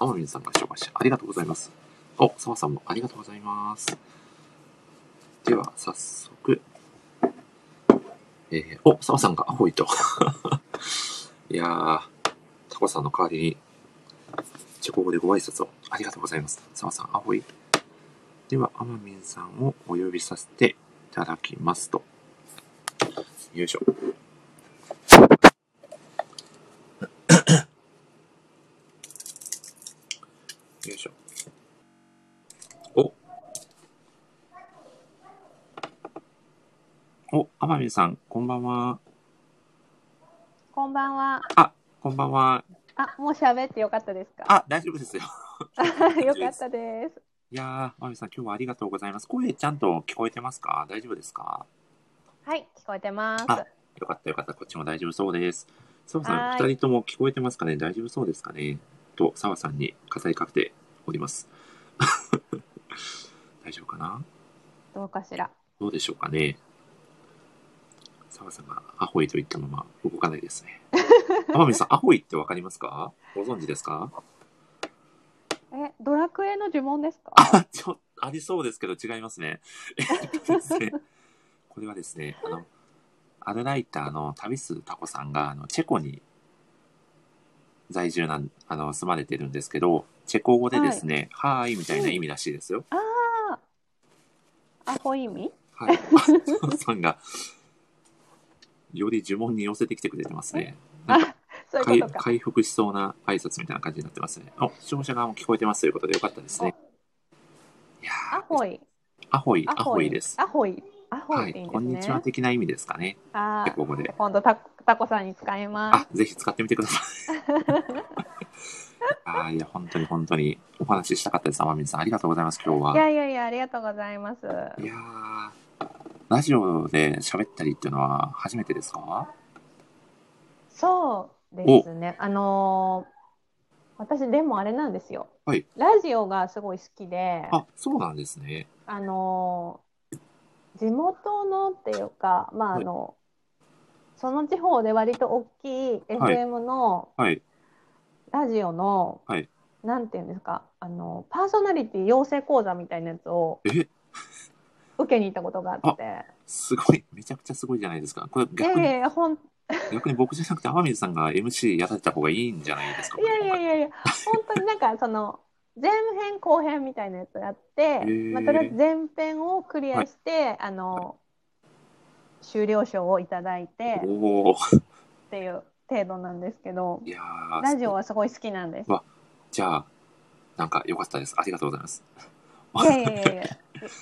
のりんさんが紹介してありがとうございます。お、サマさんもありがとうございます。では、早速。えー、お、サマさんがアホイと。 いやー、タコさんの代わりに、チェコ語でご挨拶をありがとうございます。サマさん、アホイ。では、アマミンさんをお呼びさせていただきますと。よいしょ。よいしょ。おお、アマミンさん、こんばんは。こんばんは。あ、こんばんは。あ、もう喋ってよかったですか。 あ、大丈夫ですよ。よかったです。いやー、アマミンさん、今日はありがとうございます。声ちゃんと聞こえてますか大丈夫ですかはい、聞こえてます。あよかったよかった。こっちも大丈夫そうです。澤さん、は二ーい人とも聞こえてますかね大丈夫そうですかねと、澤さんに飾りかけております。 大丈夫かなどうかしら。どうでしょうかね澤さんがアホイと言ったまま動かないです ね。天海さん、アホイってわかりますかご存知ですかえ、ドラクエの呪文ですか。あちょありそうですけど違います ね。えっとですねこれはですね、あの、アルライターの旅するタコさんが、あの、チェコに在住なん、あの、住まれてるんですけど、チェコ語でですね、はーいみたいな意味らしいですよ。ああ。アホ意味。 はい。タコさんが、より呪文に寄せてきてくれてますね。あ、そういう回ことか。回復しそうな挨拶みたいな感じになってますね。お、視聴者側も聞こえてますということでよかったですね。いやーアホイ。アホイ、アホイです。アホイ。アホはイっいていいん、でこすんね。にちは的な意味ですかね。あでーここで。今度た、たこさんに使いまあ、ぜひ使ってみてく ださい。あーいや、本当に本当にお話ししたかったです。天海さん、ありがとうございます、今日す。は。いやいやいや、ありがとうございます。いやーラジオで喋ったりっていうのは初めてですかそうですね。あのー私でもあれなんですよ、はいラジオがすごい好きであ、そうなんですね。あのー地元のっていうか、まああのその地方で割と大きいはい FM のはい。ラジオの、はいなんていうんですかあのパーソナリティ養成講座みたいなやつをえ受けに行ったことがあってすごい。めちゃくちゃすごいじゃないですか。これいや逆いに、やいやほんい逆に僕じゃなくて天海さんが MC やられた方がいいんじゃないですか。やいやいやいや本当になんかその前編後編みたいなやつがあって、ーまあ、とりあえず前編をクリアして、あの修了証をいただいて。おおっていう程度なんですけどいやーラジオはすごい好きなんです。じゃあ、なんか良かったです。ありがとうございます。いやいやいやいや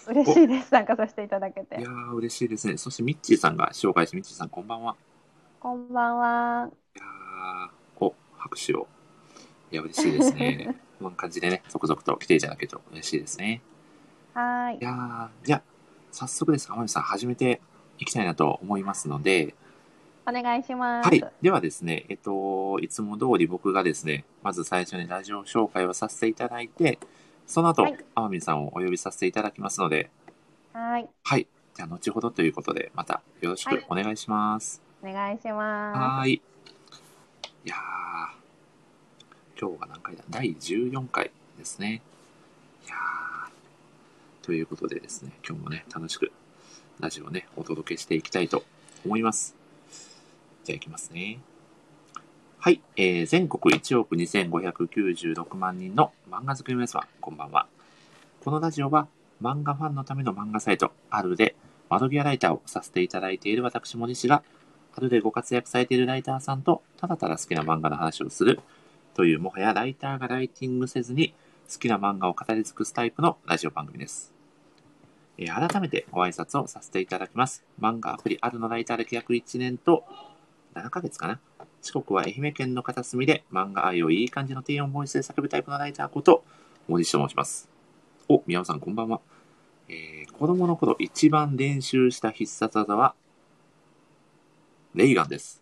う嬉しいです参加させていただけいてや。ー、嬉しいですね。そして、ミッチーさんが紹介して、ミッチーさん、こんばんは。こんばんは。いやー、お、拍手を。いや、嬉しいですね。こんな感じでね、続々と来ていただけると嬉しいですね。はーいい。やー、じゃあ、早速ですが、天海さん、始めていきたいなと思いますので、お願いします。はい。ではですね、えっと、いつも通り僕がですね、まず最初にラジオ紹介をさせていただいて、その後はい、天海さんをお呼びさせていただきますので、はーい。はい。じゃあ、後ほどということで、またよろしくお願いします。お願いしまはーい。いやー今日が何回だ第14回ですね。いやーということでですね、今日もね、楽しくラジオをね、お届けしていきたいと思います。じゃあ、いきますね。はい、えー、全国1億2596万人の漫画好きの皆様、こんばんは。このラジオは漫画ファンのための漫画サイト、あるで、窓際ライターをさせていただいている私、森氏が、春でご活躍されているライターさんとただただ好きな漫画の話をするというもはやライターがライティングせずに好きな漫画を語り尽くすタイプのラジオ番組です。えー改めてご挨拶をさせていただきます。漫画アプリあるのライター歴約1年と7ヶ月かな。四国は愛媛県の片隅で漫画愛をいい感じの低音ボイスで叫ぶタイプのライターこと森下と申します。お、宮尾さんこんばんは。えー子供の頃一番練習した必殺技はレイガンです。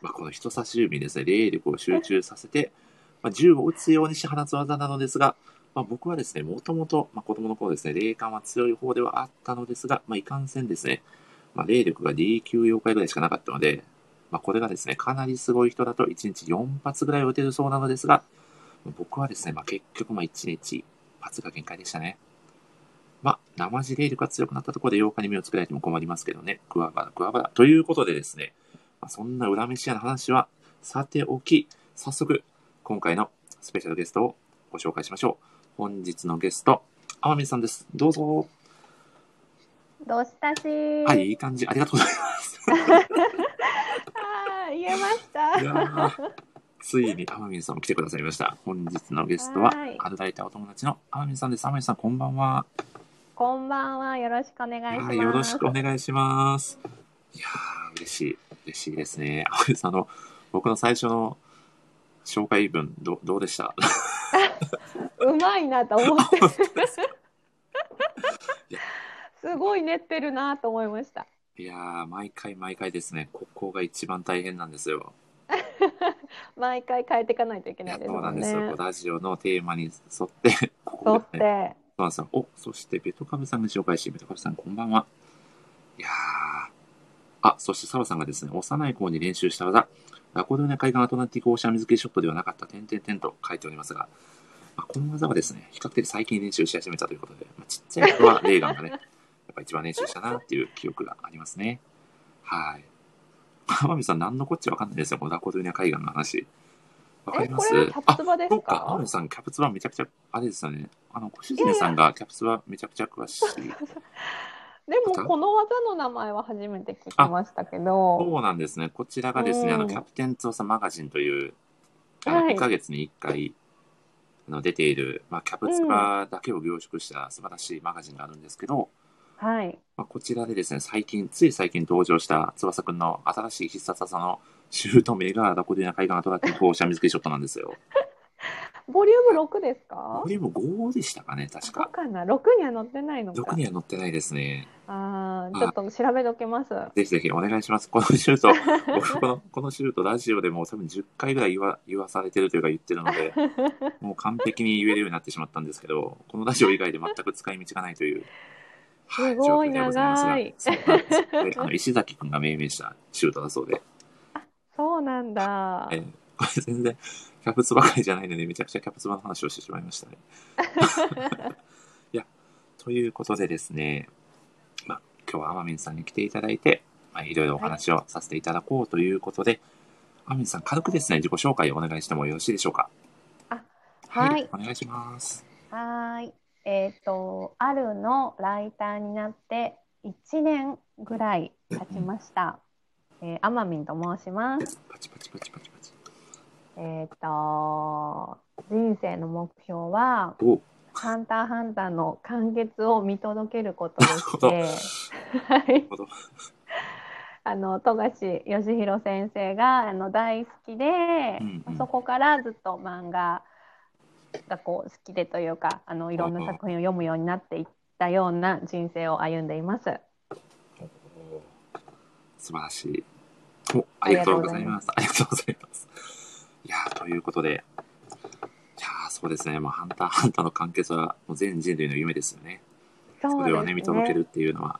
まあ、この人差し指にですね、霊力を集中させて、まあ、銃を撃つようにし放つ技なのですが、まあ、僕はですね、もともと、まあ、子供の頃ですね、霊感は強い方ではあったのですが、まあ、いかんせんですね、まあ、霊力が D 級妖怪ぐらいしかなかったので、まあ、これがですね、かなりすごい人だと1日4発ぐらい撃てるそうなのですが、僕はですね、まあ、結局まあ1日、罰が限界でしたね。まあ、生地霊力が強くなったところで8日に目をつけられても困りますけどね。グワバラ、グワバラ。ということでですね、まあ、そんな裏飯屋の話はさておき、早速、今回のスペシャルゲストをご紹介しましょう。本日のゲスト、天海さんです。どうぞ。どうしたしーはい、いい感じ。ありがとうございます。あー言えま したいやーついに天海さんも来てくださいました。本日のゲストははい、アルバイタお友達の天海さんです。天海さん、こんばんは。こんばんはよろしくお願いしますはい、よろしくお願いします。いやー、嬉しい。嬉しいですね。天海さん、あの、僕の最初の紹介文、どどうでした うまいなと思っ ていやすごい練ってるなと思いましたいやー、毎回毎回ですね、ここが一番大変なんですよ。毎回変えていかないといけいなやいですそうもなんんねですよ。こうラジオのテーマに沿 って、ここそがっねてそうなんですよ。お、そして、ベトカブさんが紹介して、ベトカブさん、こんばんは。いやー。あ、そして、サワさんがですね、幼い頃に練習した技、ラコドーナ海岸アトランティックオーシャン水切りショットではなかった、点々点と書いておりますが、まあ、この技はですね、比較的最近練習し始めたということで、まあ、ちっちゃい頃はレーガンがね、 やっぱ一番練習したなっていう記憶がありますね。はい。浜美さん、何のこっちゃわかんないですよ、このラコドーナ海岸の話。わかえりまこすれはキャプツバでそすうか、アかムさん、キャプツバめちゃくちゃ、あれですよね。あの、小泉さんがキャプツバめちゃくちゃ詳しい。でもこの技の名前は初めて聞きましたけどそうなんですね。こちらがですね、うんあの、キャプテンツオサマガジンという、あの、はい1ヶ月に1回、あの、出ている、まあ、キャプツバだけを凝縮した素晴らしいマガジンがあるんですけど、はいまあ、こちらでですね、最近、つい最近登場した翼くんの新しい必殺技のシュート名がラコディナ海岸アトラティックオーシャン水切りショットなんですよ。ボリューム6ですかこれも5でしたかね、確そうか。かな6には載ってないのか6には載ってないですね。あーちょっと調べときますぜひぜひお願いします。このシュート、僕この、このシュートラジオでもう多分10回ぐらい言わ、言わされてるというか言ってるの で、もう完璧に言えるようになってしまったんですけど、このラジオ以外で全く使い道がないという、はすご状況いでござますが長いそうなんですこれあの石崎くんが命名したシュートだそうで、そうなんだえー これ全然キャプツばかりじゃないので、めちゃくちゃキャプツバの話をしてしまいました ね。いや、ということでですね、まあ、今日は天海さんに来ていただいて、まあ、いろいろお話をさせていただこうということで、天海さん、軽くですね、自己紹介をお願いしてもよろしいでしょうか。はいお願いします。はーい。えっ、と、あるのライターになって1年ぐらい経ちました。えー、あまみんと申します。パチパチパチパチパチ。えっ、と、人生の目標は、おハンターハンターの完結を見届けることでして、なるはいほど。あの、富樫義弘先生が、あの、大好きで、うんうんそこからずっと漫画がこう好きでというか、あの、いろんな作品を読むようになっていったような人生を歩んでいます。お素晴らしい。お、ありがとうございます。ありがとうございます。いやーということで、いやーそうですね、まあ、ハンター、 ハンターの完結は、もう全人類の夢ですよね。そそうれでをすね、ね見届けるっていうのは。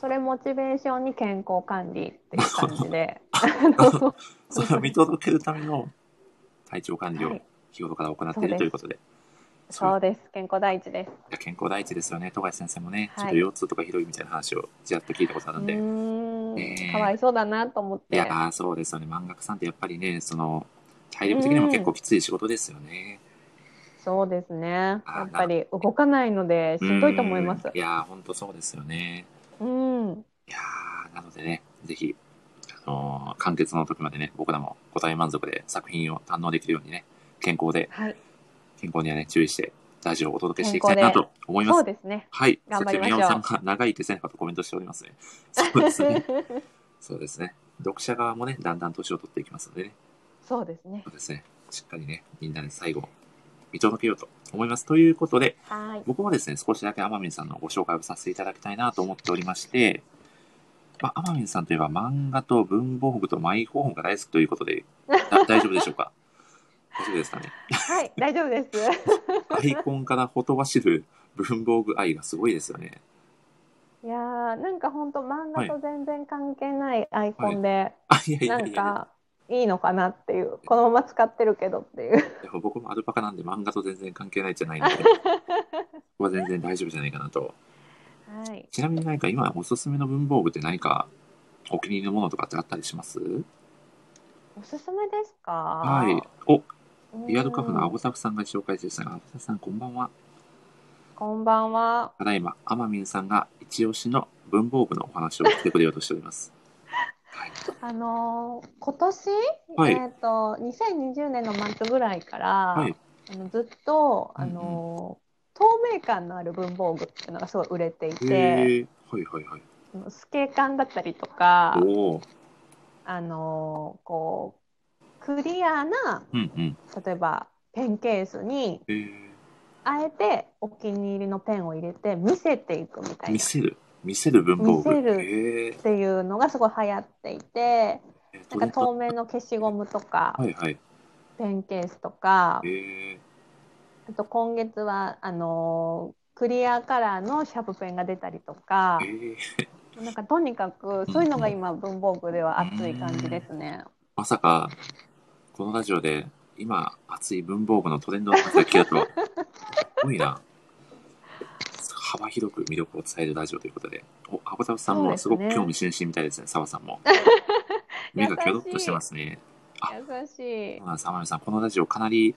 それモチベーションに健康管理っていう感じ であのそれを 見届けるための体調管理はをい日頃から行ってそういでるすということで、そう そうです健康第一ですいや健康第一ですよね、富樫先生もね、はいちょっと腰痛とかひどいみたいな話をちらっと聞いたことあうるんで、ーん、ねえかわいそうだなと思っいてやー、そうですよね、漫画家さんってやっぱりね、その体力的にも結構きつい仕事ですよね。そうですねあやっぱり動かないのでしんどいと思いますうんいやー、本当そうですよね。うんいやーなのでね、ぜひ、あのー完結の時までね、僕らも答え満足で作品を堪能できるようにね、健康で、はい健康にはね、注意して、ラジオをお届けしていきたいなと思いますそう。です ねはい。頑張りましょそうして宮本さんが長い手線かとコメントしておりますね。そうです ね。そうですね。読者側もね、だんだん年を取っていきますのでね。そうですねそうですね。しっかりね、みんなで最後、見届けようと思います。ということで、はい僕もですね、少しだけ天海さんのご紹介をさせていただきたいなと思っておりまして、まあ、天海さんといえば漫画と文房具とマイホームが大好きということで、だ 大丈夫でしょうか大丈夫ですかね。はい大丈夫ですアイコンからほとばしる文房具愛がすごいですよね。いやーなんか本当漫画と全然関係ないアイコンで、あ、いやいや なやいいんや。かいいのかなっていうこのまま使ってるけどっていうでも僕もアルパカなんで漫画と全然関係ないじゃないん で、ここは全然大丈夫じゃないかなと。はいちなみに何か今おすすめの文房具って何かお気に入りのものとかってあったりしますおすすめですかはい。お、うんリアルカフェのアゴサフさんが紹介しましたが、アゴサフさんこんばんは。こんばんはただいま、あまみんさんが一押しの文房具のお話をしてくれようとしており ます。はい。あのー今年、はいえっ、と2020年の末ぐらいから、はいあのずっとうんあうんのー透明感のある文房具っていうのがすごい売れていて、へえ。はいはいはい。その透け感だったりとか、おお。あのーこうクリアなうんうん。例えばペンケースにへえ。あえてお気に入りのペンを入れて見せていくみたい見なっせる。見せる文房具。見せるへえ。ていうのがすごい流行っていてえっなとんか透明の消しゴムとか、はいはい。ペンケースとか。へえ。あと今月はあのークリアカラーのシャープペンが出たりとかへ、え。なんかとにかくそういうのが今文房具では熱い感じですね。まさか、このラジオで今熱い文房具のトレンドの話だけだとは、すごいな。幅広く魅力を伝えるラジオということで、お、アボタフさんもすごそうくですね興味津々みたいですね、澤さん も。優し目いがキョロッとしてますね。あ優しいそう。なんです、天海さん、このラジオかなり、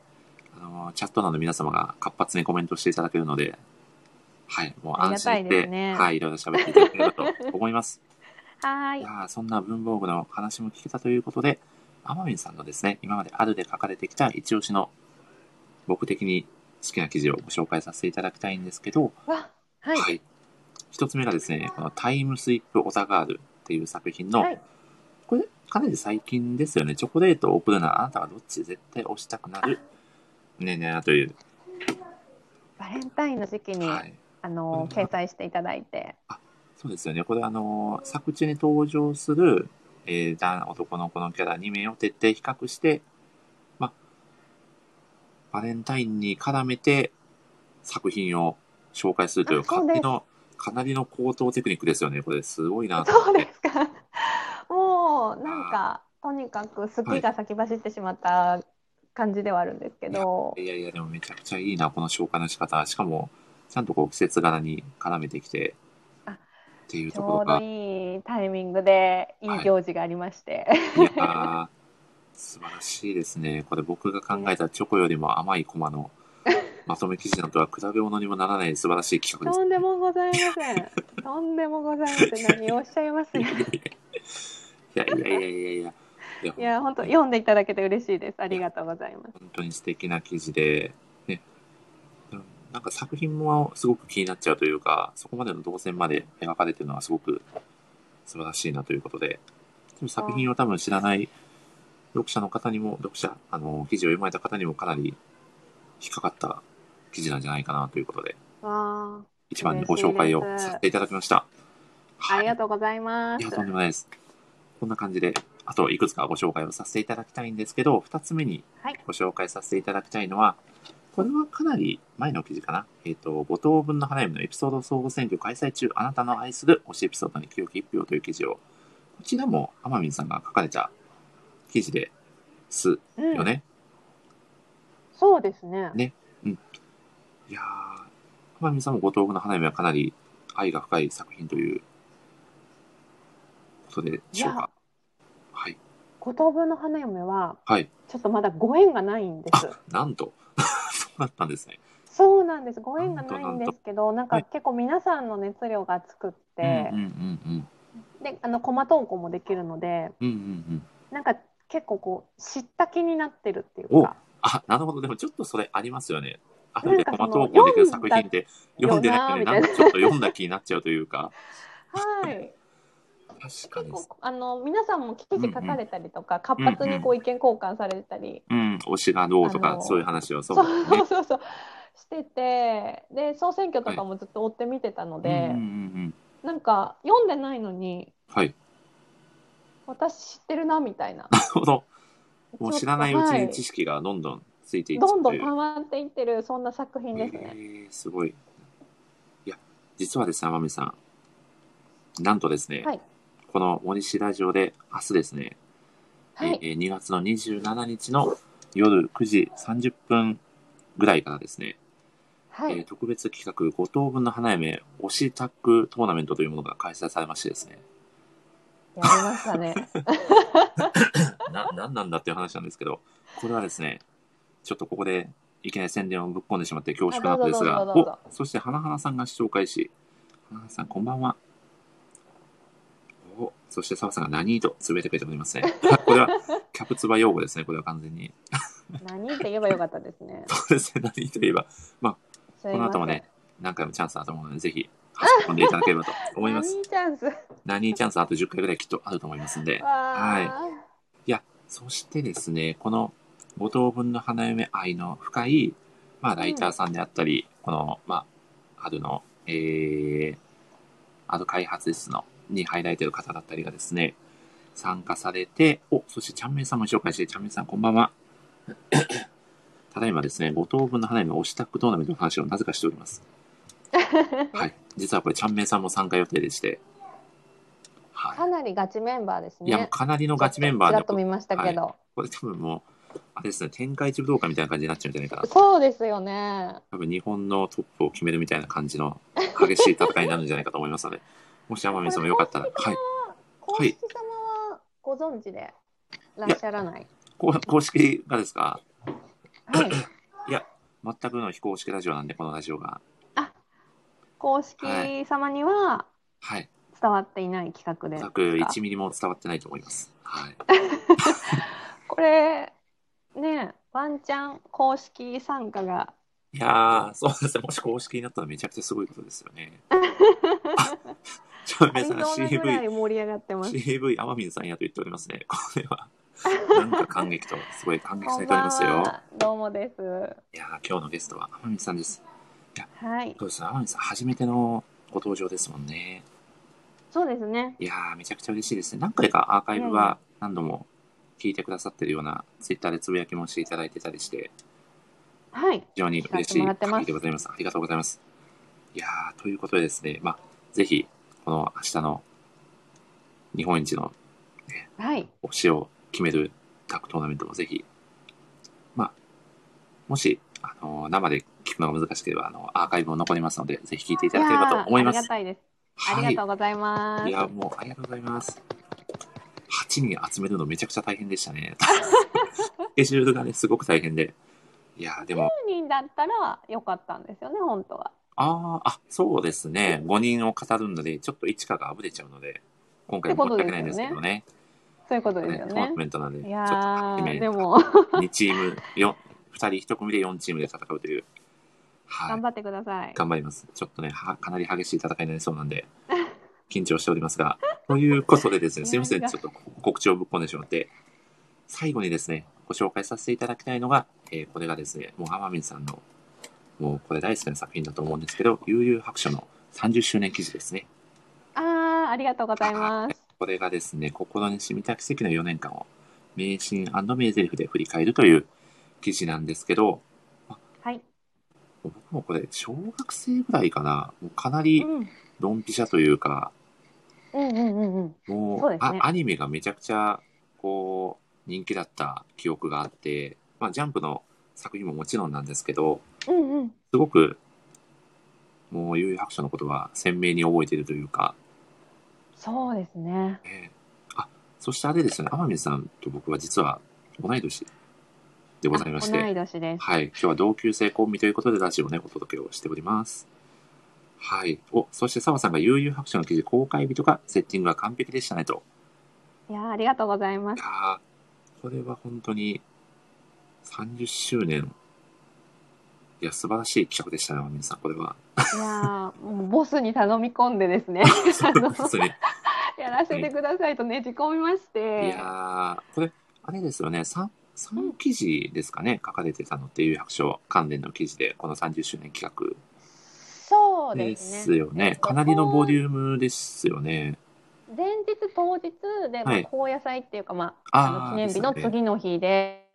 あの、チャットなどの皆様が活発にコメントしていただけるので、はい、もう安あ心りしがたいでて、すねはい、いろいろ喋っていただければと思います。はいい。やーそんな文房具の話も聞けたということで、アマミンさんのですね、今まであるで書かれてきた一押しの僕的に好きな記事をご紹介させていただきたいんですけど、わ、はい。一つ目がですね、このタイムスイップオタガールっていう作品の、はいこれかなり最近ですよね、チョコレートを送るならあなたはどっち絶対押したくなる。ねえねえなという。バレンタインの時期に、はい。あのー掲載していただいて、そうですよね。これあのー作中に登場する、えー男男の子のキャラ2名を徹底比較して、まあ、バレンタインに絡めて作品を紹介するというあそかうなりですの、かなりの高等テクニックですよね。これすごいなとそ思うっでて。すか。もうなんかとにかく好きが先走ってしまった感じではあるんですけど、いやいや、でもめちゃくちゃいいな、この紹介の仕方。しかも、ちゃんとこう季節柄に絡めてきて、あっていうちとこょろうどが、いいタイミングでいい行事がありまして。いやー素晴らしいですね。これ僕が考えたチョコよりも甘いコマのまとめ記事などは比べ物にもならない素晴らしい企画とんでもございま せん。とんでもございません。何をおっしゃいますね。です。いやいやいやいやいや。いいや、や、本当読んでいただけて嬉しいです。ありがとうございます。本当に素敵な記事で、ね。うんなんか作品もすごく気になっちゃうというか、そこまでの動線まで描かれてるのはすごく素晴らしいなということで、でも作品を多分知らない読者の方にも、読者、あの、記事を読まれた方にもかなり引っかかった記事なんじゃないかなということで、わ一番にご紹介をさせていただきました。あ、ありがととうございまいすや、。とんでもないです。こんな感じで、あといくつかご紹介をさせていただきたいんですけど、二つ目にはいご紹介させていただきたいのは、これはかなり前の記事かな。えっ、と、五等分の花嫁のエピソード総合選挙開催中、あなたの愛する推しエピソードに清き一票という記事を、こちらも天海さんが書かれた記事ですうんよね。そうですね。ねいやー、浜辺さんも五等分の花嫁はかなり愛が深い作品ということでいしょうやか。、はい。五等分の花嫁は、はい。ちょっとまだご縁がないんです。なんと、 そうだったんですね。そうなんです。ご縁がないんですけど、なんはかい結構皆さんの熱量が熱くっうんて、うんうんで、あの、コマ投稿もできるので、うん。うんうんうん。なんか結構こう、知った気になってるっていうおか。あ、なるほど。でもちょっとそれありますよね。あなるんでかコそのマ投稿できる作品って読読んんでなだいのによななーんみかたちいょなっと読んだ気になっちゃうというか。はい。確か結にです。構あの皆さんも記事書かれたりとか、活発にこう意見交換されたり、うん。推しがどうとあか、のーそういう話を。そうそだうねそうそうそうしててで総選挙とかもずっと追って見てたのうんうで、んうん。なんか読んでないのにはい。私知ってるなみたいななるほど。 もう知らないうちに知識識がどんどんついていっちゃうどんどとんいう溜まっていってるそんな作品ですえね。ーすごい。いや、実はですね、天海さん。なんとですね、はいこの森氏ラジオで明日ですね、はい。えー2月の27日の夜9時30分ぐらいからですね、はえーい。特別企画5等分の花嫁推しタッグトーナメントというものが開催されましてですね、やりましたね。 な、なんなんだっていう話なんですけど、これはですね、ちょっとここでいきなり宣伝をぶっ込んでしまって恐縮なのですあが、どうぞどうぞどうぞおそして花々さんが視聴開始。花々さん、こんばんは。おそして澤さんが何とつぶやいてくれておりますね。これは、キャプツバ用語ですね、これは完全に。何って言えばよかったです ね。そうですね、何といえば、ここの後もね、何回もチャンスあると思うので、ぜひ、走り込んでいただければと思います。何チャンス。何チャンスあと10回ぐらいきっとあると思いますんで。はい。そしてですね、この五等分の花嫁愛の深い、まあ、ライターさんであったり、この、まあ、アドの、えー、アド開発室の、に入られている方だったりがですね、参加されて、お、そしてちゃんめいさんも紹介して、ちゃんめいさんこんばんは。 ただいまですね、五等分の花嫁推しタックトーナメントの話をなぜかしており ます。はい。実はこれ、ちゃんめいさんも参加予定でして、はい。かなりガチメンバーですね。いや、もうかなりのガチメンバーちらでっと見ましたけど。これ多分もう、あれですね、天下一武道館みたいな感じになっちゃうんじゃないかな。そうですよね。多分日本のトップを決めるみたいな感じの激しい戦いになるんじゃないかと思いますので、もし天海さんもよかった ら、はい。公式様はご存知でいらっしゃらない。こう公式がですかはい。全くの非公式ラジオなんで、このラジオが。公式様にははい。伝わっていない企画で全すか。く1ミリも伝わってないと思います。はい。これねワンチャン公式参加がいやー、そうですね。もし公式になったらめちゃくちゃすごいことですよ ね。ちょ、あり皆さそうんなぐ CV らい盛り上がってます。 CV 天海さんやと言っておりますね。これは。なんか感激と、すごい感激されておりますよ。どうもです。いやー、今日のゲストは天海さんです。はい。そうですね、天海さん、初めてのご登場ですもんね。そうですね。いやー、めちゃくちゃ嬉しいですね。何回かアーカイブいやいは何度も聞いてくださってるような、ツイッターでつぶやきもしていただいてたりして、はい。非常に嬉しい限りでございます。ありがとうございます。いやー、ということでですね、まあ、ぜひ、この明日の日本一のはい。推しを決めるタッグトーナメントもぜひ、まあ、もし、あのー生で聞くのが難しければ、あの、アーカイブも残りますので、ぜひ聞いていただければと思いまやーありすが。たいです。あはりいがとうございます。いや、もう、ありがとうございます。8人集めるのめちゃくちゃ大変でしたね。 スケジュールがね、すごく大変で。いや、でも、 10人だったら良かったんですよね、本当は。あーあ、そうですね。5人を語るので、ちょっと一かがあぶれちゃうので、今回申し訳ないんですけどね。そういうことねですよトーナね。メントなんで、ちいょやっと8ー、名でも、 2チーム、4 2人1組で4チームで戦うという。はい頑。張ってください。頑張ります。ちょっとね、はかなり激しい戦いになりそうなんで、緊張しておりますが。ということで ですね、すいません、ちょっと告知をぶっ込んでしまって、最後にですね、ご紹介させていただきたいのが、えーこれがですね、もう天海さんの、もうこれ大好きな作品だと思うんですけど、悠々白書の30周年記事ですね。あー、ありがとうございます。これがですね、心に染みた奇跡の4年間を、名シーン名台詞で振り返るという記事なんですけど、はい。僕もこれ、小学生ぐらいかな、もうかなりうん。ドンピシャというか、うんうんうんうん。もうそうですねあアニメがめちゃくちゃこう人気だった記憶があって、まあ、ジャンプの作品ももちろんなんですけどうんうん。すごくもう悠々白書のことは鮮明に覚えているというか、そうですね。えーあそしてあれですよね天海さんと僕は実は同い年でございましあ同いて、年です。はい、今日は同級生コンビということでラジオをねお届けをしております。はい、おそして澤さんが悠々白書の記事公開日とかセッティングが完璧でしたねといやーありがとうございまい すや。ーこれは本当に30周年。いや、素晴らしい企画でしたね、皆さん、これは。いやーもうボスに頼み込んでですね、あ のそうです ね。やらせてくださいとねじ込みましいて、やーこれ、あれですよね、3、三記事ですかね、書かれてたのっていう白書関連の記事で、この30周年企画そうでですすね。よね。かなりのボリュームですよね。前日当日で、はまあい、高野祭っていうか、まあ、あーあの記念日のですよね次の日で、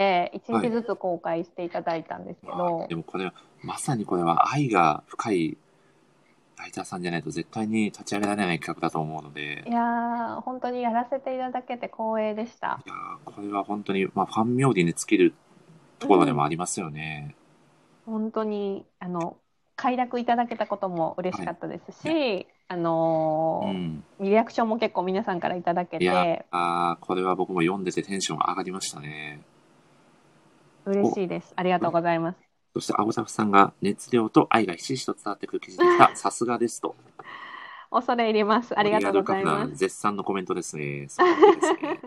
1はい日ずつ公開していただいたんですけど、でもこれ、まさにこれは愛が深いライターさんじゃないと絶対に立ち上げられない企画だと思うので、いやー本当にやらせていただけて光栄でした。いやーこれは本当に、まあ、ファン冥利に尽きるところでもありますよね。本当にあの快諾いただけたことも嬉しかったですし、あのうーん。リアクションも結構皆さんからいただけいやてあーこれは僕も読んでてテンションが上がりましたね。嬉しいです。ありがとうございます。そして、アゴタフさんが熱量と愛がひしひしと伝わってくる記事でした。さすがですと。恐れ入ります。ありがとうござリいアルカまフナす。絶賛のコメントですね。素晴らしいです ね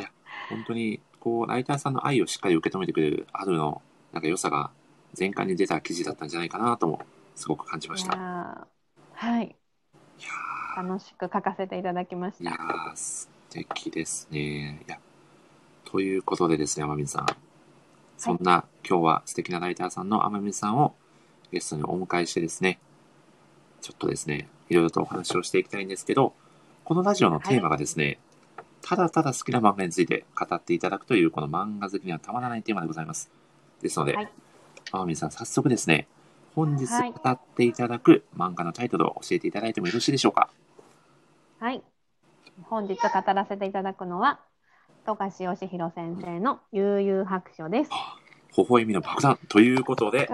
いや、本当に、こう、ライターさんの愛をしっかり受け止めてくれる、あるの、なんか良さが、全巻に出た記事だったんじゃないかなとも、すごく感じましいた。いややーはい楽しく書かせていただきましーいやた。ー素敵ですね。いや、ということでですね、天海さん。そんな、今日は素敵なライターさんの天海さんをゲストにお迎えしてですね、ちょっとですね、いろいろとお話をしていきたいんですけど、このラジオのテーマがですね、ただただ好きな漫画について語っていただくという、この漫画好きにはたまらないテーマでございます。ですので、はい天海さん、早速ですね、本日はい語っていただく漫画のタイトルを教えていただいてもよろしいでしょうか。はい。本日語らせていただくのは、富樫義弘先生の悠々白書です。微笑みの爆弾ということ で。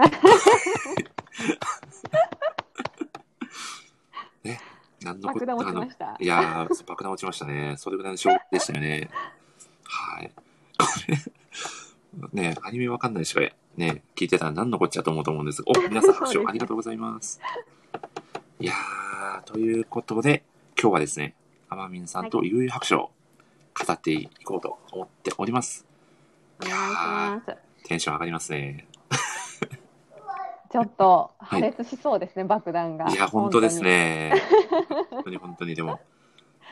ね、何のこ爆と弾落あちのました。いやー、爆弾落ちましたね。それぐらいの衝撃でしたよね。はい。これ、ね、アニメわかんないしか、ね、聞いてたら何のこっちゃと思うと思うんですが、お、皆さん拍そうです手ねありがとうございます。いやー、ということで、今日はですね、天海さんと悠々白書を語っていこうと思っております。お願いします。テンション上がりますね。ちょっと破はい裂しそうですね、爆弾が。いや、本当ですね。本当に本当に、でも、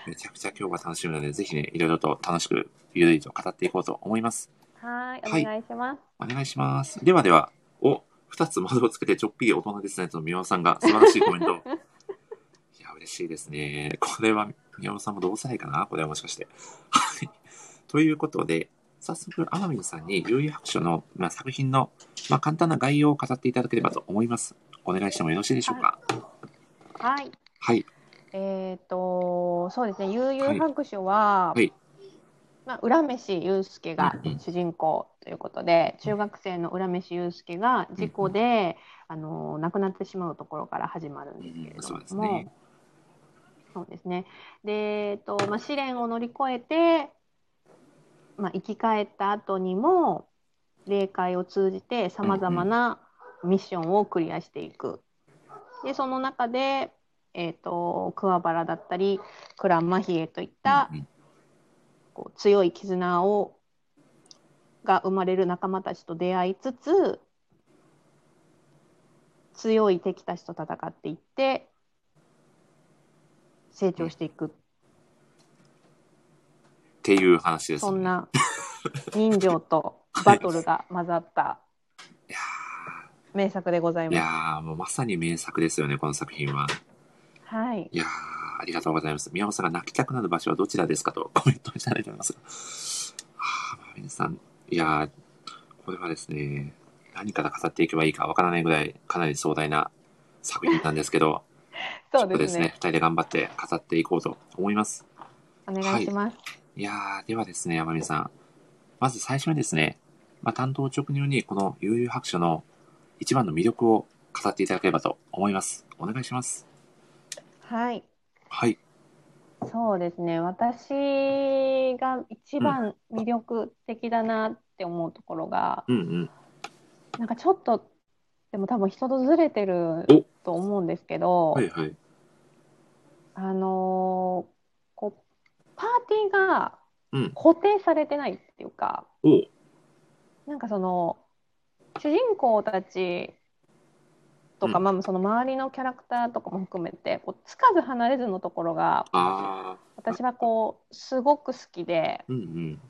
めちゃくちゃ今日は楽しみなので、ぜひね、いろいろと楽しく、ゆるりと語っていこうと思います。本当はいいに。は、お願いします。お願いします。ではでは、お、二つ窓をつけてちょっぴり大人ですねと、宮尾さんが素晴らしいコメント。 いや、嬉しいですね。これは、宮尾さんも同世代かなこれはもしかして。はい。ということで、早速、天海さんに、悠々白書の、まあ、作品の、まあ、簡単な概要を語っていただければと思います。お願いしてもよろしいでしょうか。はい。はい。えっ、と、そうですね、悠々白書は、はいはいまあ、浦飯祐介が主人公ということで、中学生の浦飯祐介が事故で、あの亡くなってしまうところから始まるんですけれうんどそうもで、すね。そうですね。で、えっとまあ、試練を乗り越えて、まあ、生き返った後にも霊界を通じてさまざまなミッションをクリアしていく。でその中で、えっと桑原だったり倉間比叡といったうんうんこう強い絆をが生まれる仲間たちと出会いつつ強い敵たちと戦っていって成長していくっていう話です、ね。そんな人情とバトルが混ざったいや名作でございーいやまーもうまさに名作ですよね、この作品は。す。はい、いやーありがとうございます。宮本さんが泣きたくなる場所はどちらですかと コメントいただいております。はあ、皆さん、いやーこれはですね、何から語っていけばいいかわからないぐらい、かなり壮大な作品なんですけど、 そうちょっとでですすねね、二人で頑張って語っていこうと思います。お願いします。いやー、ではですね、山美さん。まず最初にですね、まあ、担当直入にこの悠々白書の一番の魅力を語っていただければと思います。お願いします。はい、はい。そうですね私が一番魅力的だなって思うところが、うんうん。なんかちょっとでも多分人とずれてると思うんですけど、はいはい。あのーこうパーティーがうん固定されてないっていうか、おうなんかその主人公たちとか、うんまあその周りのキャラクターとかも含めてこうつかず離れずのところがあ私はこうすごく好きでー。うんうん。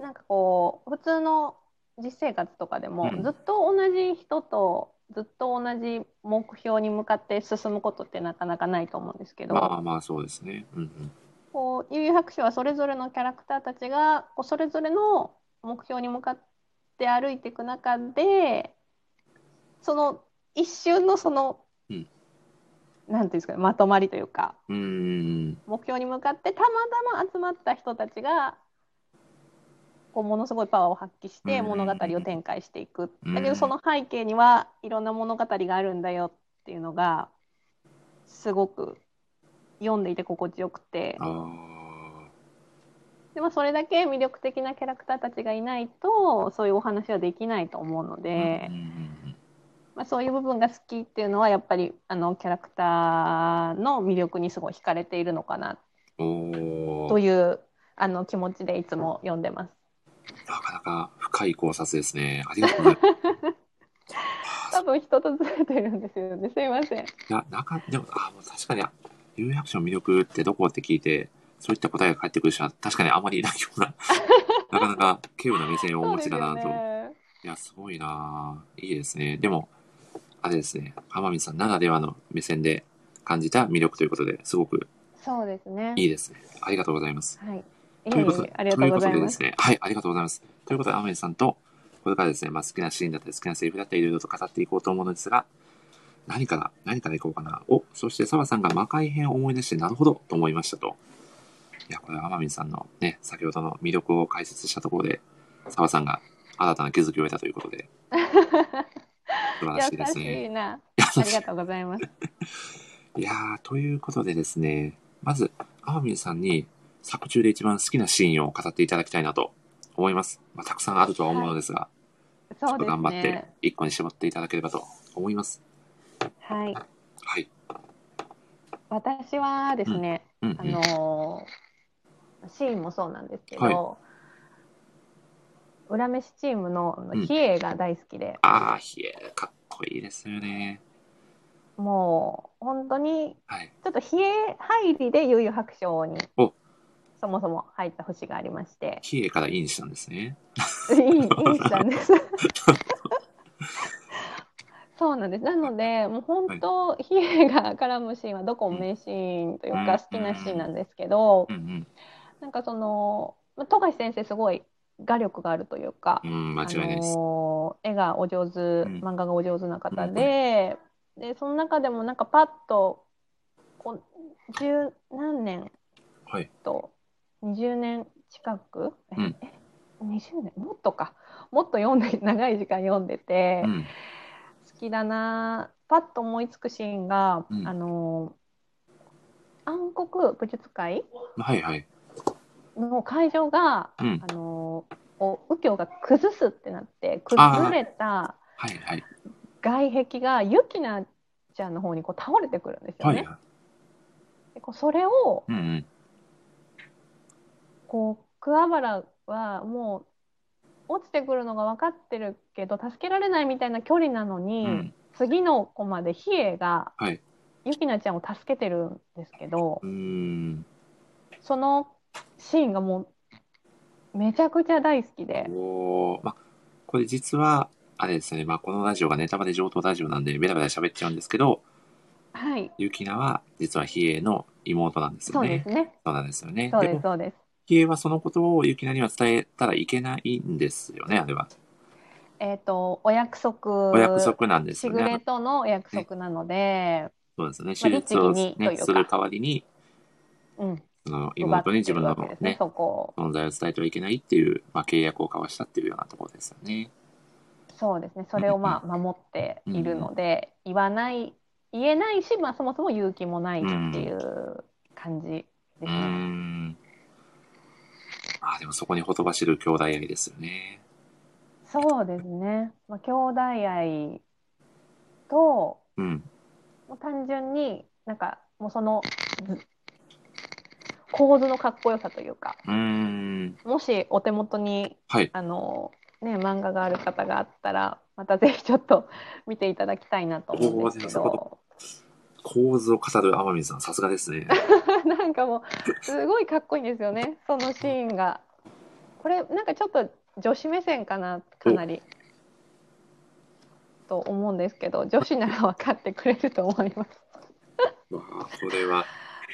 なんかこう普通の実生活とかでも、うんずっと同じ人とずっと同じ目標に向かって進むことってなかなかないと思うんですけど、まあまあそうですね。うんうん。こう悠々白書はそれぞれのキャラクターたちがこうそれぞれの目標に向かって歩いていく中でその一瞬のその、うんなんていうんですかねまとまりというかうーん。目標に向かってたまたま集まった人たちがこうものすごいパワーを発揮しうてん物語を展開していく、うんだけどその背景にはいろんな物語があるんだよっていうのがすごく読んでいて心地よくてああ。でもそれだけ魅力的なキャラクターたちがいないとそういうお話はできないと思うので。うんうんまあ、そういう部分が好きっていうのはやっぱりあのキャラクターの魅力にすごい惹かれているのかなうんおとお。いうあの気持ちでいつも読んでます。なかなか深い考察ですね。ありがとうございます。多分人とずれてるんですよね。すいません。いや、なんか、でも、あもう確かに、有楽町の魅力ってどこって聞いて、そういった答えが返ってくる人は確かにあまりいないよう な、なかなか稀有な目線をお持ちだなと。そうですよねいや、すごいなぁいいですね。でも、あれですね、浜水さんならではの目線で感じた魅力ということですごくそうですね。いいですね。ありがとうございます。はい。いとえいいうことえで、、ありがとうございということででます。すね、はい、ありがとうございます。ということで、浜水さんと、これからですね、まあ、好きなシーンだったり、好きなセリフだったり、いろいろと語っていこうと思うのですが、何から、何からいこうかな。お、そして澤さんが魔界編を思い出して、なるほど、と思いましたと。いや、これは浜水さんのね、先ほどの魅力を解説したところで、澤さんが新たな気づきを得たということ で、素晴らしいですね優。しい な。いやありがとうございます。 いやー、ということでですね、まず、天海さんに作中で一番好きなシーンを語っていただきたいなと思います。まあ、たくさんあるとは思うのですが、ちょそっうとです頑張ってね。一個に絞っていただければと思います。はい。はい。私はですね、うん、うあん。のーシーンもそうなんですけど、は裏飯チームのあのうん比叡が大好きで、あー、ひえ、かっこいいですよね。もう本当にはい。ちょっと比叡入りで悠々白書におそもそも入った節がありまして、ひえからインしたんですね。い いいいしたんです。 そうなんです。なので、もう本当、比叡が絡むシーンはどこも名シーンといううかん好きなシーンなんですけどう、んなんかその、まあ富樫先生すごい画力があるというかう、ん。うん、間違いないです。あのー絵がお上手、ん漫画がお上手な方で、で、その中でもなんかパッと、こう、十何年はい。と、20年近く、うんえ、20年もっとか。もっと読んで、長い時間読んでて、うん。好きだなパッと思いつくシーンが、うんあのー暗黒武術会はいはい。の会場が、うん。あのーお右京が崩すってなって、崩れた、はいはい。外壁がユキナちゃんの方にこう倒れてくるんですよはいね。はい。でこうそれをうんうん。こう桑原はもう落ちてくるのが分かってるけど助けられないみたいな距離なのうに、ん。次の子まで比叡がはい。ユキナちゃんを助けてるんですけどうーん。そのシーンがもうめちゃくちゃ大好きでおーまあ、これ実は、あれですね、まあ、このラジオがネタバレ上等ラジオなんで、ベラベラ喋っちゃうんですけど、はいゆきなは、実は比叡の妹なんですそようね。ですねそうなんですよね。そうでですも、そうです比叡はそのことをゆきなには伝えたらいけないんですよね、あれは。えっ、とお約束お約束なんですしよぐねれ。とのお約束なので、そうですよね。手術を、ね律儀にというかする代わりに、うんその妹に自分奪のってるわけですねね、そこを存在を伝えてはいけないっていう、まあ、契約を交わしたっていうようなところですよね。そうですねそれをまあ守っているので、言わない言えないし、まあ、そもそも勇気もないっていう感じですうーね。ん。ああ、でもそこにほとばしる兄弟愛ですよね。そうですね、まあ、兄弟愛とうん。もう単純になんかもうそのず構図のかっこよさというかうーん。もしお手元にはい。あの、ね、漫画がある方があったらまたぜひちょっと見ていただきたいなと思うんですけおーでもど。構図を語る天海さん、さすが ですね。 なんかもうすごいかっこいいんですよねそのシーンがこれなんかちょっと女子目線かなかなりと思うんですけど女子なら分かってくれると思いまわあ、これは、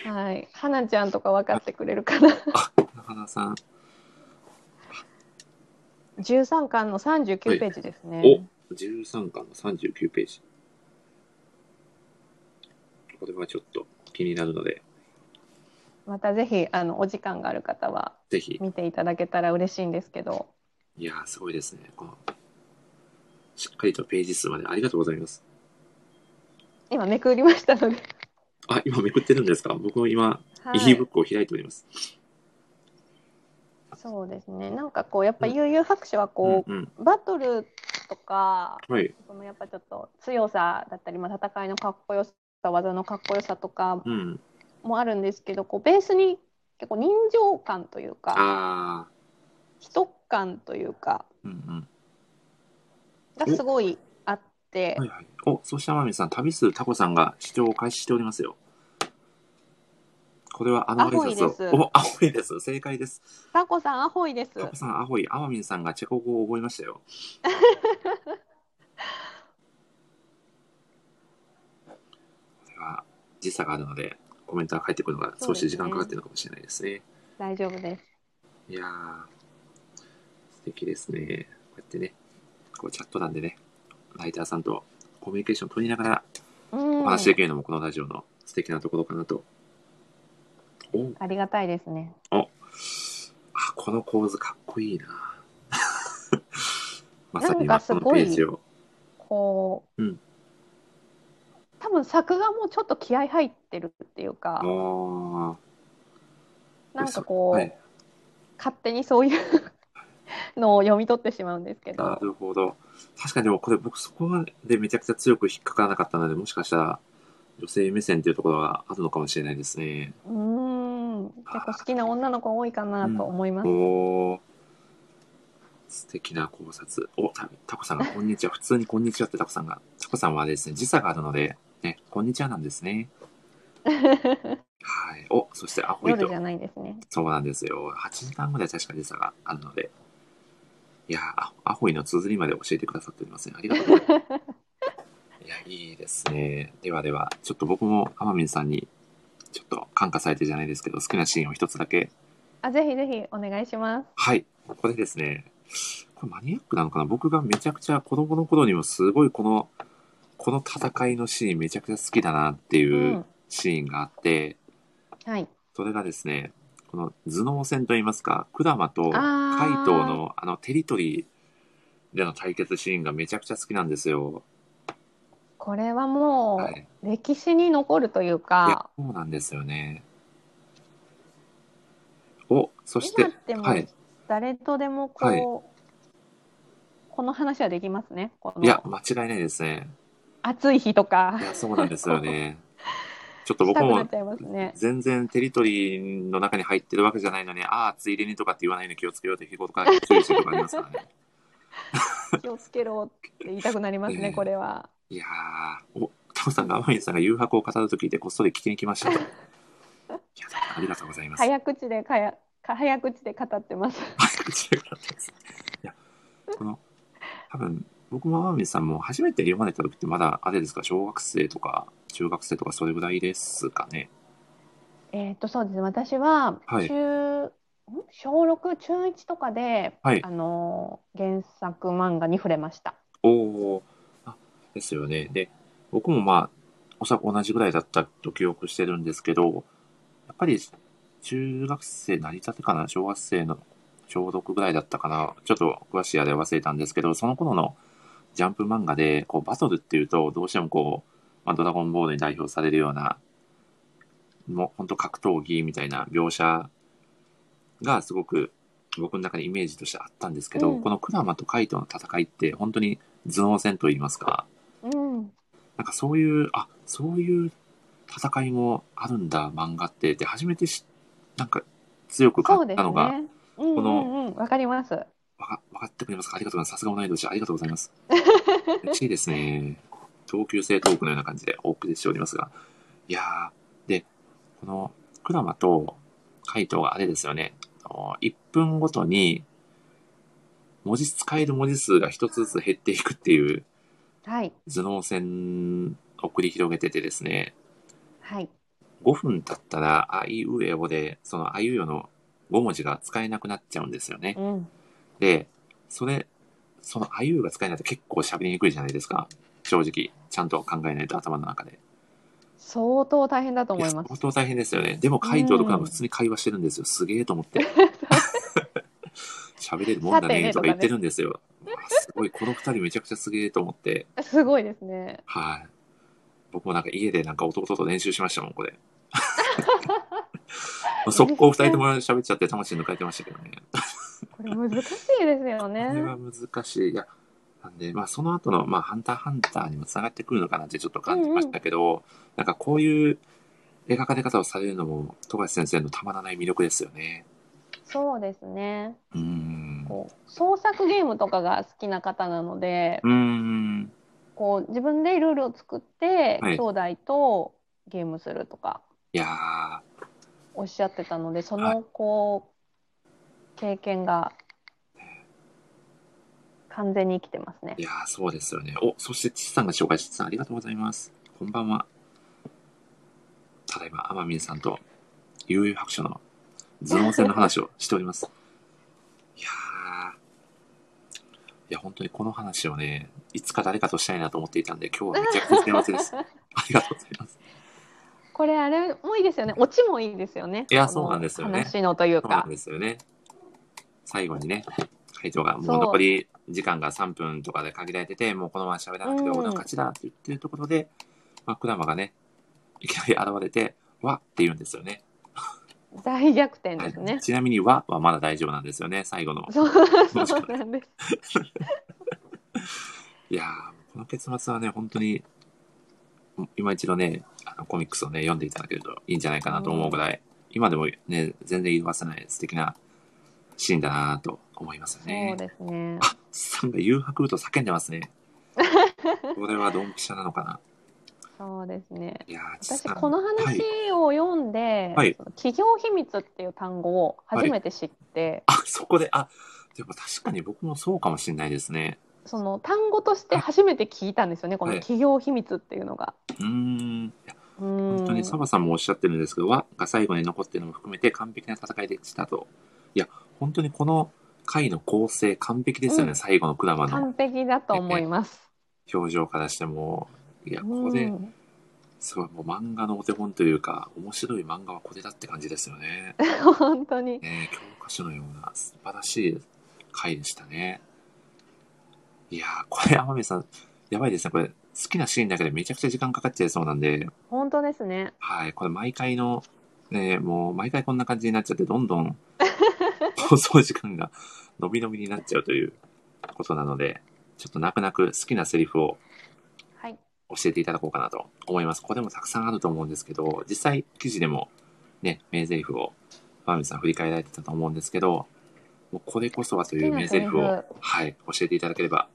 すはい花ちゃんとか分かってくれるかな中田さん。 13巻の39ページですおね !13 巻の39ページ。これはちょっと気になるので、またぜひあのお時間がある方はぜひ、見ていただけたら嬉しいんですけどいやー、すごいですね。この、しっかりとページ数までありがとうございます。今めくりましたので、あ、今めくってるんですか僕も今、は e-book を開いております。そうですねなんかこうやっぱ悠々白書はこう、うんうん。バトルとかはい。そのやっぱちょっと強さだったり、まあ、戦いのかっこよさ技のかっこよさとかうん。もあるんですけどこうベースに結構人情感というかあ人感というかー。うんうん。がすごいあってはいはい。お、そして天海さん、旅するタコさんが視聴を開始しておりますよ。これはあのあれですアホイですお、アホイです。正解です。タコさんアホイですタコさん、アホイ。天海さんがチェコ語を覚えましたよ。これは時差があるので、コメントが返ってくるのが少し時間かかってるのかもしれないですね。大丈夫ですいやー、素敵ですね。こうやってね、こうチャット欄でね、ライターさんとコミュニケーションを取りながらうんお話しできるのもこのラジオの素敵なところかなと。おありがたいですねあ、この構図かっこいいな。 まさになん今かすこごのいページを。こう、うん多分作画もちょっと気合入ってるっていうか、あなんかこう、はい勝手にそういうのを読み取ってしまうんですけあ、など、るほど。確かにでもこれ僕そこまでめちゃくちゃ強く引っかからなかったので、もしかしたら女性目線というところがあるのかもしれないですね。うーん、結構好きな女の子多いかなと思います。おー素敵な考察。お、た、タコさんが、こんにちは。普通にこんにちはってタコさんが。タコさんはですね、時差があるので、ね、こんにちはなんです ね。はい。お、そしてアホイ夜とじ。ゃないですね。そうなんですよ。8時間ぐらい確か時差があるので。いやーアホ、アホイの綴りまで教えてくださっておりますね。ありがとうござい ます。いや、いいですね。ではでは、ちょっと僕も天海さんに、ちょっと感化されてじゃないですけど、好きなシーンを一つだけあ、ぜひぜひお願いします。はい。これですね。これマニアックなのかな僕がめちゃくちゃ子供の頃にもすごいこの、この戦いのシーンめちゃくちゃ好きだなってう、いうんシーンがあって、はい。それがですね、この頭脳戦といいますか、クダマとカイあートウのあのテリトリーでの対決シーンがめちゃくちゃ好きなんですよ。これはもはうい。歴史に残るといういやか、そうなんですよね。お、そして今っ、てもはい。誰とでもこう、はいこの話はできますね。こいや、の間違いないですね。暑い日とかい。や、そうなんですよ ね。ちょっとした僕くもなっちゃいますね。全然テリトリーの中に入ってるわけじゃないのに、ああ、ついでにとかって言わないの気をつけようって日頃から注意してるとかありますからね。気をつけろって言いたくなります ええね、これは。いやー、お、タモさんが、アマインさんが誘惑を語ると聞いて、こっそり聞きに来ましたと。いや、ありがとうござ います。早口でかや、か早口で語ってます。早口で語ってますいや、この、多分、僕もアマインさんも初めて読まれた時ってまだ、あれですか、小学生とか、中学生とか、それぐらいですかね。えーっと、そうですね。私ははい中、ん小六、中一とかで、はいあのー、原作漫画に触れました。おお、あ、ですよね。で、僕もまあ、おそらく同じぐらいだったと記憶してるんですけど、やっぱり中学生成り立てかな、小学生の小6ぐらいだったかな、ちょっと詳しいあれは忘れたんですけど、その頃のジャンプ漫画で、こうバトルっていうと、どうしてもこう、まあ、ドラゴンボールに代表されるような、もう本当格闘技みたいな描写がすごく僕の中にイメージとしてあったんですけど、うんこのクラマとカイトの戦いって本当に頭脳戦といいますか、うん。なんかそういう、あ、そういう戦いもあるんだ、漫画って、って初めてし、なんか強くそ買うっでたすのが、ね。うんうんうん。わかります。わかわかってくれますかありがとうございます。さすが同い年、ありがとうござい ます。嬉しいですね。同級生トークのような感じでお送りしておりますが。いやー、で、この、クラマとカイトがあれですよね。あの1分ごとに、文字、使える文字数が一つずつ減っていくっていうはい。頭脳戦を繰り広げててですね。はい。 5分経ったら、あいうえおで、そのあいうえおの5文字が使えなくなっちゃうんですよね。うん。で、それ、そのあいうえおが使えないと結構喋りにくいじゃないですか。正直、ちゃんと考えないと頭の中で。相当大変だとい思やいま相す。当大変ですよね。でも、カイトとかも普通に会話してるんですよ。すげえと思って。喋れるもんだねとか言ってるんですよ。わあすごい、この二人めちゃくちゃすげえと思って。すごいですね。はい。僕もなんか家でなんか弟と練習しましたもん、こ れ。速攻二人とも喋っちゃって魂抜かれてましたけどね。これ難しいで こすよれはね。難しい。いや、なんで、まあその後の、まあハンターハンターにもつながってくるのかなってちょっと感じましたけど、なんかこういう描かれ方をされるのも、富樫先生のたまらない魅力ですよね。そうですね。うーん。こう創作ゲームとかが好きな方なので、うーん。こう自分でルールを作って、はい兄弟とゲームするとかいやー、おっしゃってたので、そはのこう経験が完全に生きてますねい。やーそうですよね。お、そして、ちさんが紹介して、ちさんありがとうございます。こんばんは。ただいま、あまみんさんと、悠々白書の頭脳戦の話をしております。 いやーいや、本当にこの話をね、いつか誰かとしたいなと思っていたんで、今日はめちゃくちゃ幸せです。ありがとうございます。これあれもいいですよね。オチもいいですよね。いやこのそうなんですよね話のというそうなかん。ですよね。最後にね、回答が、もう残り時間が3分とかで限られてて、もうこのまま喋らなくてうん俺の勝ちだって言ってるところで、まあ、クラマがね、いきなり現れて、わって言うんですよね。大逆転ですはねい。ちなみにわはまだ大丈夫なんですよね、最後の。そうそうそうなんです。 いやー、この結末はね、本当に、今一度ね、あのコミックスをね、読んでいただけるといいんじゃないかなと思うぐらい、今でもね、全然色褪せない素敵なシーンだなと思いますよね。そうですね。あ、さんが誘白と叫んでます ね。これはドンピシャなのかな。そうですね。いやー、ち私さんこのはい話を読んで、はいその企業秘密っていう単語を初めて知って、あ、そこで、あ、でも確かに僕もそうかもしれないですね。その単語として初めて聞いたんですよね。このはい企業秘密っていうのが。うーん。いやうん本当にサバさんもおっしゃってるんですけど、和が最後に残ってるのも含めて完璧な戦いでしたと。いや、本当にこの回の構成完璧ですよね、うん最後のクラマの完璧だと思います。表情からしても。いや、ここうで、ん すごいもう漫画のお手本というか、面白い漫画はこれだって感じですよね。本当に。ね、教科書のような素晴らしい回でしたね。いやー、これ、天海さん、やばいですね。これ、好きなシーンだけでめちゃくちゃ時間かかっちゃいそうなんで、本当ですね。はい、これ、毎回の、ね、もう、毎回こんな感じになっちゃって、どんどん、放送時間が伸び伸びになっちゃうということなので、ちょっと泣く泣く好きなセリフをはい。教えていただこうかなと思います。ここでもたくさんあると思うんですけど、実際記事でもね、名台詞を、マミさん振り返られてたと思うんですけど、もうこれこそはという名台詞好きなをセ、はい、教えていただければ、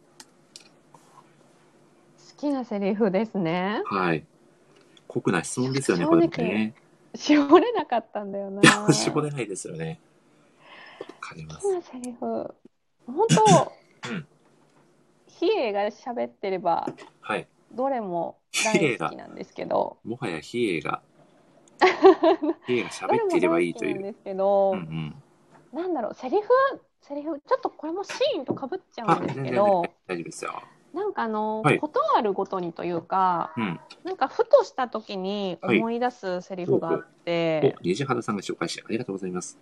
好きなセリフですね。はい。酷な質問ですよね、正これ直ね。絞れなかったんだよな。 絞れないですよね。わかりま好きす。なセリフ。本当うん。比叡が喋ってればはい。どれも大好きなんですけど。もはや比叡 が、比叡が喋っていればいいといどれもう。大好きなんですけど、うんうん。なんだろうセリフセリフちょっとこれもシーンとかぶっちゃあ、うんで全す然全け然大ど丈夫ですよ。なんかあの、はいことあるごとにというかうん。なんかふとした時に思い出すセリフがあって、お、虹原さんが紹介してありがとうございます。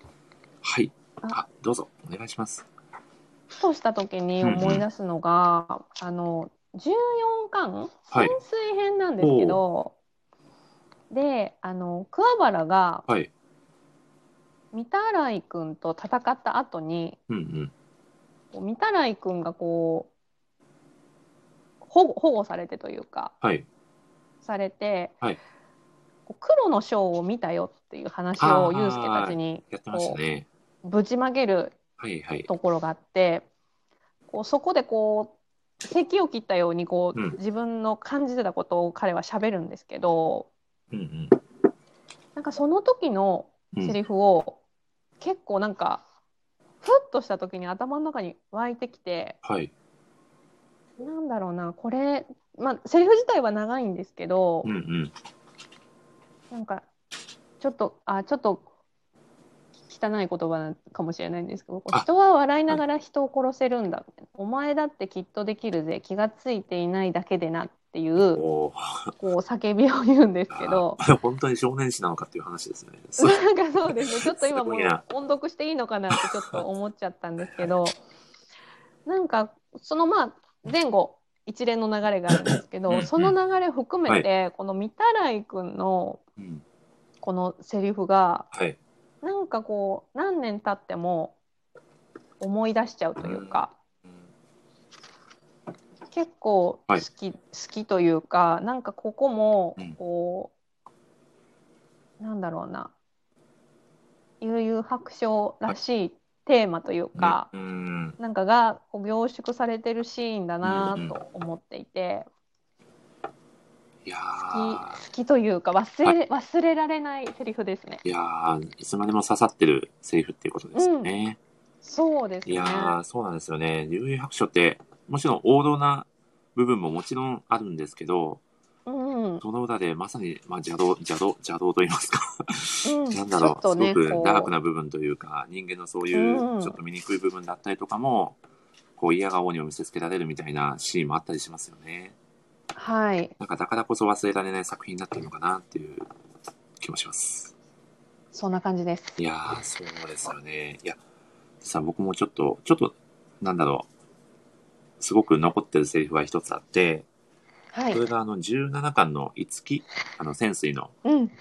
はい。ああ、どうぞ、お願いします。ふとした時に思い出すのが、あの14巻はい潜水編なんですけど、であの桑原がはい。御手洗君と戦った後にうんうん。こう御手洗君がこう保護保護されてというかはい。されて、はいこう黒のショーを見たよっていう話をあーユースケたちにやってましたね。ぶちまけるはいはい。ところがあってこうそこでこう咳を切ったようにこう、うん自分の感じてたことを彼はしゃべるんですけどうんなんかその時のうん。セうんリフを結構なんか、ふっとした時に頭の中に湧いてきてはい。なんだろうなこれ、まあ、セリフ自体は長いんですけど、うんうん。なんかちょっとあちょっと汚い言葉なのかもしれないんですけどこうあ人は笑いながら人を殺せるんだ、お前だってきっとできるぜ気がついていないだけでなっっていうおこう叫びを言うんですけどお、ー 本当に少年誌なのかっていう話ですね。すなんかそうですね、ちょっと今も すうごいな音読していいのかなってちょっと思っちゃったんですけど、なんかそのまあ前後一連の流れがあるんですけうんうど、んその流れ含めてこの御手洗君のうん、このセリフがはい。なんかこう何年経っても思い出しちゃうというか、結構好き、好きというかなんかここもうんこう、なんだろうな悠々白書らしいテーマというか、うん、なんかがこう凝縮されてるシーンだなと思っていて、いや好ーき好きというか忘れ,、忘れられないセリフですね。いやーいつまでも刺さってるセリフっていうことですよね。そうですいねや。ーそうなんですよね。竜兵白書って、もちろん王道な部分ももちろんあるんですけど、うん、うん、その裏でまさに、まあ、邪道、邪道、邪道と言いますか。ちょなんだろっう、とすね、ごくこうダークな部分というか、人間のそういううんちょっと醜い部分だったりとかも、こう嫌顔にも見せつけられるみたいなシーンもあったりしますよね。はい、なんかだからこそ忘れられない作品になってるのかなっていう気もします。そんな感じです。いやー、そうですよね。いや、実は僕もちょっと、ちょっと、なんだろう、すごく残ってるセリフは一つあって、はいそ、れがあの17巻の五木、あの潜水のうん、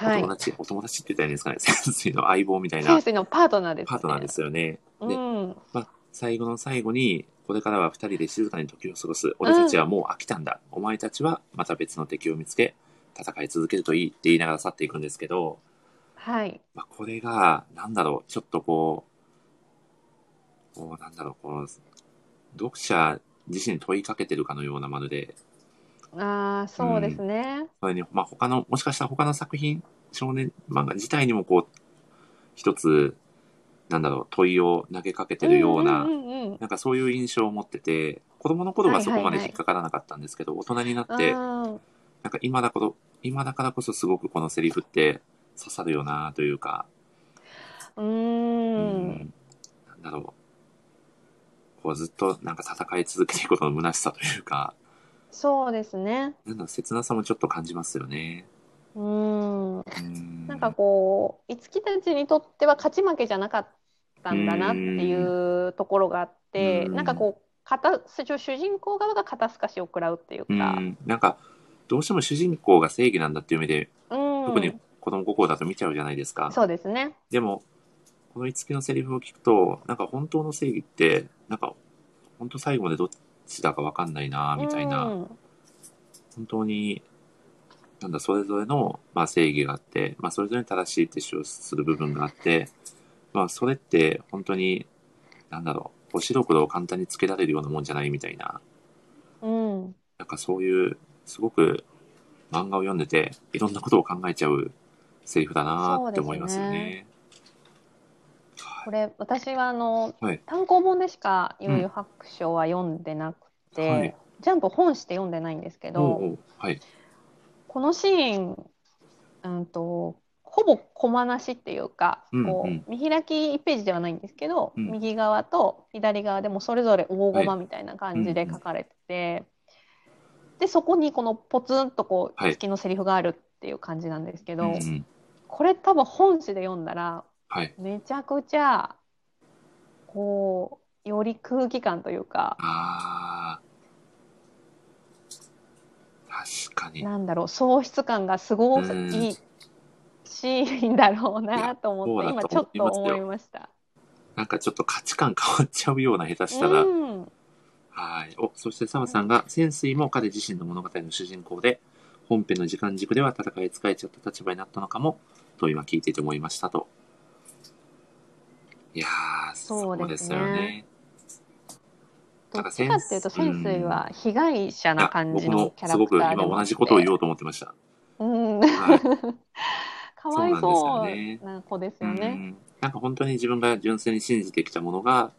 おはい友。達、お友達って言ったらいいんですかね、 潜水の相棒みたい先な生のパートナーです、ね。パートナーですよね。うでん、まあ、最後の最後に、これからは二人で静かに時を過ごす。俺たちはもう飽きたんだ。お前たちはまた別の敵を見つけ、戦い続けるといいって言いながら去っていくんですけど、はい、まあ、これが、なんだろう、ちょっとこう、こう、なんだろう、この、読者自身に問いかけてるかのようなまるで、ああ、そうですね。それに、まあ、他の、もしかしたら他の作品、少年漫画自体にもこう、一つ、なんだろう、問いを投げかけてるような、んうんうんなんかそういう印象を持ってて、子供の頃はそこまで引っかからなかったんですけど、大人になうって、ん、なんか今だこと、今だからこそすごくこのセリフって刺さるよなというか、う、うんなんだろう。こうずっとなんか戦い続けていくことの虚しさというか、そうですね。なんだろう切なさもちょっと感じますよね。うん、うんなんかこう、五木たちにとっては勝ち負けじゃなかったんだなっていうところがあって、うんなんかこう。片主人公側が肩透かしを食らうっていううん、か、なんか、どうしても主人公が正義なんだっていう目で、うん、特に子供心だと見ちゃうじゃないですか。そうですね。でも、この五木のセリフを聞くと、なんか本当の正義って、なんか、本当最後までどっちだかわかんないな、みたいな、うん本当に、なんだ、それぞれの、まあ、正義があって、まあ、それぞれに正しいって主張する部分があって、まあ、それって本当に、なんだろう、こう白黒を簡単につけられるようなもんじゃないみたいな、うん、なんかそういう、すごく漫画を読んでて、いろんなことを考えちゃうセリフだなって思いますよね。これ私はあの、はい単行本でしか「悠々白書」は読んでなくて、はいジャンプ本して読んでないんですけど、おうおうはい。このシーン、うん、とほぼコマなしっていうか、うんこうんう見開き1ページではないんですけど、うん右側と左側でもそれぞれ大は駒みたいな感じで書かれてて、でそこにこのポツンとこうはい月のセリフがあるっていう感じなんですけうど、んうん、これ多分本誌で読んだらはい。めちゃくちゃこうより空気感というかあー確かに。なんだろう喪失感がすごくうんいいシーンだろうなと思っいてや今そうちょだっとと思思いいました。なんかちょっと価値観変わっちゃうような下手したら、うんはい。お、そしてサマさんが、潜水も彼自身の物語の主人公で、本編の時間軸では戦い疲れちゃった立場になったのかも、と今聞いてて思いましたと。いやー、そうそうでですすねよね。どっちかっていうと潜水は被害い者やな感じ僕のもキャすラごクくタ今ーでもあ同ってじことを言おうと思ってました。うん、 はい。かわいそうなそんですよねうな子ですようね。んなんか本当に自分が純粋に信じてきたものが、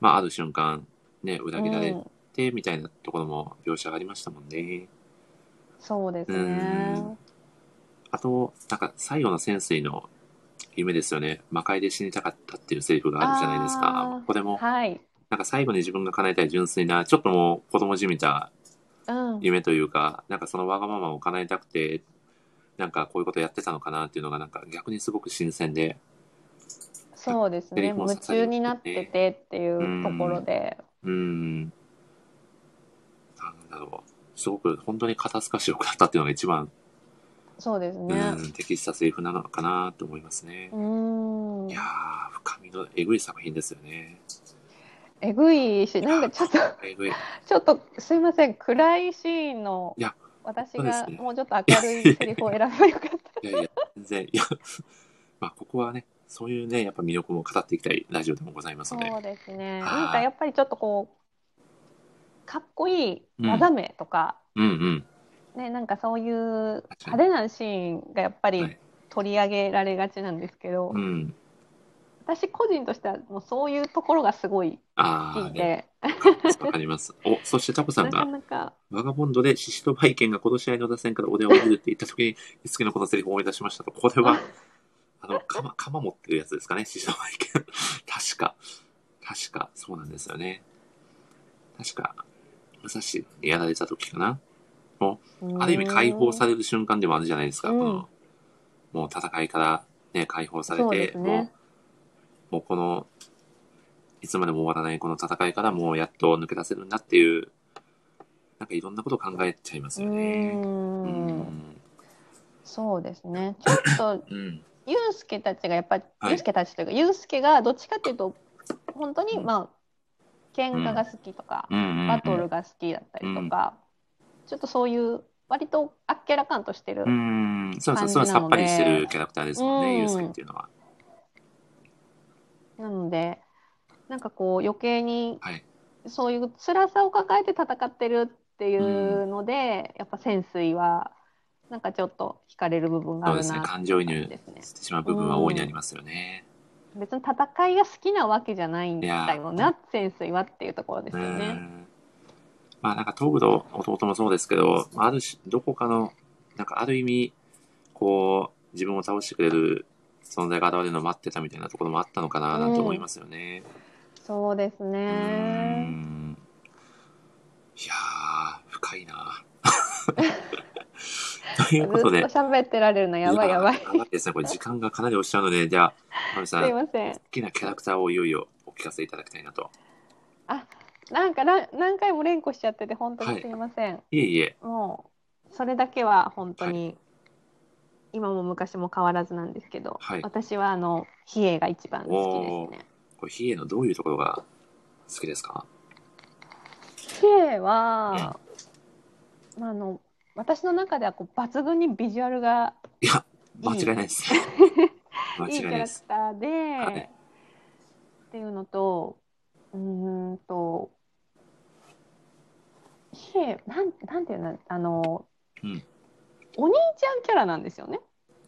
まあ、ある瞬間、ね、裏切られうんて、みたいなところも描写がありましたもんね。そうですね。あと、なんか最後の潜水の夢ですよね。魔界で死にたかったっていうセリフがあるじゃないですあかー。これも、はい。なんか最後に自分が叶えたい純粋な、ちょっともう子供じみたうん、夢というか、なんかそのわがままを叶えたくて、なんかこういうことやってたのかなっていうのが、なんか逆にすごく新鮮で、そうですねテレフォン夢支え中になっててっていうところで、うーん、なんだろう、すごく本当に肩透かしを食らったっていうのが一番、そうですうね。ーん、適したセリフなのかなと思いますねう。んいやー、深みのえぐい作品ですよね。えぐいし、なんかちょっと、 えぐい。ちょっとすいません、暗いシーンのいや私そうですがねもうちょっと明るいセリフを選べばよ かっいやいや、全然、いや、 まあ、ここはね、そういうね、やっぱ魅力も語っていきたいラジオでもございまた。すのでそ、うですね。はいなんかやっぱりちょっとこう、かっこいい技名とか、うんうん、ね、なんかそういう確か派に手なシーンがやっぱはりい取り上げられがちなんですけど、うん、私個人としてはもうそういうところがすごい好ああ、きで、ね、わかります。お、そしてタコさんなかが、なか、バガボンドでシシトバイケンがこの試合の打線からおでを見るって言った時に、いつきのこのセリフを思い出しましたと。これは、あの、鎌、鎌持ってるやつですかね、シシトバイケン。 確か、確か、そうなんですよね。確か、武蔵にやられた時かな。ある意味解放されれる瞬間でもあるじゃないですか、うんこの、もう戦いからね、解放されそうでて、すもねう、もうこの、いつまでも終わらないこの戦いからもうやっと抜け出せるんだっていう、なんかいろんなことを考えちゃいますよね。ううん、ん。そうですね。ちょっと うん。ユうスケたちがやっぱり、はいユうスケたちというかユうスケがどっちかっていうと本当にうんまあ喧嘩が好きとか、うんうんうんバトルが好きだったりとか、ちょっとそういう割とあっけらかんとしてる、うん。そうそう、感じそれなのではさっぱりしてるキャラクターですもんうね、んユースケっていうのは。なのでなんかこう余計にはい。そういう辛さを抱えて戦ってるっていうので、やっぱ潜水はなんかちょっと惹かれる部分がそあうでるすね、な感情移って入感じですねしてしまう部分は大いにありますよね。別に戦いが好きなわけじゃないんだよいやな潜水はっていうところですようね。んまあなんか東部の弟もそうですけど、まああるし、どこかの、なんかある意味、こう、自分を倒してくれる存在が現れるのを待ってたみたいなところもあったのかな、なんて思いますよね。そうですうね。ん。いやー、深いな というずっこととで。喋ってられるのやばいやばい。やばいですね。これ時間がかなり押しちゃうので、じゃあ、まみ すさいん、好ません。きなキャラクターをいよいよお聞かせいただきたいなと。なんかな何回も連呼しちゃってて本当はにいすいません。いえいえ、もうそれだけは本当に、今も昔も変わらずなんですけど、はい私はあの比叡が一番好きですね。これ、ヒエのどういうところが好きですか比叡は、まあ、あの私の中ではこう抜群にビジュアルがいや、いい間違いないで す。間いい違いキないャでラクす。ターで、はいっていうのとうーんとひえなんなんていうのあの、うんお兄ちゃんキャラなんですよね。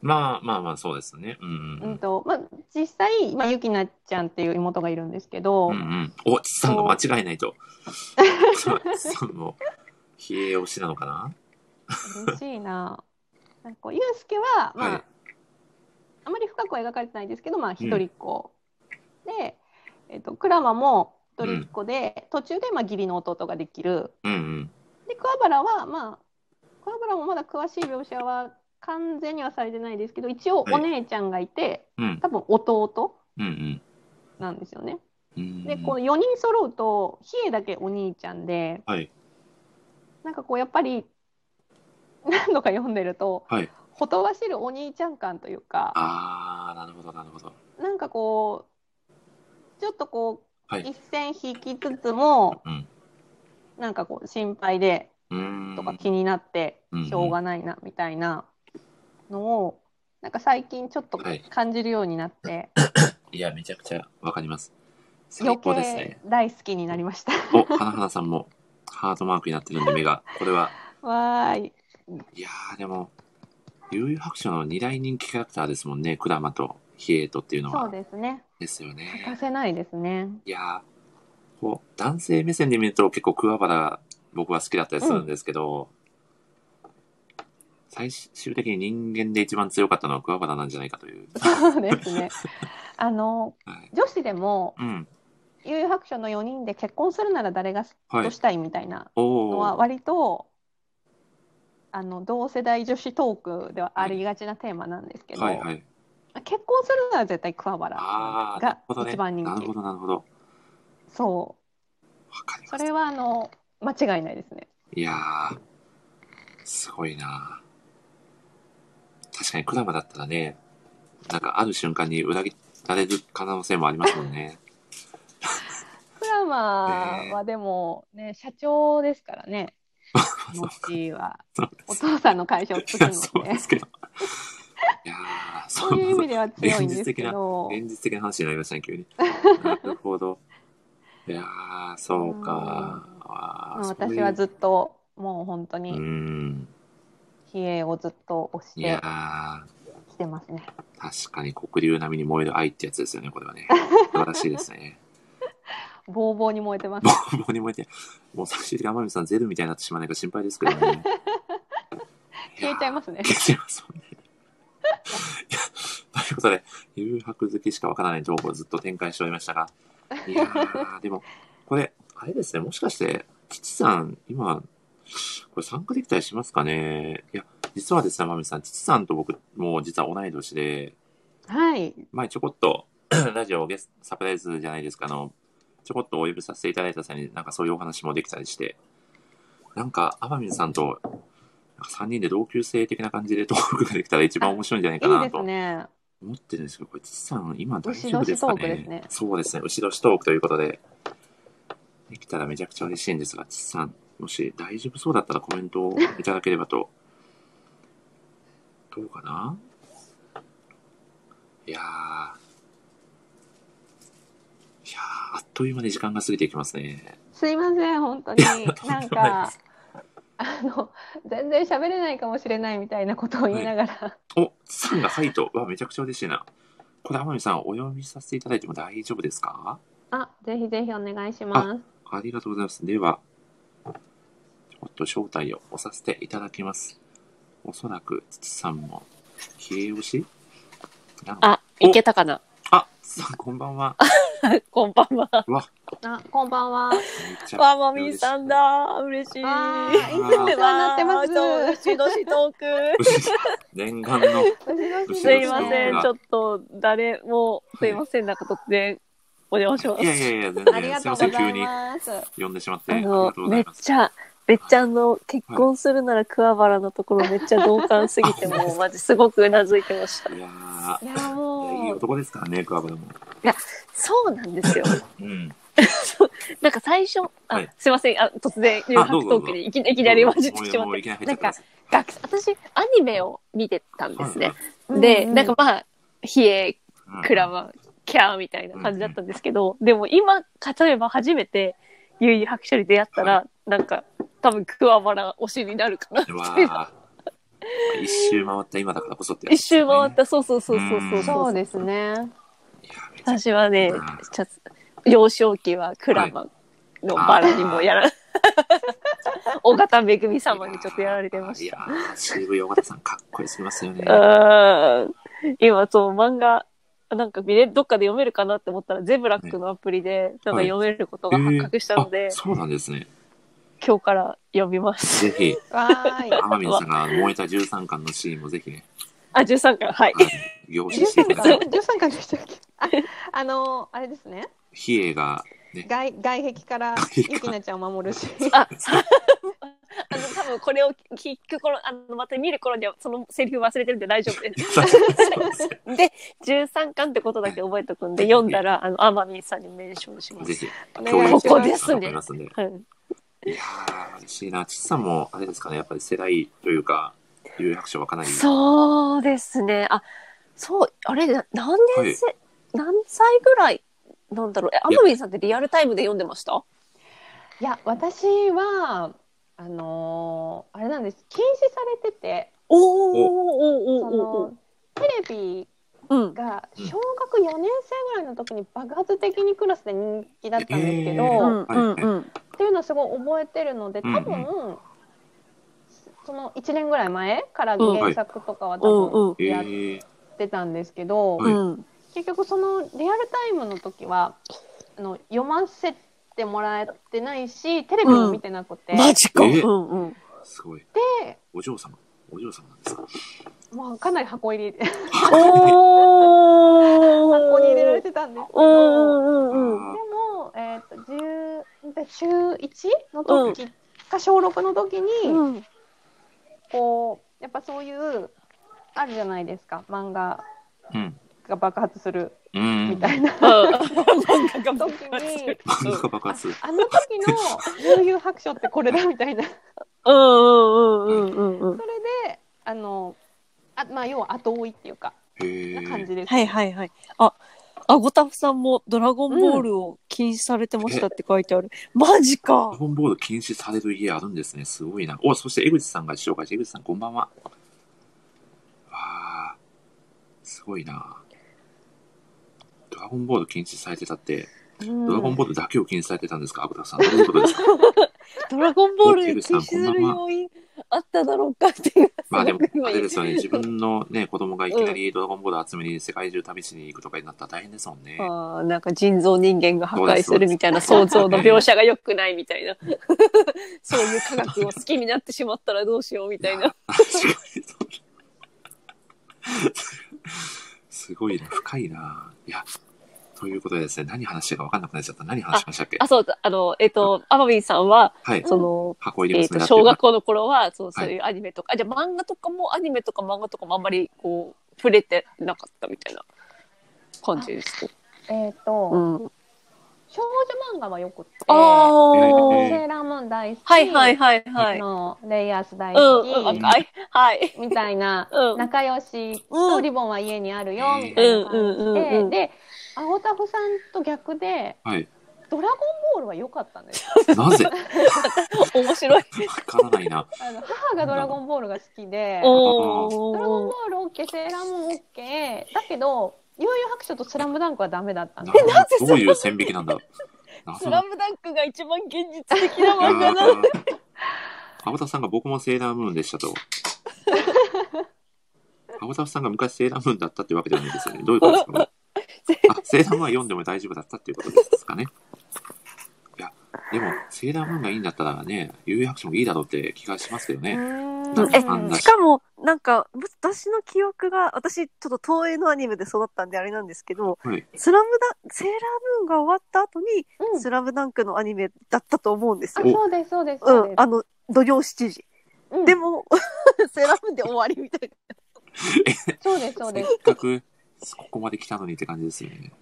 まあまあまあ、そうですね。うんううんんとまあ、実際、まあ、ゆきなちゃんっていう妹がいるんですけど、うん。うんうん、お、ちさんが間違いないと。そうちさんも、ヒエ推しなのかな嬉しいな。なんかこうゆうすけは、まあはいあまり深くは描かれてないんですけど、まあ、一人っ子、で、えっとクラマも一人っ子で、途中で、まあ、義理の弟ができる。うんうん。で桑原はまあ桑原もまだ詳しい描写は完全にはされてないですけど一応はいお姉ちゃんがいて、うん多分弟うんなんですよね。うんうん。でこの4人揃うと比叡だけお兄ちゃんではい。なんかこうやっぱり 何度か読んでると、はいほとばしるお兄ちゃん感というかあー、なるほど、なるほど。なんかこうちょっとこう、はい一線引きつつもうん。なんかこう心配でうーん。とか気になってうんしょうがないなみたいなのをなんか最近ちょっとはい感じるようになっていや、めちゃくちゃわかります。最余高ですね計。大好きになりました。 お、花花さんもハートマークになってるんで、目が。これは、わーい。いやー、でも、悠々白書の二大人気キャラクターですもんね。クラマとヒエートっていうのそうは。ですね。ですよ欠かね。せないですね。いやー、こう、男性目線で見ると結構桑原、僕は好きだったりするんですけど、最終的に人間で一番強かったのは桑原 なんじゃないかという。そうですね。あのはい、女子でもうん。悠々白書の4人で結婚するなら誰がはいとしたいみたいなのおはお割と、あの同世代女子トークではありがちなテーマなんですけど、はいはい結婚するなら絶対桑原ああなるがほどね一番人なる気、ほどなるほどわそかりうまそしれはあの間違いないですねたいやーすごいな確かにクラマだったらねなんかある瞬間に裏切られる可能性もありますもんね桑原はでもね社長ですからねあのうちは そうでおす父さんの会社を継ぐいやそうのでですけどいや ーそそういう意味うでは強いんですけど現実的な話になりましたね急 になるほどいやーそうかあまあーそういう私はずっともう本当うにん比叡をずっと推いしやてーきてますね。確かに黒竜並みに燃える愛ってやつですよね、これはね。素晴らしいですね。 ボーボーに燃えてますボ。ーボーに燃えて、もう最終的に天海さんゼルみたいになってしまわないか心配ですけど ね。。消えちゃいますすね。消えちゃいますもんね。いや、ということで、誘白好きしかわからない情報をずっと展開しておりましたが、いやー、でも、これ、あれですね、もしかして、父さん、今、これ参加できたりしますかねいや、実はですね、天海さん、父さんと僕、もう実は同い年で、はい。前ちょこっと ラジオゲスサプライズじゃないですかあのちょこっとお呼びさせていただいた際になんかそういうお話もできたりしてなんか天海さんとなんか3人で同級生的な感じでトークができたら一番面白いんじゃないかいいなですとね。思ってるんですけどこれ父さん今大丈夫ですか牛年トークねですねそうですね後ろしトークということでできたらめちゃくちゃ嬉しいんですが父さんもし大丈夫そうだったらコメントをいただければとどうかないやーいやーあっという間に時間が過ぎていきますねすいません、本当に。なんとんでもないでか、あの、全然喋れないかもしれないみたいなことを言いながら、お父さんが「はい」とはめちゃくちゃ嬉しいなこれ天海さんお読みさせていただいても大丈夫ですかあ、ぜひぜひお願いします。ありがとうございます。では、ちょっと招待を押させていただきます。おそらく、つつさんも、消え押しなのあ、いけたかな。 あ、つつさん、こんばんは。こんばんは。うわ、あ、こんばんは。めっちゃ。わまみーさんだ。嬉しい。あーー、いつもお世話になってます。そう、うちのしトー ク。念願 の。私のすいま後ろせのん、人ちょっと誰も、すいません、なんか突然、お邪魔しまいやいす。やいや、全あり然、がすいとうまござせん、い急にます。呼んでしまって、あありがのとう、ござめいっます。ちゃ、めっちゃあの、結婚するなら桑原のところめっちゃ同感すぎて、もうマジすごくうなずいてました。いやーいや、いやいいもう、男ですからね、クワブラも。 そうなんですよ。うん。なんか最初、あはいすいません、あ突然、留あどう学ぞトークにいきいきなり混じってもうしまっもてういきなり入っちゃって学生私アニメを見てたんでますすね。うんで、うんなんかまあ冷えうんクラマキャーみたいな感じだったんですけど、でも今例えば初めてゆい白書に出会ったら、はなんか多分桑原推しになるかなってうわー一周回った今だからこそってやつで一すね周回ったそうそうそうそうそうそうそうですね。いやめちゃくちゃ私はねうんちょっと幼少期はクラマのバラにもやら、 尾形めぐみ様にちょっとやられてましたいやー、CV 尾形さん、かっこよすぎますよね。うん今そう漫画なんか見れどっかで読めるかなって思ったらゼブラックのアプリでなんか読めることが発覚したので、あそうなんですね。今日から読みます。ぜひ、わーい。天海さん が燃えた13巻のシーンもぜひね、あ13巻はいあ。の凝視していただいて、十三回でしたっけ？あ、あのあれですね。比叡が、外外壁からゆきなちゃんを守るし。ああの多分これを聞く頃あのまた見る頃にはそのセリフ忘れてるんで大丈夫です。そうです ねで13巻ってことだけ覚えておくんで読んだらあのアマミンさんにメンションしまぜす。ひ、お共願有いしましてここですねありますんで。はい、いやー、嬉しいな。ちっさんも、あれですかね、やっぱり世代というか、有白書はかなり、そうですね。あ、そう、あれ、な何年生、何歳ぐらいなんだろう。え、アマミンさんってリアルタイムで読んでましたいや私はあのーあれなんです。禁止されてて、おそおおおおのテレビうん。が小学四年生ぐらいの時に爆発的にクラスで人気だったんですけど、えうーんうんうん。っていうのはすごい覚えてるので、多分。その1年ぐらい前から原作とかは多え分やっー、てたんですけど、うんうん。結局そのリアルタイムの時はあの読ませてもらってないしテレビも見てなくて、マジか。うえんうん。すごい。で、お嬢様。お嬢様なんですか。まあ、かなり箱入りでおー。箱に入れられてたんですけうどでも、んうんうんうん。あえー、と10で中1の時か小6の時に、 うんこうやっぱそういうあるじゃないですか漫画ーうん。が爆発するうん。 みたいな。うん。時に漫画が爆発。あの時の悠々白書ってこれだみたいな。 うんうんうんうんうんそ。れで、あの、あまあ、要は後追いっていうか、へえな。感じです。はいはいはい。あ、あごたふさんもドラゴンボールを禁止されてましたって書いてある。マジドラか。ゴンボール禁止される家あるんですね。すごいな。お、そして江口さんが紹介して、江口さんこんばんは。わあ、すごいな。ドラゴンボール禁止されてたって、ドラゴンボールだけを禁止されてたんですか、アブタさん。どういうことですかドラゴンボールで禁止する要因あっただろうかっていう。まあ でもすご、くあ今れですよね。自分のね、子供がいきなりドラゴンボール集めに世界中旅しに行くとかになったら大変ですもんね。あーなんか人造人間が破壊するみたいな想像の描写が良くないみたいな。 そういう科学を好きになってしまったらどうしようみたいな。や。 確かにそうすごいな、深いな。いや、ということでですね、何話したか分かんなくなっちゃった。何話しましたっけあ、そうだ、あの、えっ、と、アマビンさんは、はい。その、箱入りえっ、娘だと、っていう小のは学校の頃は、そう、はそいういうアニメとか、あ、じゃあ漫画とかもアニメとか漫画とかもあんまり、こう、触れてなかったみたいな感じですね。えっ、うと、ん。少女漫画はよくって、あセーーラームーン大好き、はいはいはいはい。うん、のレイヤース大うん、好わき、かい。はい。みたいな、うん仲良しうとんリボンは家にあるよ、みたういなんう感んうじんで、うん。で、アゴタフさんと逆で、はい。ドラゴンボールは良かったんですよ。なぜ わ面白い。からない な。あの母がドラゴンボールが好きで、ドラゴンおボー。ールオッケー、セーラームーンオッケー、だけど、悠々白書とスラムダンクはダメだったんなです。どういう線引きなんだス謎な。ラムダンクが一番現実的な漫画なの。アボタフさんが僕もセーラームーンでしたと。アボタフさんが昔セーラームーンだったってわけではないですよね。どういうことですか これあ、セーラームーンは読んでも大丈夫だったっていうことですかね。いや、でも、セーラームーンがいいんだったらね、有役所もいいだろうって気がしますけどね。うんえうんしかも、なんか、私の記憶が、私、ちょっと東映のアニメで育ったんであれなんですけど、はい。スラムダン、セーラームーンが終わった後に、うんスラムダンクのアニメだったと思うんですあ、よ。そうです、そうです。うそうでん、あの、土曜7時。すうんでも、 セーラームーンで終わりみたいそうです、そうせっです。かく、ここまで来たのにって感じですよね。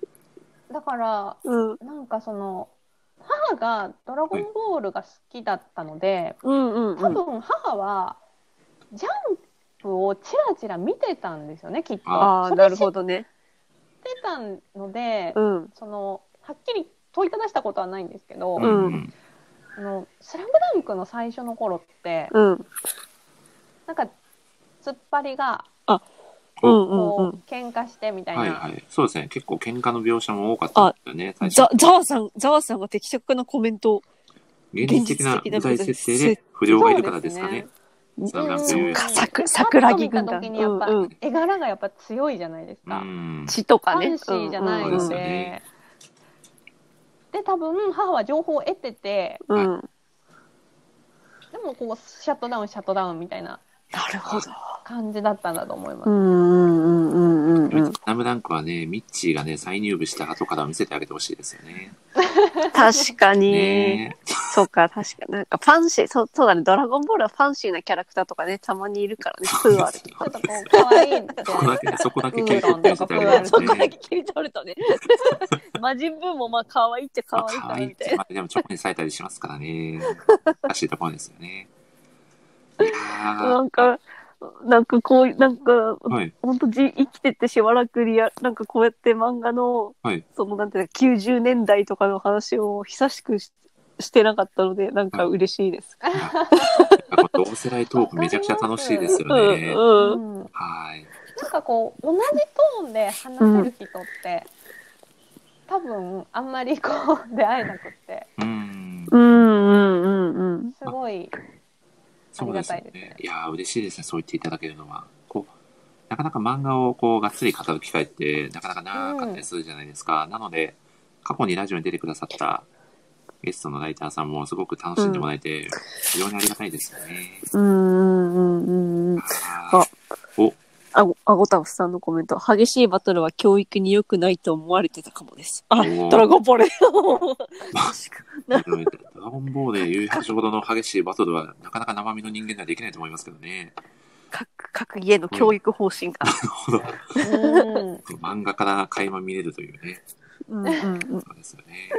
だから、な。うん、なんかその、母がドラゴンボールが好きだったので、うん、うん。多分母は、ジャンプをチラチラ見てたんですよね、きっと。あああ、なるほどね。見てたので、うん。その、はっきり問いただしたことはないんですけど、んあの、スラムダンクの最初の頃って、うん。なんか、突っ張りが、うんうんうこん。う、喧嘩してみたいな。はいはい。そうですね。結構喧嘩の描写も多かったですよね。最初ザ、ザワさん、ザワさんが的確なコメントを。現実的な舞台設定で不良がいるからですかね。スラムダンクそいううかさく桜木パッ軍と見た団。時にやっぱうんうん絵柄がやっぱ強いじゃないですうか。ん。血とフかァねン。シーじゃないうんうんのそうですよでね。で、多分母は情報を得てて、うんうん。でもこう、シャットダウン、シャットダウンみたいななるほど。感じだったんだと思います。うんうんうんうんうん。スラムダンクはね、ミッチーがね、再入部した後から見せてあげてほしいですよね。確かに。ねそうか、確かに。なんかファンシー、そうそうだね。ドラゴンボールはファンシーなキャラクターとかね、たまにいるからね、プーアルとちょかっ。とこう、可愛い みたそこいだな。け、そこだけう切んり取って見せてあげてほそしいこだね。け切り取るとね。 魔人ブーもまあ可愛いっちゃま可あ愛いか可ら愛いっみたて、いな。まあ、でもチョコにされたりしますからね。おかしいところですよね。いやなんか、なんかこう、なんか、ー。はい。 本当じ生きててしばらくリアなんかこうやって漫画の、はいそのなんていうか90年代とかの話を久しくししてなかったのでなんか嬉しいです。なんか同世代トークめちゃくちゃ楽しいですうよね。んううんんはい。なんかこう、同じトーンで話せる人って、多分、あんまりこう、出会えなくって、うん。うんうんうんすご い、そうですよありがたいねで。いやー、嬉しいですね。そう言っていただけるのは。こう、なかなか漫画をこう、がっつり語る機会って、なかなかなかったりするじゃないですか。なので、過去にラジオに出てくださったゲストのライターさんもすごく楽しんでもらえて、非常にありがたいですよね。うんうんうんうん。あーお、あご、あごたぶさんのコメント。激しいバトルは教育に良くないと思われてたかもです。あ、お ドラゴンボール。ドラゴンボールで夕飯ほどの激しいバトルは、なかなか生身の人間にはできないと思いますけどね。各、各家の教育方針が。うん漫画から垣間見れるというね。うんうんうん。そうですよね。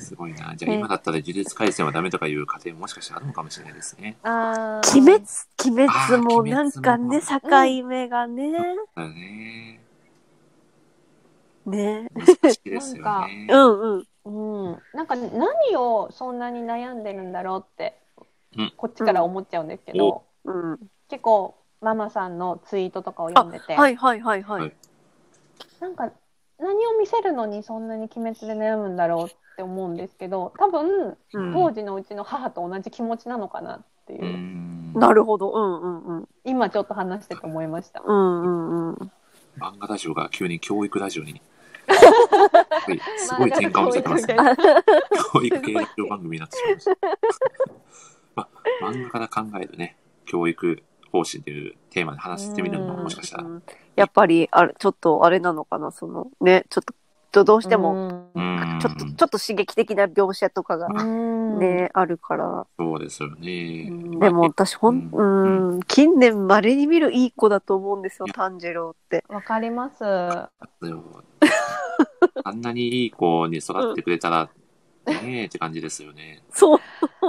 すごい な。じゃあ今だったら呪術廻戦はダメとかいう過程ももしかしたらあるのかもしれないですね。あー鬼滅、鬼滅あーも鬼滅もなんかね、境目がね、だよね。ね。難しいですよね。うんうん。うん、なんか何をそんなに悩んでるんだろうって、うんこっちから思っちゃうんですけうんど、うん、結構ママさんのツイートとかを読んでて、はいはいはいははいい。なんか何を見せるのにそんなに鬼滅で悩むんだろうって思うんですけど多分うん当時のうちの母と同じ気持ちなのかなっていう、うんなるほど。うんうんうん。今ちょっと話してて思いました。うんうんうん。漫画ラジオが急に教育ラジオ に。はいすごい転換をして ますね。教育系ラジオ番組になってしまいました。まあ、漫画から考えるね、教育方針というテーマで話してみるのももしかしたら。うんやっぱり、あれ、ちょっとあれなのかな、その、ね、ちょっとど、どうしても、うんちょっと、ちょっと刺激的な描写とかがうん、ね、あるから。そうですよね。でも私ほん、ううん、近年まれに見るいい子だと思うんですよ、炭治郎って。わかります。うでもあんなにいい子に育ってくれたら、ねえって感じですよね。そう。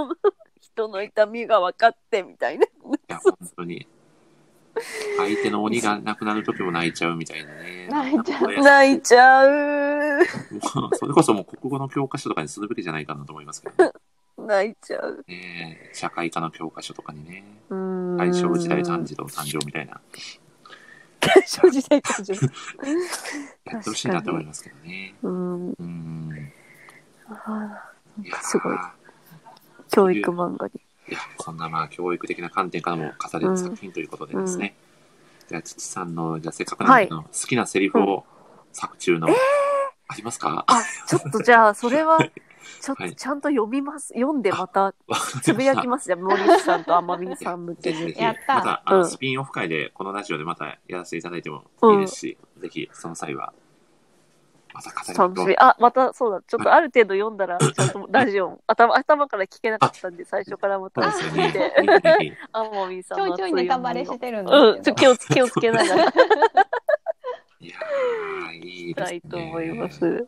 人の痛みが分かってみたいな。いや、本当に。相手の鬼が亡くなる時も泣いちゃうみたいなね。泣いちゃうなんか泣いちゃう。もうそれこそもう国語の教科書とかにするべきじゃないかなと思いますけどね泣いちゃう。ねえ。社会科の教科書とかにね。うん。大正時代炭治郎誕生みたいな。大正時代誕生。やってほしいなと思いますけどね。 うん。うん。あいやーすごいー教育漫画に。いや、そんなまあ教育的な観点からも語れる作品ということでですね。じゃあ、父さんの、じゃあせっかくなんで、あの好きなセリフを作中の、ありますかあ、ちょっとじゃあ、それは、ちょっはといちゃんと読みます。読んでまたわかりましたつぶやきますじゃあ、森内さんと天海さん向けぜひぜに。ひ、やまったた、あの、うんスピンオフ会で、このラジオでまたやらせていただいてもうんいいですし、ぜひ、その際は、また語楽りしまみ。あ、またそうだ。ちょっとある程度読ん だら、ちゃんとラジオ、頭、頭から聞けなかったんで、最初からまたそうですよ聞い ね。て、ぜひぜ天海さんちのょい熱ちょいい思ネいタバレしてるんうん、ですちけょ気をつ気をつけながらひ。いやー、いいでたすいね。と思います。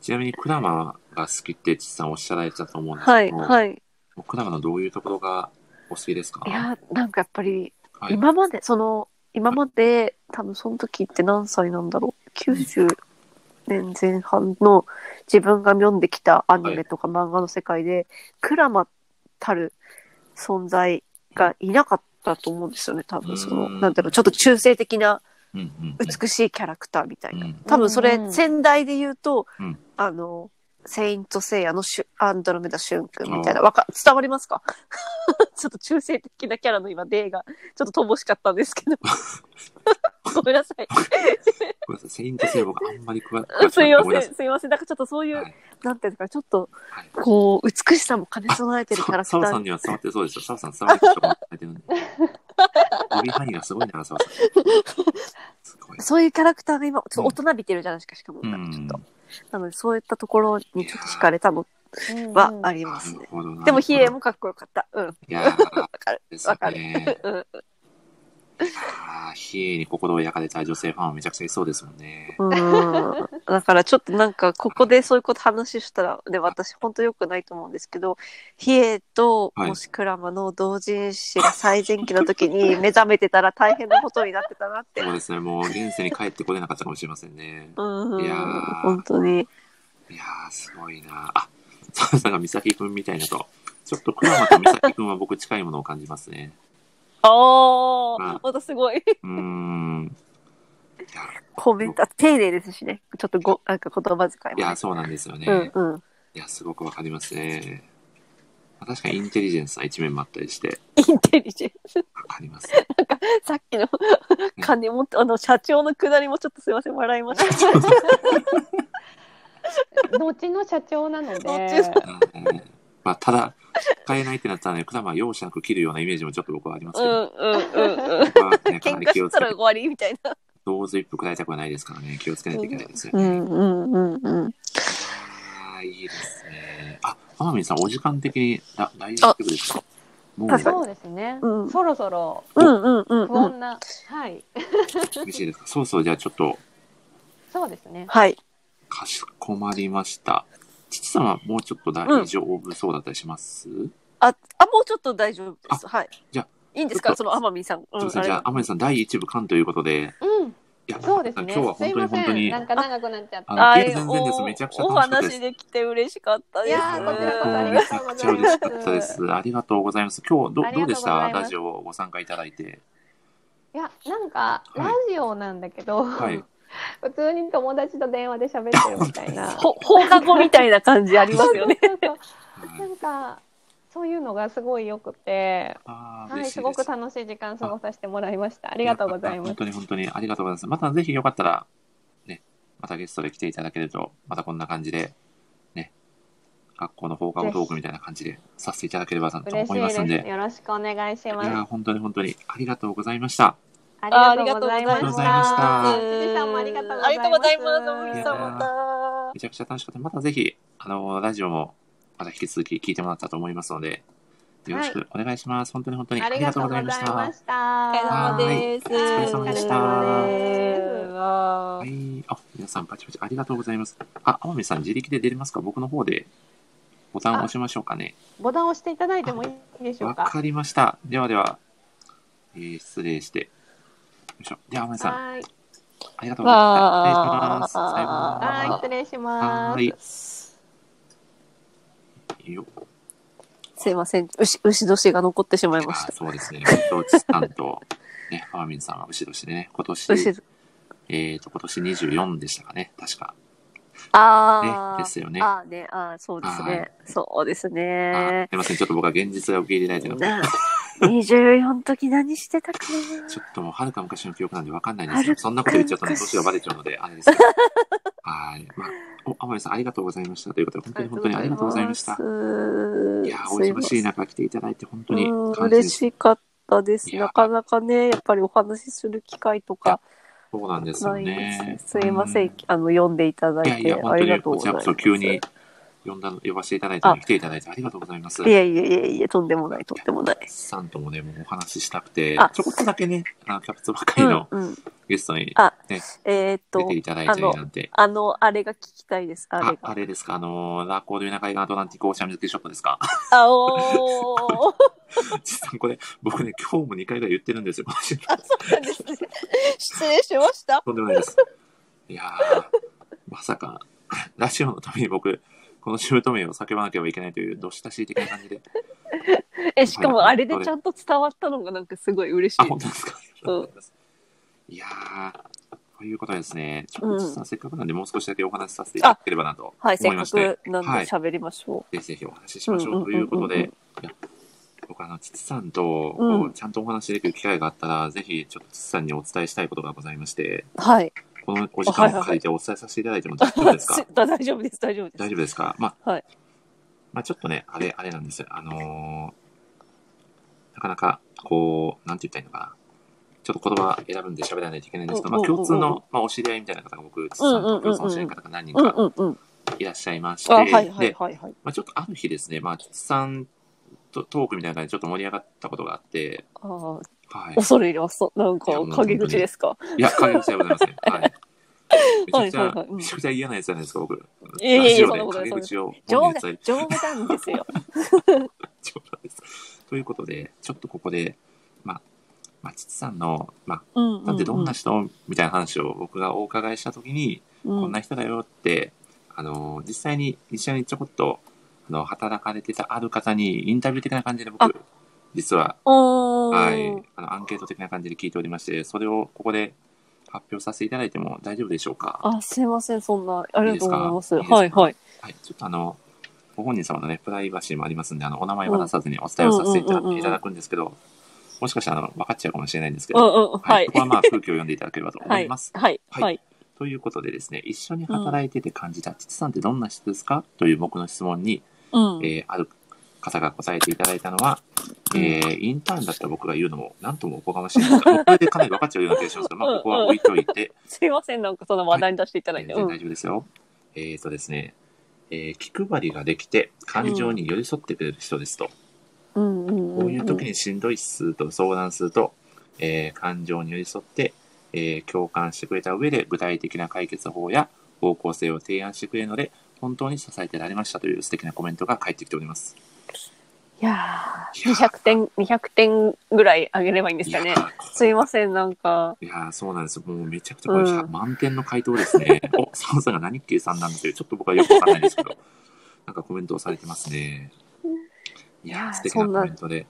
ちなみに、クラマが好きって、父さんおっしゃられてたと思うんですはけい、ど、はい。クラマのどういうところがお好きですかいや、なんかやっぱり、はい今まで、その、今まで、多分その時って何歳なんだろう。90年前半の自分が読んできたアニメとか漫画の世界で、クラマたる存在がいなかったと思うんですよね、多分その、うんなんだろう、ちょっと中性的なうんうん美しいキャラクターみたいな。うん多分それう、ん先代で言うと、うんあの、セイント・セイヤのシュアンドロメダ・シュン君みたいな、わか、伝わりますか ちょっと中性的なキャラの今、例が、ちょっと乏しかったんで すけど。ごめんなさい。ごめんなさい、セイントセイボがあんまり詳しくなくすいてまごめんなせん、すいません。なんかちょっとそういう、はいなんていうんですか、ちょっと、はいこう、美しさも兼ね備えてるキャラクタサワさーんには伝わってそうですよ。サワさん伝わってると思ってるんで。指範囲がすごいな、サワさん。すごい。そういうキャラクターが今、ちょっと大人びてるじゃないですか、しかも。うなんかちょっん。と。なので、そういったところにちょっと惹かれたのど。うんはありりなまするね。ほどなでも、ヒエ。もかっこよかった。うん。いやーわかる。ですよね。うん。あーヒエに心を焼かれた女性ファンはめちゃくちゃいそうですもんね。うんだからちょっとなんかここでそういうこと話したらで私本当良くないと思うんですけど比叡とはいもしクラマの同人誌が最前期の時に目覚めてたら大変なことになってた なって。そうですね、もう現世に帰ってこれなかったかもしれませんね。うんいやー本当に。いやー、すごいな。あ、サワさんが美咲くんみたいなと。ちょっとクラマと美咲くんは僕近いものを感じますね。あまああ、またすごい。うーん。コメント、丁寧ですしね。ちょっとご、なんか言葉遣いいもや、ね。そうなんですよね。うんうん。いや、すごくわかりますね。まあ確かにインテリジェンスな一面もあったりして、インテリジェンス。わかります。さっきの金 持って、あの、社長のくだりもちょっとすいません、笑いました。後の社長なので後のうんまあ、ただ、使えないってなったらね、クラマは容赦なく切るようなイメージもちょっと僕はありますけうど、んうんうんうん。僕はね、か 喧なり嘩気をしつたけらて終、わりみたいな。ローズイップ食らいたくはないですからね、気をつけないといけないですようね。んうんうんうん。ああ、いいですね。あ、天海さん、お時間的にだ大丈夫ですかもう、確かそうですね、うんそろそろうんうんうん不うん。穏な、はい厳しいですかそうそう、じゃあちょっと、そうですねはい。かしこまりました。父様、もうちょっと大丈夫そうだったりします、あ、あ、もうちょっと大丈夫です。はい。じゃあいいんですちょかっとその天海さん。うすいまん、せあんれじゃあ、天海さん、第1部完ということで、うんいや、そうですね今日は本当に本当すいませんに、なんか長くなっちゃっあたのはいいや全然ですめちゃくちゃおお楽しかったです話できて嬉しかったいです。やーこちらこそありめがちとゃうごくちゃざい嬉ますしかったです。ありがとうございます。今日どあどうりがとでうごしざたいますラジオをご参加いただいて。いやなんかはいラジオなんだけど、はい。普通に友達と電話で喋ってるみたい なほ放課後みたいな感じありますよ ね。そうそうそうなはいんかそういうのがすごい良くてあーは嬉い、しいすでごす。くあ楽しい時間過ごさせてもらいました。ありがとうございま本す。当に本当にありがとうございます。またぜひよかったら、ね、またゲストで来ていただけると、またこんな感じで、ね、学校の放課後トークみたいな感じでさせていただければなと嬉し思いますいんです。で。よろしくお願いしいまやーす。本当に本当にありがとうございました。ありがとうございまありがとうしございましたた。辻さんもありがとうございます。ありがとうございます。天海さんいやまた。めちゃくちゃ楽しかった。またぜひ、あの、ラジオも、また引き続き聞いてもらったと思いますので、よろしくお願いします。本当に本当にあありりががととううごござざいいままし。したた。お疲れ様ですはいお疲れ様です。は。はいあ、皆さんパチパチありがとうございます。あ、天海さん自力で出れますか僕の方でボタンを押しましょうかね。ボタンを押していただいてもいいでしょわうか。かりました。ではでは、えー失礼して。よいしょ。では、天海さん、はい。ありがとうございます。失礼します。わーさようならはい、失礼しまはす。ーい。よすいません。牛、牛年が残ってしまいましあた。そうですね。本当、ちさんと、ね、天海さんは後ろしてね、今年、牛、えっ、と、今年24でしたかね、確か。ねあ、であ、すよね。ああーね、あーそうですはね。そうですーね。すいません、ちょっと僕は現実が受け入れられてなくて、な24の時何してたかちょっともうはるか昔の記憶なんでわかんないんですはけるど、かそんなこと言っちゃうとね、年がバレちゃうので、あれですけど。はい。まあ、お、天海さん、ありがとうございました。ということで、本当なに本当にありがとうございました。いやー、お忙しい中来ていただいて、本当にうん感謝で嬉す。しかったでいす。やなかなかね、やっぱりお話しする機会とかそうなんですよないでね。す。すいませ、うんあの、読んでいただいやいいて、や、あ本当りがにとうこごちざらいこます。そ急に呼んだの、呼ばせていただいたのに来ていただいてありがとうございます。いやいやいやいや、とんでもない、とんでもない。さんともね、もうお話ししたくて、あちょこっとだけね、あのキャプツばかうりんの、うん。ゲストにあね、えーっ出とて、いただいたりなんて。あの、あれが聞きたいです。ああれ、あが。れですか、あのー、ラコードユナカイガーアトランティックオーシャンミュージックショップですか。 あ、おー。実はこれ、僕ね、今日も2回ぐらい言ってるんですよ。あ、そうなんですね。失礼しました。とんでもないです。いやー、まさか、ラジオのために僕、このシュート名を叫ばなければいけないという、どしたし的な感じで。え、しかもあれでちゃんと伝わったのがなんかすごい嬉しあ、い本。当ですか。うんいやー、ということでですね、ちょうっんと実はせっかくなんで、もう少しだけお話しさせていただければなとはい、せ思っいまかして。くなんではい喋りましょぜひぜひお話ししましょうということで、うんうんうんいや僕あの、つつさんと、うんこうちゃんとお話しできる機会があったら、ぜひちょっとつつさんにお伝えしたいことがございまして、う。はい。このお時間を借りてお伝えさせていただいても大丈夫ですか大丈 夫です、大丈夫です大。丈夫ですかまあ、はいまあちょっとね、あれ、あれなんですよ。あのーなかなか、こう、なんて言ったらいいのかな。ちょっと言葉選ぶんで喋らないといけないんですけど、まあうんうんうんうん共通の、まあ、お知り合いみたいな方が僕、つつさんと共通のお知り合いの方が何人うんかうんうん。いらっしゃいましあ、て、はいはいはいで、はい。まあ、ちょっとある日ですね、まあ、父さんとトークみたいな感じでちょっと盛り上がったことがあって、あーはい。恐れ入ります。そなんかいやもう陰口ですか。いや、影口でございません。はい。めちゃくはいはいちはゃい、うんめちゃくちゃ嫌なやつじゃないですか、僕。いやいやラジオそんなことないで影口を冗本談日は冗談で すよ。冗談です。ということで、ちょっとここで、まあ、まあ、父さんの、まうんうんあ、なんでどんな人、みたいな話を僕がお伺いしたときに、こんな人だよって、あの、実際に一緒にちょこっと、あの、働かれてたある方にインタビュー的な感じであ僕、実は、は、はいあのアンケート的な感じで聞いておりまして、それをここで発表させていただいても大丈夫でしょうか。あ、すいません、そんな。ありがとうございます。いいですかはいはい。はい、ちょっとあの、ご本人様のね、プライバシーもありますんで、あの、お名前を出さずにお伝えをさせていたうんうんうんうんうんいただくんですけど、もしかしたらあの分かっちゃうかもしれないんですけうんど、うん。は、はいいここ。はまあ空気を読んでいただければと思 はいいます。。はい。はいはい。とということでですね、一緒に働いてて感じた、父さんってどんな人ですかという僕の質問に、うん。えーある方が答えていただいたのは、えーインターンだった僕が言うのも、なんともおこがましいなと。これでかなり分かっちゃうような気がしますが、まあ、ここは置いといて、すいません、なんかその話題に出していただい全て。然大丈夫ですよ。えっ、とですね、えー気配りができて、感情に寄り添ってくれる人ですと。うんうんこういう時にしんどいっすと相談すると、えー感情に寄り添って、えー共感してくれた上で具体的な解決法や方向性を提案してくれるので、本当に支えてられましたという素敵なコメントが返ってきております。いやー、200点、200点ぐらい上げればいいんですかねい。やーすいません、なんか。いやーそうなんですよ。もうめちゃくちゃこれ、うん満点の回答です ね。お、サムさんが何計算なんですよ。ちょっと僕はよくわかんないですけど、なんかコメントをされてますね。いいややーー素敵なコメントで。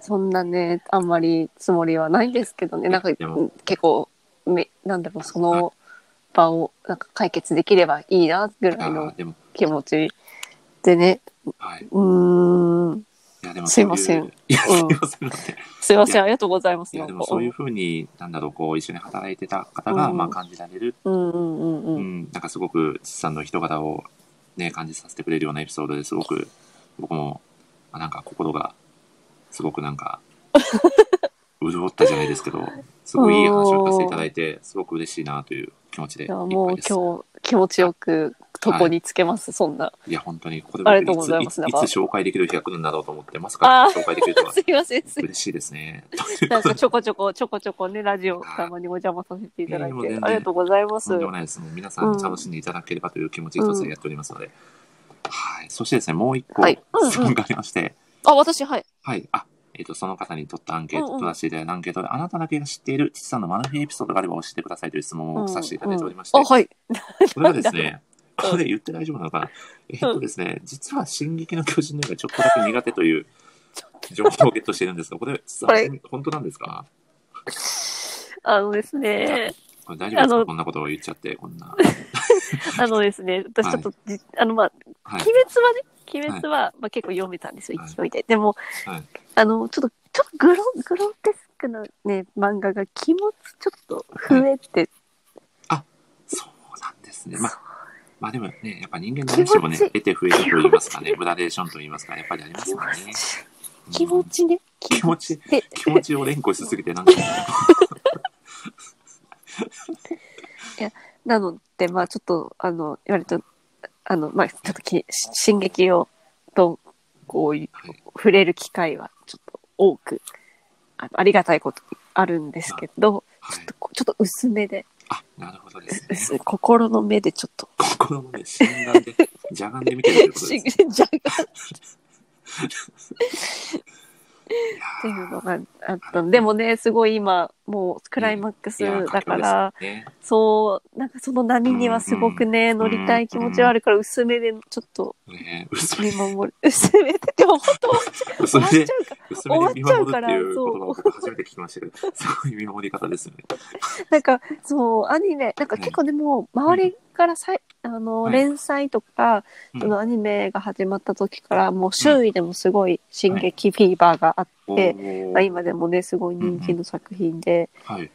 そんなね、あんまりつもりはないですけどね、なんかでも結構、めなんだろう、その場をなんか解決できればいいなぐらいあのーでも、気持ちでね、はい。いうーん、や、でもすいませんそうういや、すいません。なんてすいません、ありがとうございます。いやなでんかもそういうふうに、なんだろう、こう一緒に働いてた方が、うんまあ感じられる、うんうんうんう。うんん、なんかすごく、父さんの人柄をね、感じさせてくれるようなエピソードですごく、僕も、あなんか心が、すごくなん か、潤ったじゃないですけど、すごいいい話を聞かせていただいて、すごく嬉しいなという気持ちでいっいぱや、もういです。今日気持ちよく床につけます、そんな。いや、本当に、これ僕ありがとうございいまつすいなんつか紹介できる日が来るんだろうと思って、まさかあー紹介できるとはすいません、すい嬉しいですね。 な んかちょこちょこ、ちょこちょこね、ラジオたまにお邪魔させていただいやいいやもう全て、然ありがとうございます。とんでもなはいです。もう皆さんに楽しんでいただければという気持ち一つでやっておりますので。はい。そしてですね、もう一個い。うん質う問ん。がありまして、あ、私、はい。はい。あ、えっ、と、その方に取ったアンケーうんト、うん取らせていただいたアンケートで、あなただけが知っている、父さんのマナフィエピソードがあれば教えてくださいという質問をさせていただいておりまして、あ、はい。これがですね、うんこれ言って大丈夫なのかなえっ、とですね、実は進撃の巨人の絵がちょっとだけ苦手という情報をゲットしているんですが、これ、実はこ本当なんですかあのですね、これ大丈夫ですあかのこんなことを言っちゃって、こんな。 あのですね、私ちょっとじ、あの、まあ、はい鬼。滅はね、鬼滅は、まあ、結構読めたんですよはい、勢いで。でも、はいあの、ちょっと、ちょっとグロ、グロテスクなね、漫画が気持ちちょっと増えて、そうなんですね。まあまあでもね、やっぱ人間の話もね、気持ち得て増えてと言いますかね、グラデーションと言いますか、やっぱりあります気よ持ね。ち、うん気持。ちね、気持ち、で、気持ちを連呼しすぎて、なんか、なので、まあ、ちょっと、あの、割と、あの、まあ、ちょっとき、進撃を、と、こういうはい、触れる機会は、ちょっと多く、あありがたいことあるんですけど、はい。ちょっと薄めで、あ、なるほど です薄ね。い心の目でちょっと、心のね、心眼で、邪眼で見て るということ ですね。じゃがいっていうのがあったのはいでもねすごい今もうクライマックスやーいやーだか佳ら、境ですねそうなんかその波にはすごくね、乗りたい気持ちはあるから薄めでちょっとね薄め見守る 薄めででも本当薄 終わめっちゃ で、うか薄めで見守るっていう終わっちゃうからそう言葉を僕初めて聞きましたけど、すごい見守り方ですよね。なんかそうアニメなんか結構でもう周りからさい、あはのい連載とか、うんそのアニメが始まった時からもう周囲でもすごい「進撃フィーバー」があって、おまあ、ー今でもねすごい人気の作品で。はい。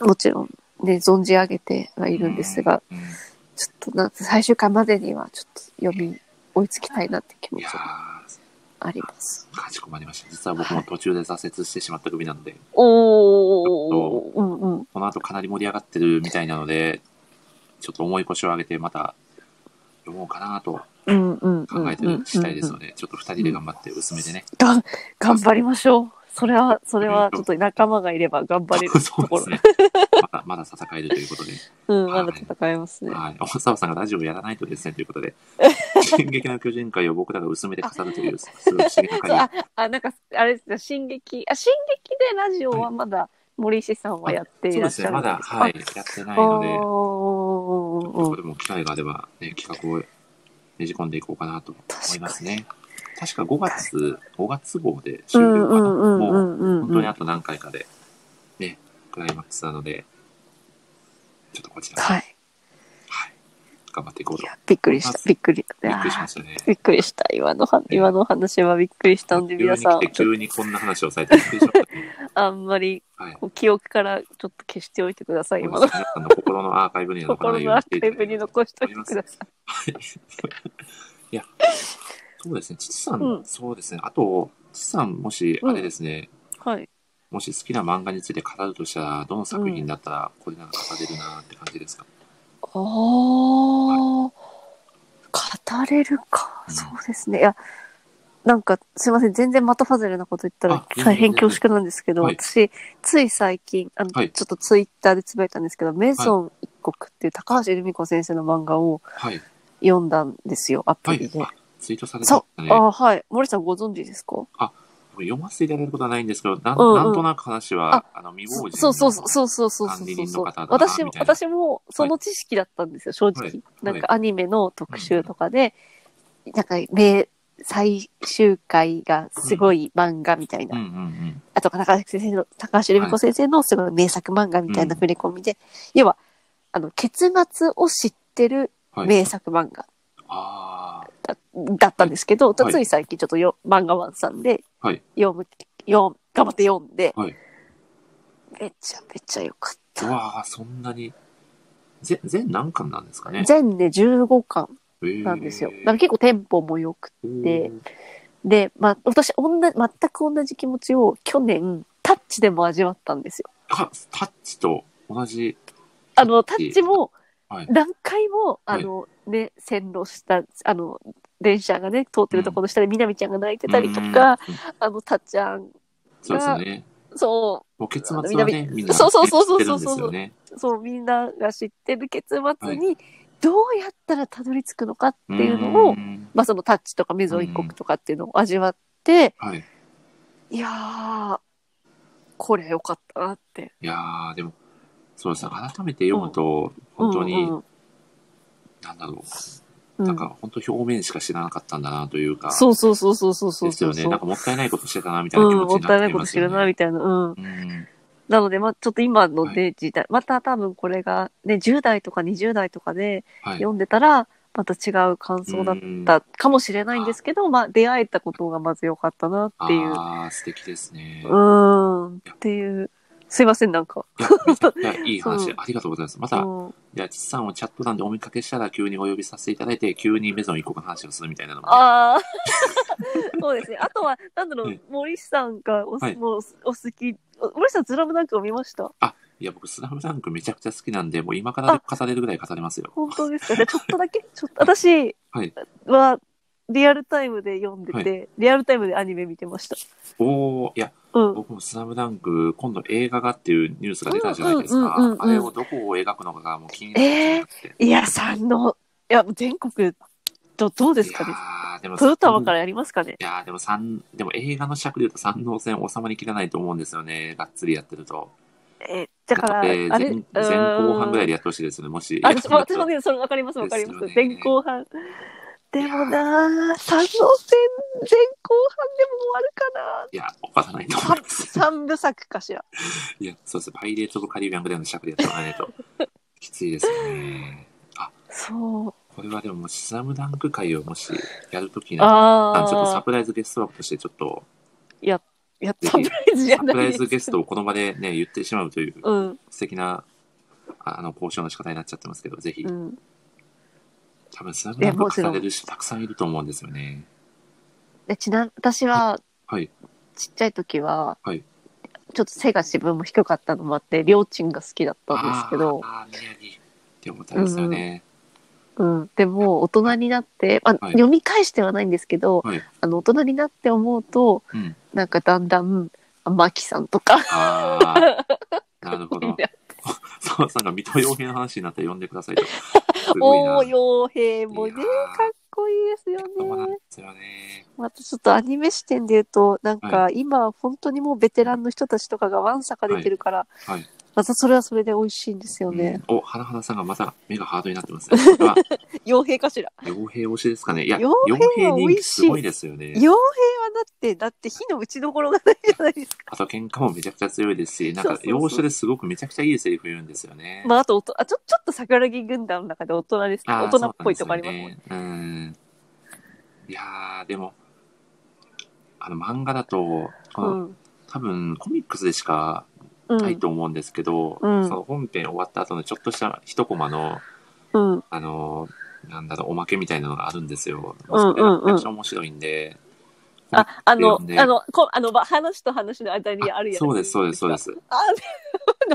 もちろんね、存じ上げてはいるんですが、うん。ちょっとな、最終回までにはちょっと読み、追いつきたいなって気持いちやがー、あります。かしこまりました。実は僕も途中で挫折してしまった組なので、おー、うんうん。この後かなり盛り上がってるみたいなので、ちょっと重い腰を上げてまた読もうかなとうんうんうん。考えてる次第ですうんのうんで、ちょっと二人で頑張って薄めでね。がん頑張りましょう。それは、それは、ちょっと仲間がいれば頑張れ るそとうでころ。すね。まだ、まだ戦えるということで。うん、まだ戦えますね。はい。大沢さんがラジオやらないとですね、ということ で。進撃の巨人会を僕らが薄めで飾ると いう、すごい不思議なそう会あ、あ、なんか、あれですね、進撃、あ、進撃でラジオはまだ、森石さんはやって議。そいうらでっすしゃね。るまんだ、ですかはい。やってないおので、ーうんうんうんここでも機会があれば、ね、企画をねじ込んでいこうかなと思いますね。確か5月、5月号で終了かな。もう本当にあと何回かで、ね、クライマックスなので、ちょっとこちら、はい。はい。頑張っていこういと。や、びっくりした。びっくり。びっくりしましたね。びっくりした。今のは、今のお話はびっくりしたんで、皆さん、ち急ょっに来て急にこんな話をされてびっくりしましとあんまりた。はい。こう記憶からちょっと消しておいてください。 今の皆さんの心のアーカイブに残らな心いようのアにしてーいたカイだブいてに残しておいてください。はいいや、そうですね、父さん、うんそうですね、あと、父さん、もし、うんあれですね、はい。もし好きな漫画について語るとしたら、どの作品だったら、これなら語れるなって感じですか。ああ、語れるうか。んそうですね。いや、なんか、すいません。全然またファズレなこと言ったらあ全然大変恐縮なんですけど、はい私、つい最近、あの、はいちょっとツイッターでつぶやいたんですけど、メゾン一国っていう高橋留美子先生の漫画をはい、読んだんですよ、アプはリいで。、あツイートされてまそしう。たね。あはい。森さんご存知ですか僕読ませていただいたことはないんですけど、なん,、うんうんなんとなく話は、あの、未亡人そうそうのそうそうそうそう管理そう人そのう方だな私もみたいな私もその知識だったんですよ正直、はいなんかアニメの特集とかで、なんか名最終回がすごい漫画みたいな、うんうんうん。あと高橋先生の高橋留美子先生のすごい名作漫画みたいな触れ込みで、要はあの結末を知ってるはい。名作漫画ああ、だ,、だったんですけど、はいつい最近ちょっとよ漫画ワンさんではい読む、読む頑張って読んで、はいめちゃめちゃ良かっうた。わあ、そんなに。ぜ全何巻なんですかね。全で15巻ななんですよ。だから結構テンポも良くて。で、まあ、私、同じ、全く同じ気持ちを去年、タッチでも味わったんですよ。かタッチと同じ。あの、タッチもはい、何回も、はいあの、ね、線路下、あの、電車がね、通ってるところの下で、みなみちゃんが泣いてたりとか、うん、あの、タッちゃん、そうですよね。そもう結末はね、みんな、そうそうそうそう知ってるんですよね。う、そう、みんなが知ってる結末はに、どうやったらたどり着くのかっていうのを、うんまあ、そのタッチとかメゾン一国とかっていうのを味わって、はい。いいやー、これ良かったなって。やー、でも、そうですね。改めて読むと、本当に、うんうんなんだろうう。んなんか、本当表面しか知らなかったんだなというか、そうそうそうそうそうそうですそう。よね。なんかもったいないことしてたな、みたいな気うん、持もちっにたないなっいてことましすてるよな、ね。みたいな。うん。うん。なので、まあ、ちょっと今のはで時代、また多分これが、ね、10代とか20代とかではい。読んでたら、また違う感想だっうんたかもしれないんですけど、まあ、出会えたことがまず良かったなっていう。ああ、素敵ですね。ういん、っていう。すいません、なんか。や、めちゃくちゃいい話 う、んありがとうございます。まうた、ん、じゃあ、ちさんをチャット欄でお見かけしたら、急にお呼びさせていただいて、急にメゾン一個の話をするみたいなのもね、ああ、 そうですね。あとは、なんだろえう、森さんがお,、はいもうお好き、お森さん、ズラムダンクを見ましたいや、僕、スラムダンクめちゃくちゃ好きなんで、もう今から語れるぐらい語れますよ。本当です かじゃあちょっとだけ、ちょっと、私はいは、リアルタイムで読んでて、はリアルタイムでアニメ見てました。おおいや、うん。僕もスラムダンク、今度映画がっていうニュースが出たじゃないですか。うんうんうんうんあれをどこを描くのかがもう気になってなくて。いや、さんの、いや、全国、ど、どうですかいねやーでも、トヨタワからいやりますかねやーでも三、でも映画の尺で言うと三能線収まりきらないと思うんですよね。がっつりやってると。えー、だから、あなのれ、でう前前後半ぐらいーんでやってほしいですよね。もし。あやる私んも、だった私らもね、それわかります、わかります。ですよね前後半。でもなぁ、三能戦、前後半でも終わるかいや、終わらないと思いなます。三部作かしら。いや、そうです。パイレーツ・オブ・カリビアンぐらいの尺でやってもらわないと。 きついですよね。そう。これはでも、もしスラムダンク会をもしやるときになったらああのちょっとサあ。プライズゲスト枠として、ちょっと、いや、サプライズじサゃプないライですズゲストをこの場でね、言ってしまうという、うん、素敵な、ああの、交渉の仕方になっちゃってますけど、ぜひう、ん。多分、スラムいダやンもクちろ語んれる人たくさんいると思うんですよね。でちな私は、はいちっちゃい時は、はいちょっと背が自分も低かったのもあって、りょうちんが好きだったんですけど、あーあー、宮城って思ったんですよね。うん、でも大人になって、まあはい読み返してはないんですけど、はいあの大人になって思うと、うん。なんかだんだん、あマキさんとか、 ああ、なるほどみん。な澤さんが水戸洋平の話になったら呼んでくだ さいと。すごいな。おー、洋平もね、いかやーっこいいですよそうなんねで。すよね。またちょっとアニメ視点で言うと、なんか今本当にもうベテランの人たちとかがわんさか出てるから、はいはいまたそれはそれで美味しいんですよね。うんお、花花さんがまた目がハードになってます ね。これは、傭兵かしら。傭兵推しですかね。いや、傭傭兵兵は美味人しい気すごいですよね傭。兵はだって、だって火の打ちどころがないじゃないですか。あと、喧嘩もめちゃくちゃ強いですし、なんそうか、そうそう要所ですごくめちゃくちゃいいセリフ言うんですよね。まあ、あとおとあちょ、ちょっと桜木軍団の中で大人ですね。あー大人っぽいとこありますもんね。そうなんですよねうん。いやー、でも、あの、漫画だと、こうのん。多分、コミックスでしかうないん。と思うんですけど、うんその本編終わった後のちょっとした一コマの、うん。あのーなんだろう、おまけみたいなのがあるんですよ。うんうんうめちんゃくちゃ面白いんで。あ、あの読ん、であの、こあの、ば話と話の間にあるやつ。。そうです、そうです、そうですす。あ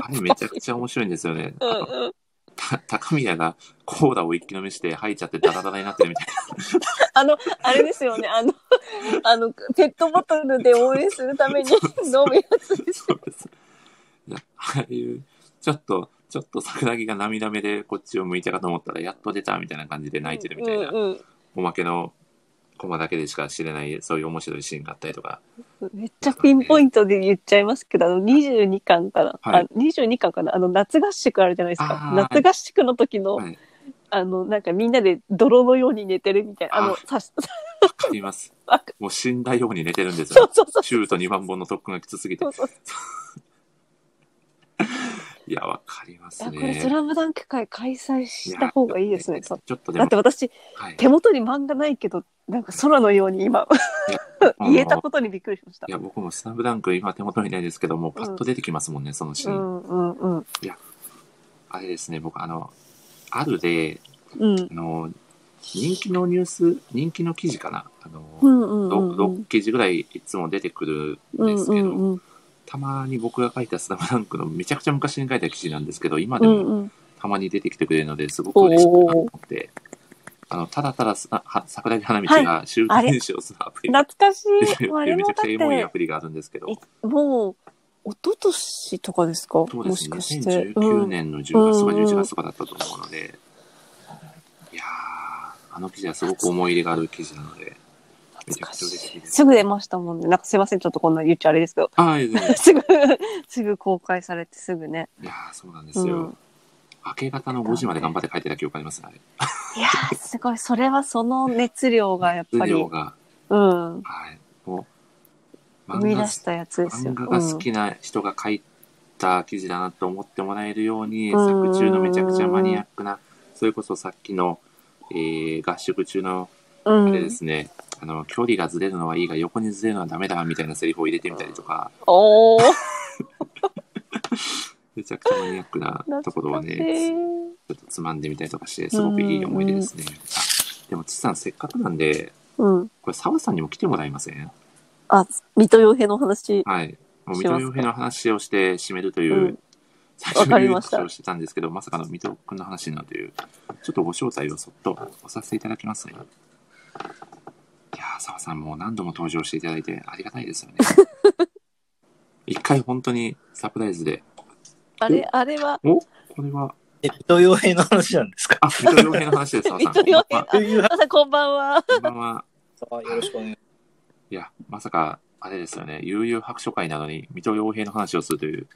あれめちゃくちゃ面白いんですよね。うんあとうん。た高宮がコーラを一気飲みして吐いちゃってダラダラになってるみたいあの、あれですよね。あの、 あの、ペットボトルで応援するために飲むやつでな。す。そうです。いやああいう、ちょっと、ちょっと桜木が涙目でこっちを向いたかと思ったら、やっと出たみたいな感じで泣いてるみたいな、うんうんおまけのコマだけでしか知れない、そういう面白いシーンがあったりとか。めっちゃピンポイントで言っちゃいますけど、あの、22巻から、はいあ、22巻かな、あの、夏合宿あるじゃないですあか。ー夏合宿の時の、はいあの、なんかみんなで泥のように寝てるみたいな、あのあ、さし、わかりますわか。もう死んだように寝てるんですそうよ。そうそう。シュート2万本の特訓がきつすぎてそう。そういや、わかりまいすやこれ、ねス。ラムダンク会開催した方がいいですね。ちょそうっとでだっもて、私、はい手元に漫画ないけど、なんか空のように今、 言えたことにびっくりしましたい。や、僕もスナブダンク今手元にないですけど、もうパッと出てきますもんね、そのシうーン。んうんうん。あれですね、僕あの、あるで、うんあの、人気のニュース、人気の記事かなあの、うんうんうん6、記事ぐらいいつも出てくるんうんでうんすけど、うんたまに僕が書いたスナブダンクのめちゃくちゃ昔に書いた記事なんですけど、今うでんもうんたまに出てきてくれるのですごく嬉しいなと思って、あの、ただただすなは桜木花道が週刊誌をするアプリ。懐かしってい。いうあれめもちだゃくちゃエモいアっプリがあるんですけど、て、もう、一昨年とかですかそうもでしすかね、して。 2019年の10月とかうんうん11月とかだったと思うので、いやー、あの記事はすごく思い入れがある記事なので、めち懐ゃかくちゃ嬉ししいいで。す。すぐ出ましたもんね。なんかすいません、ちょっとこんな言っちゃあれですけど。 ああ、いやいやいすぐ、すぐ公開されてすぐね。やー、そうなんですうよ。ん。明け方の5時まで頑張って書いてた記憶ありますね、あれ。いやー、すごい。それはその熱量がやっぱり、量うが、ん。はい、もう、生み出したやつですよ。漫画が好きな人が書いた記事だなと思ってもらえるように、作中のめちゃくちゃマニアックな、それこそさっきの、えー合宿中のうん。あうれでん、すね、あの、距離がずれるのはいいが、横にずれるのはダメだ、みたいなセリフを入れてみたりとか、おお。めちゃくちゃマニアックなところを懐かしね、い。ちょっとつまんでみたりとかして、すごくいい思い出ですね。あ、でも、ちさんせっかくなんで、うん。これ、澤さんにも来てもらえませんあ、水戸洋平の話。はい。もう、水しますか戸洋平の話をして締めるという、うん最初わかにり言うました話をしてたんですけど、まさかの水戸くんの話になるという、ちょっとご招待をそっとおさせていただきますね。いやー、澤さんもう何度も登場していただいてありがたいですよね。 一回本当にサプライズで、あれ、あれは、おこれは、え、伊藤洋平の話なんですかあ、水戸洋平の話です、 澤さん。水戸洋平まあ皆さんこんばんは。こんばんは。あよろしくお願いしいや、まさか、あれですよね、悠々白書会なのに、水戸洋平の話をするという。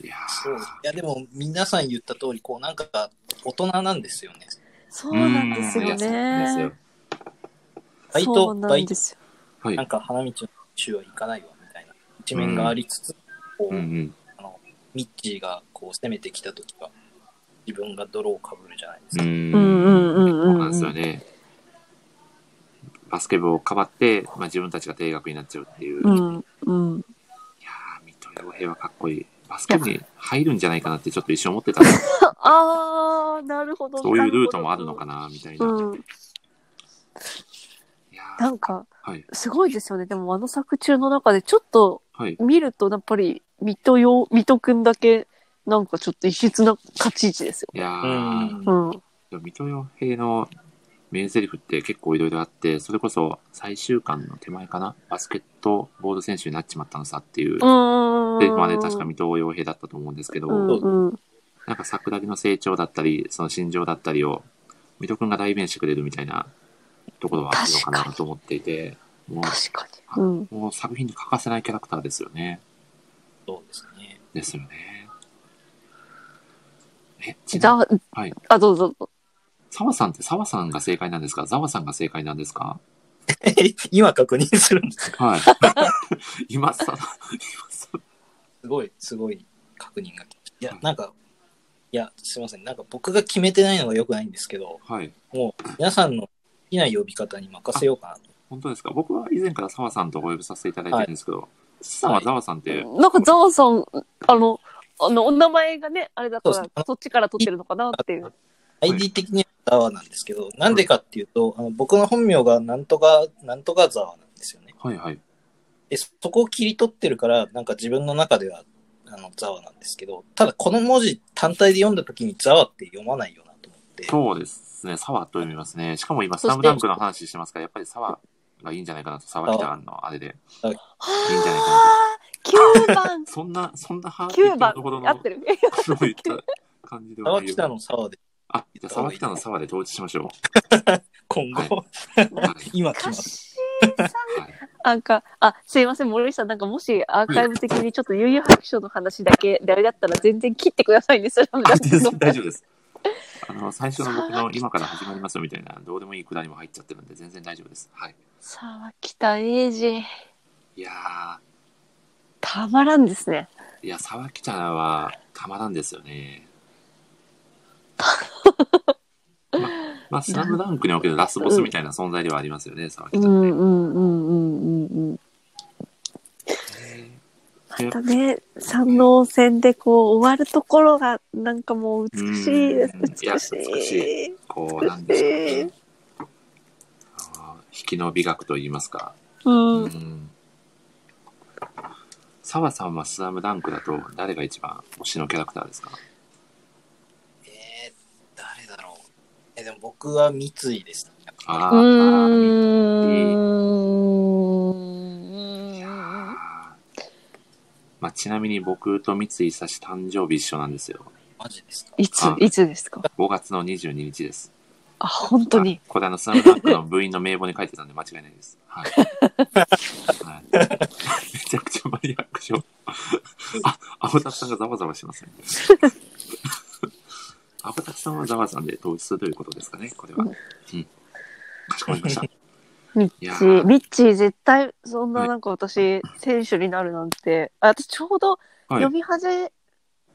いやます。そうーですいや、でも、皆さん言った通り、こう、なんか、大人なんですよね。そうなんですようんいやそうなんねで。割そとうなんですすよ。よはいなん。か、花道の週は行かないわ、みたいな一面がありつつ、こう、うんうん。ミッチーが、こう、攻めてきた時は、自分が泥をかぶるじゃないですうか。んうんうんうんそうなんうん。ですよね。バスケ部をかばって、まあ、自分たちが定額になっちゃうっていう。ういやんうん。ー、水戸洋平はかっこいい。バスケ部に入るんじゃないかなってちょっと一瞬思ってたんですけどあー、なるほど。そういうルートもあるのかな、みたいな。うん。いやなーんか、はい。すごいですよね。でもあの作中の中でちょっとはい。見ると、やっぱり、水戸よ、水戸くんだけ、なんかちょっと異質な立ち位置ですよ。いやうー、ん。うん。でも水戸洋平の名台詞って結構いろいろあって、それこそ最終巻の手前かな、バスケットボード選手になっちまったのさっていう、うん。で、まで確か水戸洋平だったと思うんですけど、うんうん。なんか桜木の成長だったり、その心情だったりを、水戸くんが代弁してくれるみたいなところはあるのか確かなにと思っていて、も確かに。うん。うもう作品に欠かせないキャラクターですよね。そうですね。ですよね。え、ちなざ、はい。あ、どうぞどうぞ。沢さんって沢さんが正解なんですかざわさんが正解なんですか今確認するんです。はい。 今さら、今さら。すごい、すごい確認が来ました。いやは、いなんか、いや、すいません。なんか僕が決めてないのが良くないんですけど、はい。もう皆さんの好きな呼び方に任せようかなと。本当ですか僕は以前から沢さんとお呼びさせていただいてるんですけど、岸さんは沢さんって、なんかざわさん、あの、あの、お名前がね、あれだかそうらですね、そっちから取ってるのかなっていう。い ID 的にはザワなんですけど、なんでかっていうと、あの僕の本名がなんとか、なんとかザワなんですよね。はいはい。で、そこを切り取ってるから、なんか自分の中では、あの、ザワなんですけど、ただこの文字単体で読んだ時にザワって読まないよなと思って、そうですね、沢と読みますね。しかも今、スラムダンクの話してますから、やっぱり沢がいいんじゃないかなと、沢北のあれで。いいんじゃないか、はぁ、9 番そんな、そんなハート9ところ番、の、合こってる。の言った感じでは沢ないよ北の沢であ、じゃあ沢北の沢で統一しましょ今後、う。はい。今決歌まっ詞はいなんか、あ、すいません、森下なんかもしアーカイブ的にちょっと悠々白書の話だけであれだったら全然切ってくださいね、スラムダンクの。 大丈夫です。あの、最初の僕の今から始まりますよみたいな、どうでもいいくだりも入っちゃってるんで、全然大丈夫です。はい。沢北英二、いやー、たまらんですね。いや、沢北はたまらんですよ ね。ままあ、スラムダンクにおけるラスボスみたいな存在ではありますよね、沢う北んって。うんうんうんうんうん。ねまたね、山王戦でこう終わるところがなんかもう美しいですうんうん。いや美し美しい。こう、なんでしょうね。あー引きの美学といいますか。うんう。ん。澤さんはスラムダンクだと誰が一番推しのキャラクターですかて、えー、誰だろう。え、でも僕は三井です。あうーん。あーまあ、ちなみに僕と三井久志誕生日一緒なんですよ。マジですかいつ、いつですか5月の22日です。あ、本当に。あこれあの、スラムダンクの部員の名簿に書いてたんで間違いないです。はい。はい、めちゃくちゃマニアックション。あ、アホタツさんがざわざわしますね。アホタツさんはざわざわで統一するということですかね、これは。うん。かしこまりました。ミッいチやー、ーミッチー絶対、そんはないなんか私、選手になるなんて、あ私ちょうどはい読。み始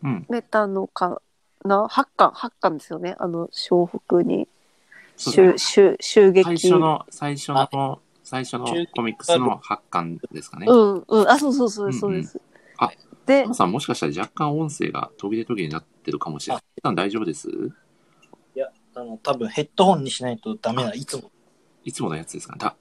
うん。めたのかな、八巻、八巻ですよね、あの、湘北に、そうですね襲襲襲撃。最初の、最初の、最初のコミックスの発刊ですかね。うん、うん、あ、そうそうそう、そうです。うんあで皆、さんもしかしたら若干音声が途切れ途切れになってるかもしれない。皆さん大丈夫ですあの、多分ヘッドホンにしないとダメな、いつも。いつものやつですかね。だ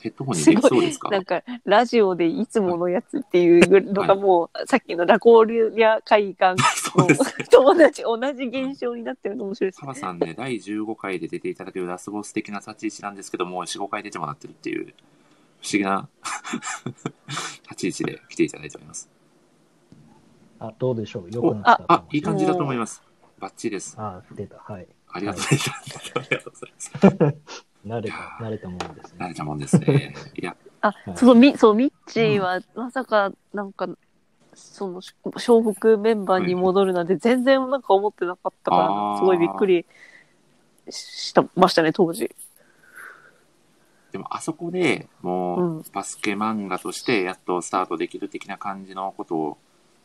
ヘッドホンにできそうですかなんか、ラジオでいつものやつってい うのがもう、さっきのラコールや海岸そうのです。 と同じ、同じ現象になってるの面白いですサ。バさんね、第15回で出ていただけるラスボス的な立ち位置なんですけども、4、5回出てもらってるっていう、不思議な 立ち位置で来ていただいております。あ、どうでしょう。よくなったとあ思、いいいます。感じだと思います。バッチリです。あ、出た。はい。ありがとうございます。ありがとうございます。慣れた、慣れたものです慣れね。たもんですね。いや、あは、いそのみ、そう、ミッチーは、まさか、なんか、その、湘北メンバーに戻るなんて、全然なんか思ってなかったかあーら、すごいびっくりした、ましたね、当時。でもあそこでう。もうんバスケ漫画としてやっとスタートできる的な感じのことを、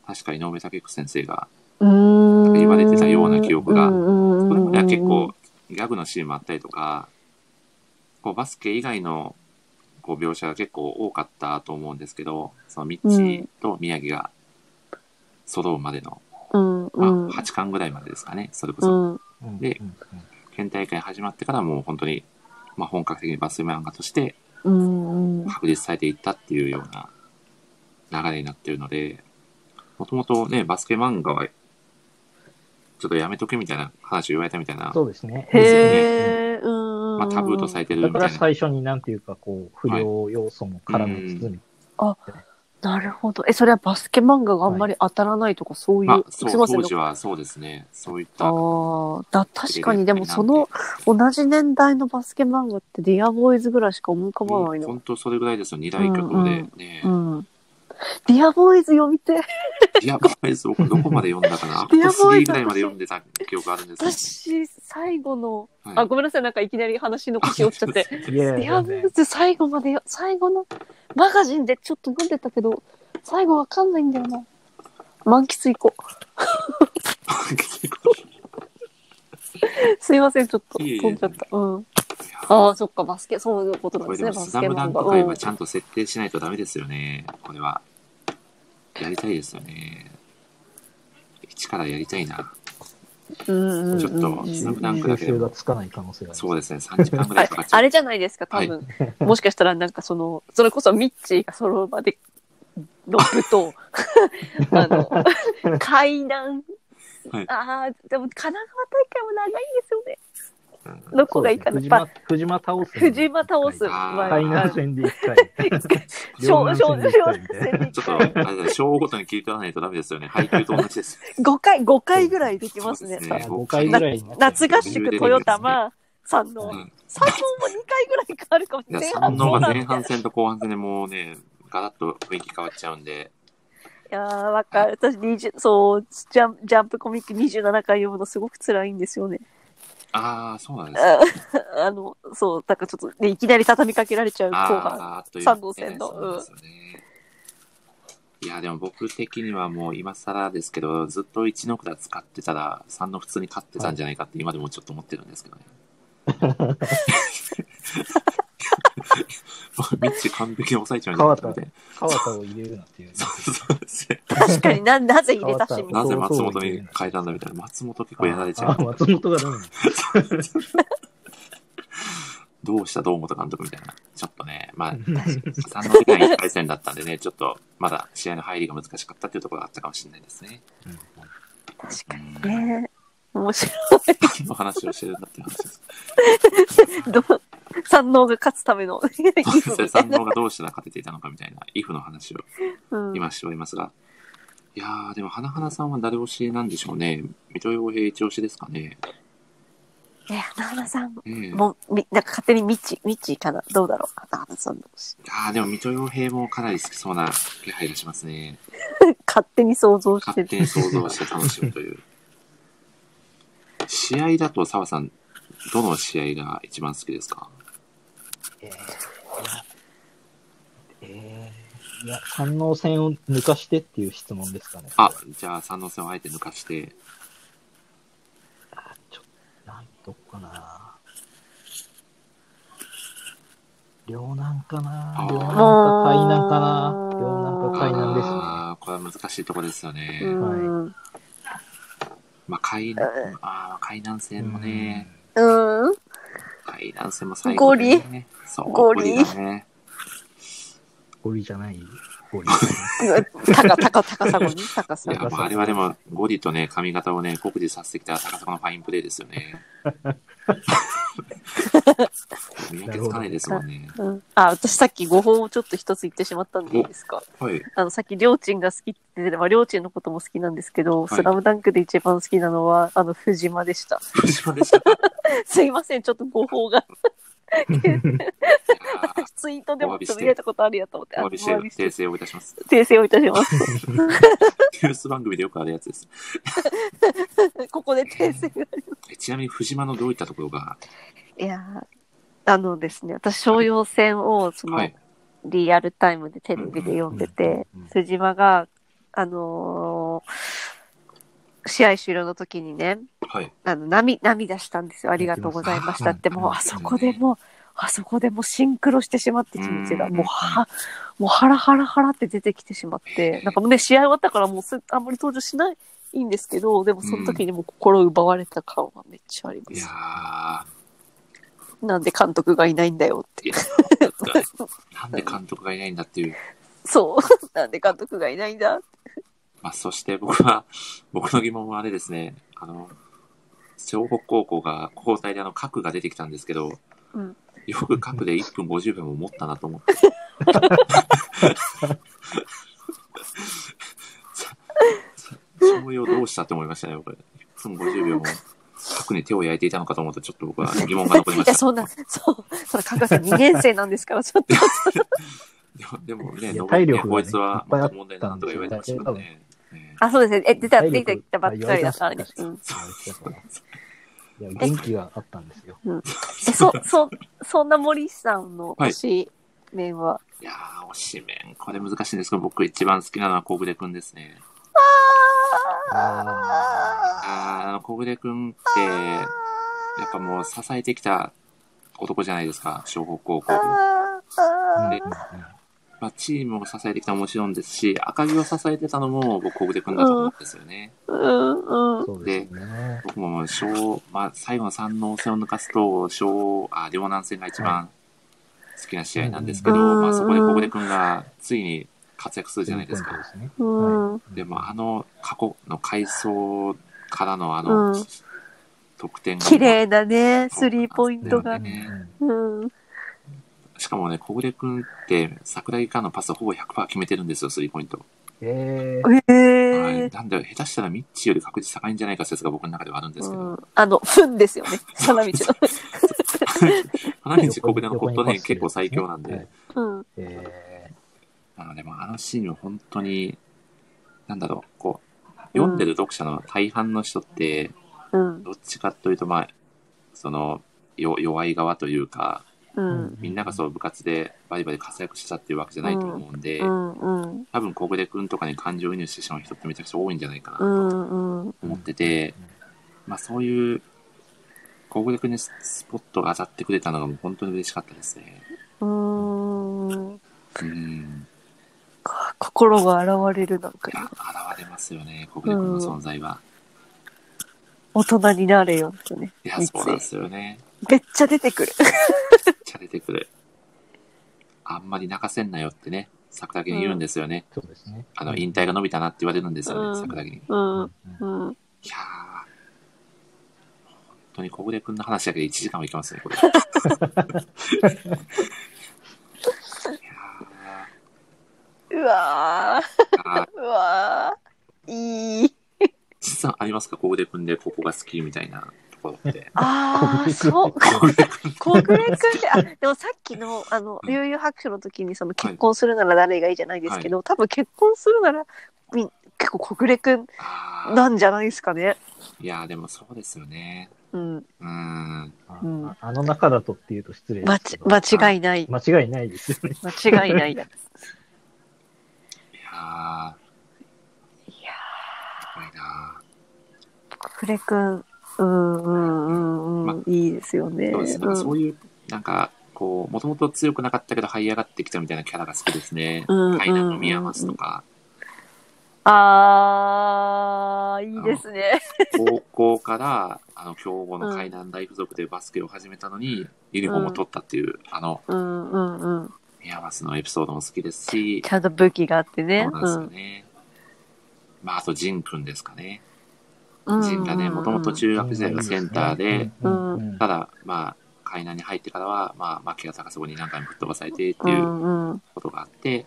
確か井上武子先生が、うーん。言われてたような記憶がうんこれうもんうんうねん結構、ギャグのシーンもあったりとか、こうバスケ以外のこう描写が結構多かったと思うんですけど、そのミッチーと宮城が揃うまでの、うんうん。まあ、8巻ぐらいまでですかね、それこうそ。ん。うんでうん県大会始まってからもう本当に、まあ、本格的にバスケ漫画としてうんうん。確立されていったっていうような流れになってるので、もともとね、バスケ漫画はちょっとやめとけみたいな話を言われたみたいな、そうですね。へー。うん。まあ、タブーとされてるだみかたらいな。最初になんていうか、こう、不良要素も絡めつつ、なるほど。え、それはバスケ漫画があんまり当たらないとか、そういう、まあ、すそいうません当。時はそうですね、そういった。ああ、だ、確かに、でもその、同じ年代のバスケ漫画って、ディアボーイズぐらいしか思い浮かばないの。本当それぐらいですよ、二大巨頭で。うねうん。ディアボーイズ読みてえ。ディアボーイズ僕どこまで読んだか な。アクトディアボ3ーイぐズらいまで読んでた記憶あるんです私、最後の、けど。はあ、いごめんなさい、なんかいきなり話の腰折っちゃって。いやいディアや、ブ全ーズ最後までよ、最後のマガジンでちょっと飲んでたけど、最後わかんないんだよな。満喫行こう。すいません、ちょっといえいえ飛んじゃった。うん。いやああ、そっか、バスケ、そういうことな んこでれですね、も、バススラケムダ漫ン画。とかう今んちゃんと設定しないとダメですよね。これは。やりたいですよね。一からやりたいな。うんうんうんうんちょっと、スラムダンクだ然け収で集がも。つかない可能性がある。そうですね、3時間ぐらいかかっちゃあう。れじゃないですか、多分。もしかしたら、なんかその、それこそミッチーがその場で、ロップと、あの、階段、はいああ、でも神奈川大会も長いんですよね。うんどこがいいかそな。うですね藤やっぱ間藤間倒す。藤間倒す。フあーまあァイナル戦で一回。小両小南小戦で一回みたいなちょっと、あれだね、章ごとに切り取らないとダメですよね。配給と同じです。 5回、5回ぐらいできますね。そうです5回ぐらいになっちゃう夏合宿、豊玉さんの、う3本もん2回ぐらいあるかもしいれや、ない。三能そうがなん前半戦と後半戦でもうね、ガラッと雰囲気変わっちゃうんで、いやー、わかる。私、20そうジャン、ジャンプコミック27回読むのすごく辛いんですよね。 ああ、そうなんですね。ああの、そう、だからちょっと、ね、いきなり畳みかけられちゃう後半。ああ、という三能線のそうなんですよね。いや、でも僕的にはもう今更ですけど、ずっと一の札使ってたら、三の普通に勝ってたんじゃないかって今でもちょっと思ってるんですけ どね。ミッチ完璧に抑えちゃうんじゃないかみたいな。川田を入れるなっていう。そうそうですね。確かにな、なぜ入れたし、みたいなな。ぜ松本に変えたんだみたいな。松本結構やられちゃあうあ。松本がダメなのどうした堂本監督みたいな。ちょっとね、ま あ、確かに3の時間1回戦だったんでね、ちょっとまだ試合の入りが難しかったっていうところがあったかもしれないですね。確かにね。面白い。何の話をしてるんだっていう話です。どう三能が勝つための、そうですね、三郎がどうしたら勝てていたのかみたいな、イフの話をうん今しておりますが。いやー、でも、花花さんは誰推しなんでしょうね。水戸洋平一押しですかね。いや、花々さん、ええもう、み、なんか勝手に未知、未知かな。どうだろう。花々さんのしあー、でも、水戸洋平もかなり好きそうな気配がしますね。勝手に想像して勝る。手に想像して楽しむという。試合だと、澤さん、どの試合が一番好きですかえーえーいや、反応線を抜かしてっていう質問ですかね。あ、じゃあ、三能線をあえて抜かして、ちょっと、なんどこかな。両南かあな。ー両南か海南かな。両南か海南ですね。あーこれは難しいとこですよね。うん。うまあ、海南、あー海南戦もね、ん。海南戦も最後、ね。そう、ゴゴリリだね。ゴリじゃない。ゴリ。高、高、高さごに、高いさや、そもううそうあれはでも、ゴリとね、髪型をね、酷似させてきた高坂のファインプレーですよね。見分けつかないですもんね。うん。あ、私さっき誤報をちょっと一つ言ってしまったんでいいですか。はい。あの、さっき、りょうちんが好きって出てた、まあ、りょうちんのことも好きなんですけど、いスラムダンクで一番好きなのは、あの、藤間でした。 藤島でした。いすいません、ちょっと誤報が。やー私ツイートでもつぶやいたことあるやと思って、お詫びして、あの訂正をいたします。訂正をいたします。 ニュース番組でよくあるやつです。ここで訂正がえちなみに、藤間のどういったところが、いやーあのですね、私、商用戦を、その、はい。リアルタイムでテレビで読んでてうんうんうんうん、藤間が、あのー試合終了の時にね、はい。あの、涙、涙したんですよ。ありがとうございましたって、うんもうう、んあそこでもう、あそこでもうシンクロしてしまって、気持ちが、もう、は、もう、ハラハラハラって出てきてしまっへえて、なんかもうね、試合終わったからもうす、あんまり登場しない。いいんですけど、でもその時にもう心を奪われた感はめっちゃありまいやす。 ー、なんで監督がいないんだよっていう。なんで監督がいないんだっていう。そう。 なんで監督がいないんだ。まあ、そして僕は、 僕の疑問はあれですね、あの、湘北高校が交代であの、核が出てきたんですけど、うんよく核で1分50分も持ったなと思って。そういうどうしたって思いましたね、僕。1分50秒も核に手を焼いていたのかと思うと、ちょっと僕は疑問が残りまいした。や、そんな、そう、それ、かがさん2年生なんですから、ちょっと。でもでもね、いや登体りね力がねこいつは、いっぱいあったんで問しょう題だなんとか言われてましたけどね。ねあ、そうですね。 え、出た、出てきたばっ体かり力だからね。あう言んわれ。てました確かにいや、元気があったんですよ。え、そ、そ、そんな森さんの推し面は、いやー、推しメン、これ難しいんですけど、僕一番好きなのは小暮くんですね。ああーあの、小暮くんって、やっぱもう支えてきた男じゃないですか、湘北高校の。あねまあ、チームを支えてきたのももちろんですし、赤城を支えてたのも僕小暮くんだと思うんですよね。うん、うん。そうですね。僕も小、まあ、最後の三能戦を抜かすと、小、あ、両南戦が一番好きな試合なんですけど、うんまあ、そこで小暮くんがついに活躍するじゃないですポインか。トねうんはいでも、あの過去の回想からのあの、うん得点が綺麗だね、スリーポイントがう。んうん。しかもね、小暮くんって桜井からのパスをほぼ100%決めてるんですよ、スリーポイント。ええはい。え。なんで、下手したらミッチより確率高いんじゃないか説が僕の中ではあるんですけうど、んあの、ふんですよね。花道花道小暮のホットライン結構最強なんで、はいの。うん。ーえなので、まあ、あのシーンは本当に、なんだろう、こう、読んでる読者の大半の人って、うん。どっちかというと、まあ、その、よ弱い側というか、うーん。みんながそう部活でバリバリ活躍してたっていうわけじゃないと思うんで、うん。うん。多分小暮くんとかに感情移入してしまう人ってめちゃくちゃ多いんじゃないかなうとん。うん。思ってて、まあそういう、小暮くんにスポットが当たってくれたのがもう本当に嬉しかったですね。うん。うん。か心が現れるなんかいやよ、現れますよね、小暮くんの存在は。大人になれよってね。いや、そうなんですよね。めっちゃ出てくる。めっちゃ出てくる。あんまり泣かせんなよってね、桜木に言うんですよね。ーそうですね。あの、引退が伸びたなって言われるんですよね、うん桜木に。いやうん。うん。ー。本当に小暮くんの話だけで1時間はいきますね、 これ。いやーうわあーーうわーいい。実はありますか小暮くんでここが好きみたいなところって。ああ、 そ小う。暮くん小暮君って、あ、でもさっきの、あの、うん悠々白書の時に、その、結婚するなら誰がいいじゃないですけど、多分結婚するなら、み結構小暮君あーなんじゃないですかね。いやー、でもそうですよね。うん。うーん。あうんああの中だとっていうと失礼でますちけ、ど間違いない。間違いないですよね。間違 いない。いやいやー、すごいなー、小暮君、うんうんうんうん、いいですよね。ー。そうですね。なんかそうういう、なんか、こう、もともと強くなかったけど、這い上がってきたみたいなキャラが好きですね。うんカイナの宮松とか、あー、いいですね。高校から、あの、強豪の海南大附属でバスケを始めたのに、ユニフォームを取ったっていう、あの、うんうんうん。宮松のエピソードも好きですし、ちゃんと武器があってね。そうなんですよね。まあ、あと、ジンくんですかね。うん。ジンがね、もともと中学時代はセンターで、うん、うんただ、まあ、海南に入ってからは、まあ、牧が高そこに何回も吹っ飛ばされてってういうんうん。ことがあって、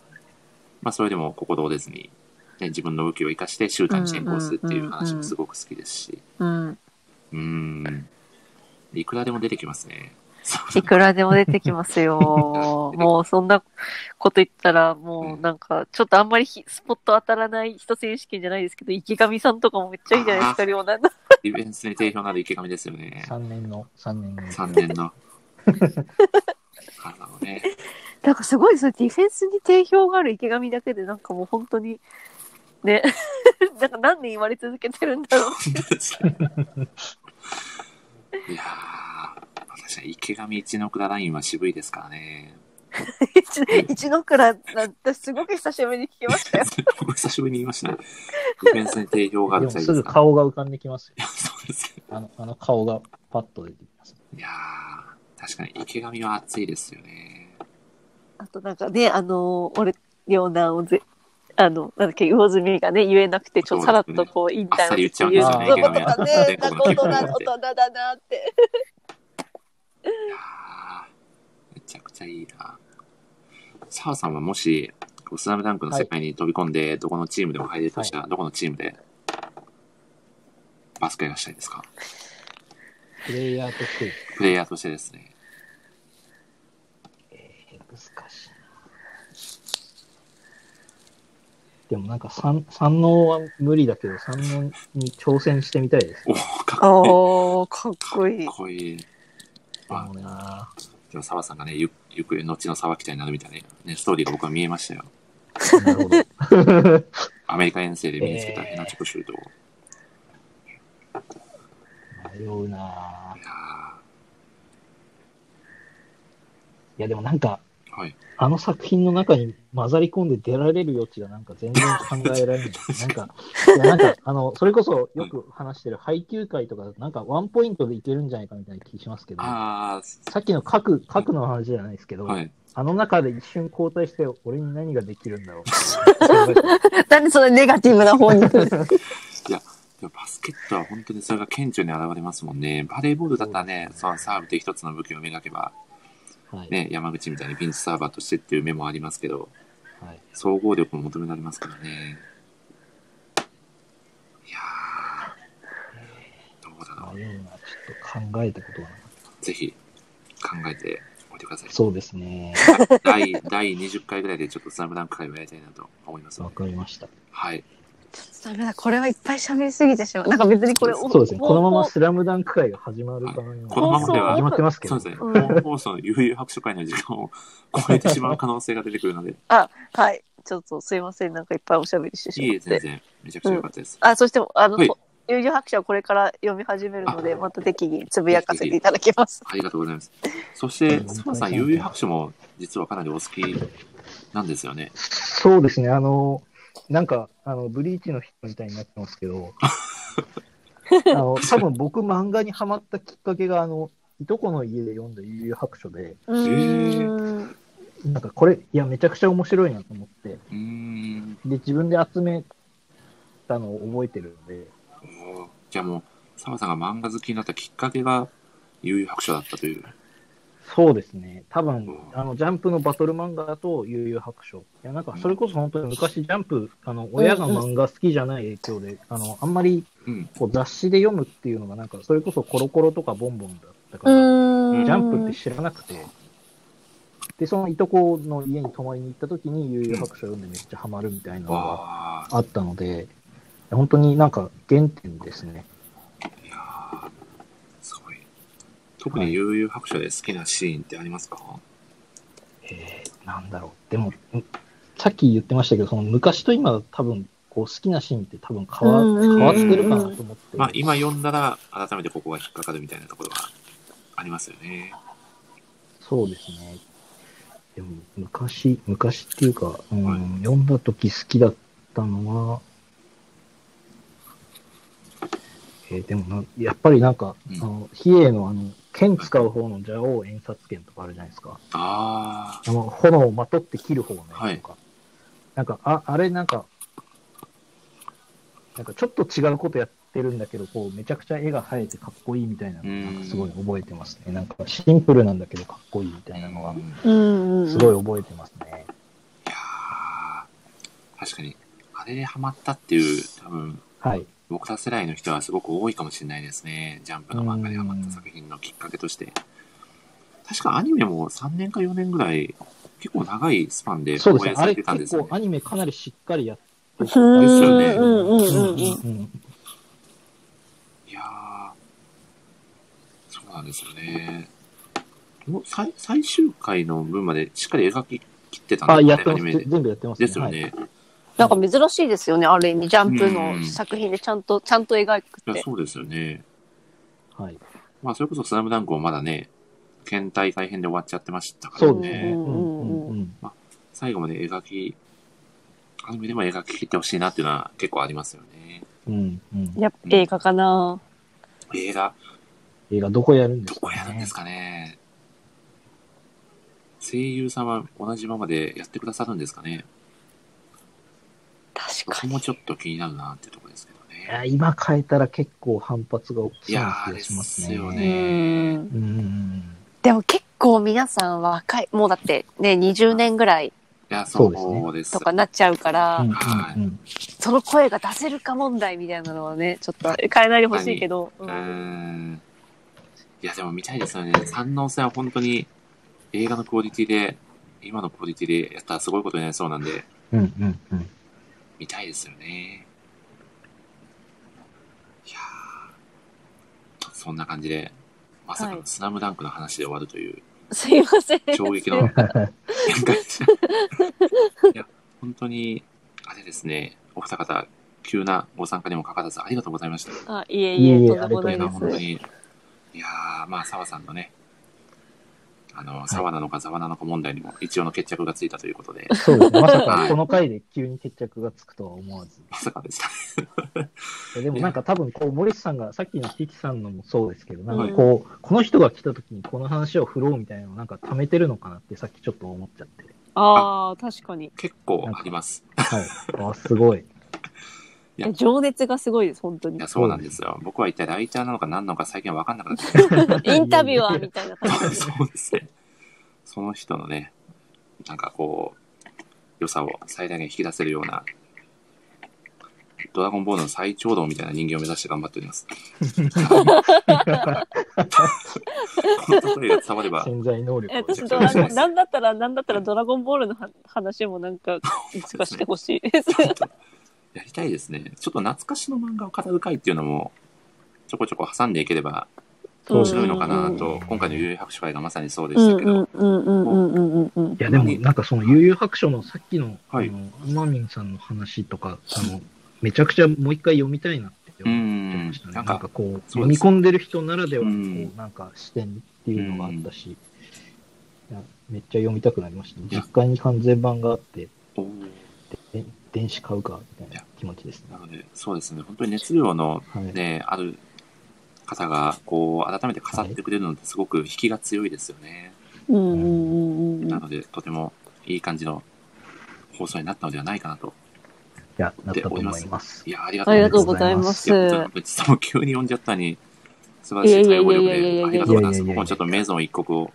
まあ、それでも心折れずに、ね、自分の武器を生かして、シューターに転向するっていう話もすごく好きですし、うん。うーん、いくらでも出てきますね。いくらでも出てきますよ。 もうそんなこと言ったら、もうなんか、ちょっとあんまりひスポット当たらない人選手権じゃないですけど、池上さんとかもめっちゃいいじゃないですか、両男の。ディフェンスに定評のある池上ですよね。 3年の、三年の。 3年の。あのね、なんかすごいですね、ディフェンスに定評がある池上だけで、なんかもう本当に、ね、 なんか何年言われ続けてるんだろう。いやー、私は池上一の倉ラインは渋いですからね。 一ノ倉、私すごく久しぶりに聞きましたよ。僕久しぶりに言いましたね。ディフェンスに定評があるでも際ですぐか。顔が浮かんできますよ。いやそうですねあのあの顔がパッと出てきます。いやー、確かに池上は熱いですよね。あとなんかね、あのー俺、両男をぜ、あの、なんだっけ、魚住がね、言えなくて、ちょっとさらっとこう、引あっさ退り言っちゃうんでですすよよねね、池そういう上ことだは。ね、なんか大人、大いや人だなって。ーめちゃくちゃいいな。澤さんはもし、こうスラムダンクの世界に飛び込んで、どこのチームでも入れるとしたら、どこのチームでバスケがしたいですかプレイヤーとしてですプレイヤーとしてですね。ね難しい。でもなんか三、三能は無理だけど、三能に挑戦してみたいです。おーかっあー、かっこいい。こいい。でまもなあ、でも澤さんがね、ゆゆく後の沢北になるみたいなねね、ストーリーが僕は見えましたよ。 なるほど。アメリカ遠征で身につけたヘナチョコシュートを。迷うないやいや、でもなんか、ーはい。あの作品の中に混ざり込んで出られる余地がなんか全然考え られない。なんか、いやなんか、あの、それこそよく話してる配給会とか、なんかワンポイントでいけるんじゃないかみたいな気しますけど、さあっきの核、核の話じゃないですけあ、ど、はい。あの中で一瞬交代して、俺に何ができるんだろ う。なんでそのネガティブな方 に来るでもバスケットは本当にそれが顕著に現れますもんね。バレーボールだったらね、そのサーブで一つの武器を磨けば、はい。ね、山口みたいにピンチサーバーとしてっていう目もありますけど、はい、総合力も求められますからね。いやー、どうだろ迷うなちょっと考えたことがなかっう。ぜひ考えておいてくださいた。。そうですね。 第第20回ぐらいでちょっとスラムダンク会をやりたいなと思いますのわで。かりました。はい。ダメだ、これはいっぱい喋りすぎてしまう。なんか別にこれ、おそうですね。おこのままスラムダンク会が始まるかのようこのままでは始まってますけそうどで、すね。うん本放送の悠々白書会の時間を超えてしまう可能性が出てくるの で、はい。ちょっとすいません。なんかいっぱいおしゃべりしてしいいまでっす全て。然。めちゃくちゃ良かったです。あ、そして、あの、はいと友情白書はこれから読み始めるので、あまた適宜つぶやかせていただきます。ありがとうございます。そして、サマさん、悠々白書も実はかなりお好きなんですよね。そうですね。あの、なんか、あの、ブリーチの人みたいになってますけ ど、あの、多分僕漫画にハマったきっかけが、あの、いとこの家で読んだ悠々白書で、うーん。なんかこれ、いや、めちゃくちゃ面白いなと思って、うーん。で、自分で集めたのを覚えてるんで、おーじゃあもう、サマさんが漫画好きになったきっかけが悠々白書だったという。そうですね。多分、あの、ジャンプのバトル漫画だと、悠々白書。いや、なんか、それこそ本当に昔、ジャンプ、あの、親が漫画好きじゃない影響で、あの、あんまり、うん。こう、雑誌で読むっていうのが、なんか、それこそコロコロとかボンボンだったから、うーん。ジャンプって知らなくて、で、そのいとこの家に泊まりに行った時に、悠々白書読んでめっちゃハマるみたいなのがわあったので、本当になんか原点ですね。ー、いやーすごい。特に悠々白書で好きなシーンってありますか、えー、なんだろう。でも、んさっき言ってましたけど、その昔と今多分、こう好きなシーンって多分変わうんうんうん変わってるかなと思って。まあ、今読んだら、改めてここが引っかかるみたいなところがありますよね。そうですね。でも、昔、昔っていうか、うんはい読んだ時好きだったのは、えーでもな、やっぱりなんか、うんあの、比叡のあの、剣使う方の蛇王演殺剣とかあるじゃないですか。ああの、炎をまとって切る方のはやいつとか。なんか、あ、あれなんか、なんかちょっと違うことやってるんだけど、こう、めちゃくちゃ絵が生えてかっこいいみたいなのをなんかすごい覚えてますね。なんかシンプルなんだけどかっこいいみたあ。いなのが、うんうん。すごい覚えてますね。いやー確かに、あれでハマったっていう、多分、はい。僕ら世代の人はすごく多いかもしれないですね。ジャンプの漫画にハマった作品のきっかけとして。確かアニメも3年か4年ぐらい、結構長いスパンでそう放映ですね。あされれてたんで結すよ構アね。ニメかなりしっかりやってうたんですよねーんうんうんうんうん。うんいやーそうなんですよね。もう最最終回の分までしっかり描き切ってたんあ、ですやよっね、てアまニす。メで。全部やってますですよはいね。なんか珍しいですよね、ある意味、ジャンプうのん作品でちゃんと、ちゃんと描くいや、って。そうですよね。はい。まあ、それこそスラムダンクもまだね、県大会編で終わっちゃってましたからね。そうですね。うううんんうんうんんうん。最後まで描き、アニメでも描き切ってほしいなっていうのは結構ありますよね。うんうん。やっぱ映画かな、映画、映画どこやるんでどすこかねやるんですかね。声優さんは同じままでやってくださるんですかね。そ確かこもに。ちょっと気になるなっていうところですけどいやね。今変えたら結構反発が大きいそうやな気ー、がでしますね。すようね。んうんうんうん。でも結構皆さん若い、もうだってね、20年ぐらいいや、そうそですと。かなっちゃうから、うんはいうんうんその声が出せるか問題みたいなのはね、ちょっと変えないでほしいけど、ううんーん。いや、でも見たいですよね。三能戦は本当に映画のクオリティで、今のクオリティでやったらすごいことになりそうなんで、うんうんうん。見たいですよね。いやーそんな感じで、まさかはのいスラムダンクの話で終わると いう、すいません。衝撃の展開でした。いや、本当に、あれですね、お二方、急なご参加にもかかわらずありがとうございました。あ、いえいえ、いえいえとんでもとないいうでのはす本。当に、いやー、まあ、澤さんのね、あの、澤なのか澤なのか問題にも一応の決着がついたということで、そうですね。まさはかいこの回で急に決着がつくとは思わず。まさかでした。いやでもなんか多分こう森さんが、さっきのティキさんのもそうですけど、なんはいかこう、この人が来た時にこの話を振ろうみたいなのをなんか貯めてるのかなってさっきちょっと思っちゃって。ああ、確かに。結構あります。はい。あ、す ごい。いや情熱がすごいです、本当いにや、。そうなんですよ。僕は一体ライターなのか何なのか最近わかんなくなってきたインタビュアーみたいな感じ で。そうですね。その人のね、なんかこう、良さを最大限引き出せるような、ドラゴンボールの最長老みたいな人間を目指して頑張っております。この例えが伝われば、潜在能力えを私ドラゴン、なんだったら、なんだったらドラゴンボールのは話もなんか、いつかしてほしいです。やりたいですね。ちょっと懐かしの漫画を語る会っていうのも、ちょこちょこ挟んでいければ面白いのかなと、今回の悠々白書会がまさにそうでうんしたうけど、んうんうんうんうんうんうんい。や、でも、なんかその悠々白書のさっきの、はいあの、アマミンさんの話とか、あの、めちゃくちゃもう一回読みたいなってう思ってんました、ね。ななんんかか、こう、そう読でみす込んでる人ならではの、こうんう、なんか視点っていうのがあったし、いやめっちゃ読みたくなりました、ね。実家に完全版があって、おーで電子買うか、みたいな気持ちですねな。ので、そうですね、本当に熱量のはい。ね、ある方が、こう、改めて語ってくれるのってすごく引きが強いですよね。うんうんうんうんなので、とてもいい感じの放送になったのではないかなと。いや、なったと思います。いや、ありがとありがとううごございざいまます。す。いや、本当に別にもう急に呼んじゃったのに、素晴らしい対応力いやいやいやいやいやいで、やありがとうございます。いやいやいやいや僕もちょっとメゾン一国を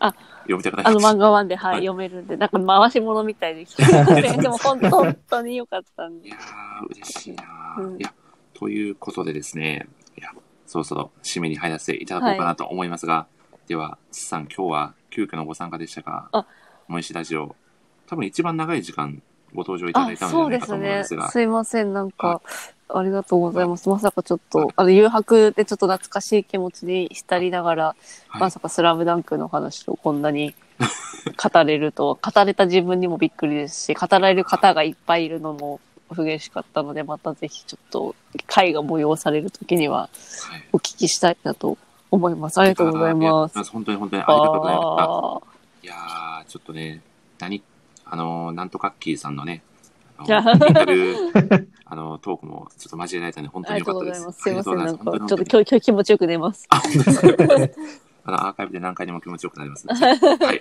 あ読みたくなありのました漫。画ワンで、はい、はい読めるんで、なんか回し物みたいで、すいませんでも本当本当に良かったんいでや。ー、嬉しいな、うんいや、ということでですね、いや、そろそろ締めに入らせていただこうかなと思いますが、では、つさん、今日は急遽のご参加でしたがあ、もやしラジオ、多分一番長い時間ご登場いただあい、たのでそはうないかと思うんですねですが、。すいません、なんはか、ありがとうございます。まさかちょっと、あの、誘白でちょっと懐かしい気持ちに浸りながら、はいまさかスラムダンクの話をこんなに語れると、語れた自分にもびっくりですし、語られる方がいっぱいいるのも嬉しかったので、またぜひちょっと、会が催される時にははいお聞きしたいなと思います。ありがとうございますや。本当に本当にありがとうございました。あいやー、ちょっとね、何、あのー、なんとかッキーさんのね、あのいやインタビュー、あの、トークもちょっと交えられたので、本あ当りに良かがとっうごたでざいす。ます。すいません。なんか、ちょっ本当とに今日、今日気持ちよく寝ます。あ、本当ですか あの、アーカイブで何回にも気持ちよくなりますね。はい。い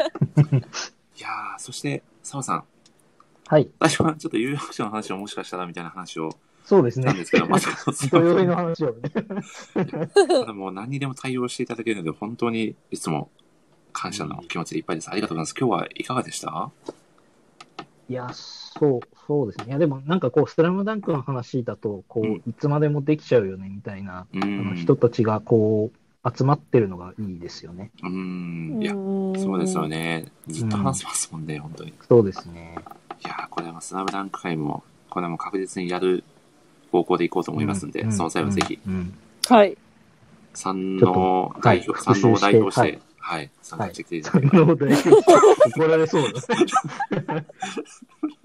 やー、そして、澤さん、はい。私はちょっと有楽町の話をもしかしたらみたいな話をそうですしたね ん。ですけど、まさかの土曜日のそ話をね。う、もう何にでも対応していただけるので、本当にいつも感謝の気持ちでいっぱいです。ありがとうございます。今日はいかがでしたいや、そう、そうですね。いや、でもなんかこう、スラムダンクの話だと、こうんう、いつまでもできちゃうよね、みたいな、うあーのん。人たちがこう、集まってるのがいいですよね。うーん。いや、そそうですよ。ね。ずっと話せますもんね、本当に。いそうですね。やー、これはスラムダンク会も、これはもう確実にやる方向でいこうと思いますんで、うんその際はぜひ、。うんうんはい。三の代表、ちょっとはい三のを代表して、復はい、参加してきていたそだんけれなばことない。怒られそうだ。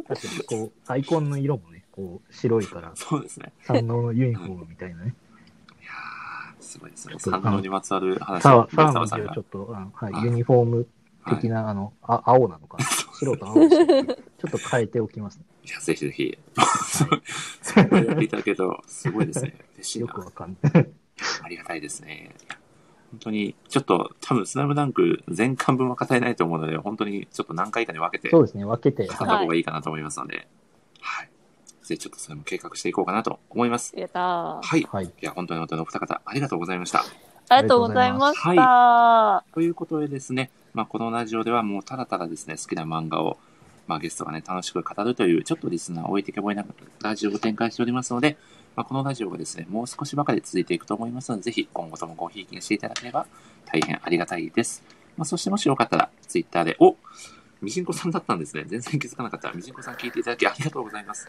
確かにこう、アイコンの色もね、こう、白いから、そうですね。三能のユニフォームみたいなね。いやー、すごいですね。ちょっ三と能にまつわる話サワを、サ澤ワのさ字んをがちょっ。と、あのははいい、ユニフォームはい的な、あの、あ青なのかな。白と青でしたっけちょっと変えておきますね。いや、ぜひぜ ひ、それをやっていただけると、すごい ですね。嬉しいよな。くわかんない。ありがたいですね。いや本当に、ちょっと、多分、スラムダンク全巻分は語れないと思うので、本当にちょっと何回かに分けて、そう語っですね、分けて。た方がいいかなと思いますので、はい。ぜひちょっとそれも計画していこうかなと思います。やったー。はい。いはい。や、本当に本当にお二方、ありがとうございました。ありがとうございました。ということでですね、まあ、このラジオではもうただただですね、好きな漫画を、まあ、ゲストがね、楽しく語るという、ちょっとリスナーを置いてけぼりなラジオを展開しておりますので、まあ、このラジオがですね、もう少しばかり続いていくと思いますので、ぜひ今後ともごひいきにしていただければ大変ありがたいです。まあ、そしてもしよかったら、ツイッターで、おみじんこさんだったんですね。全然気づかなかった。みじんこさん聞いていただきありがとうございます。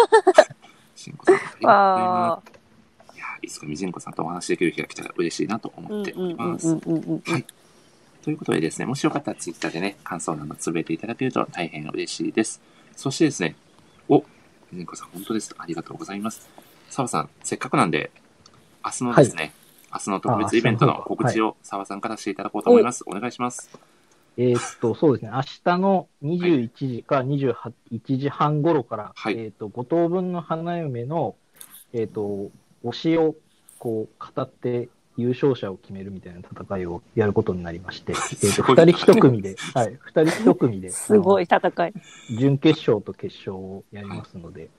しんこさん、ありがとうございますわあ。いやーいつかみじんこさんとお話しできる日が来たら嬉しいなとうん思うっんてうおりんうんます。うんうん。はいということでですね、もしよかったらツイッターでね、感想などつぶえていただけると大変嬉しいです。そしてですね、お、みじんこさん、本当です。ありがとうございます。澤さん、せっかくなんで、明日のですね、明日の特別イベントの告知を澤さんからしていただこうと思います。お願いします。えーっと、そうですね、明日の21時から21時半頃から、はいえーっと、五等分の花嫁の、えーっと、推しをこう語って優勝者を決めるみたいな戦いをやることになりまして、えーっすと、ごい2人1組で、はい、二人 一組で、すごいい。戦い。準決勝と決勝をやりますので、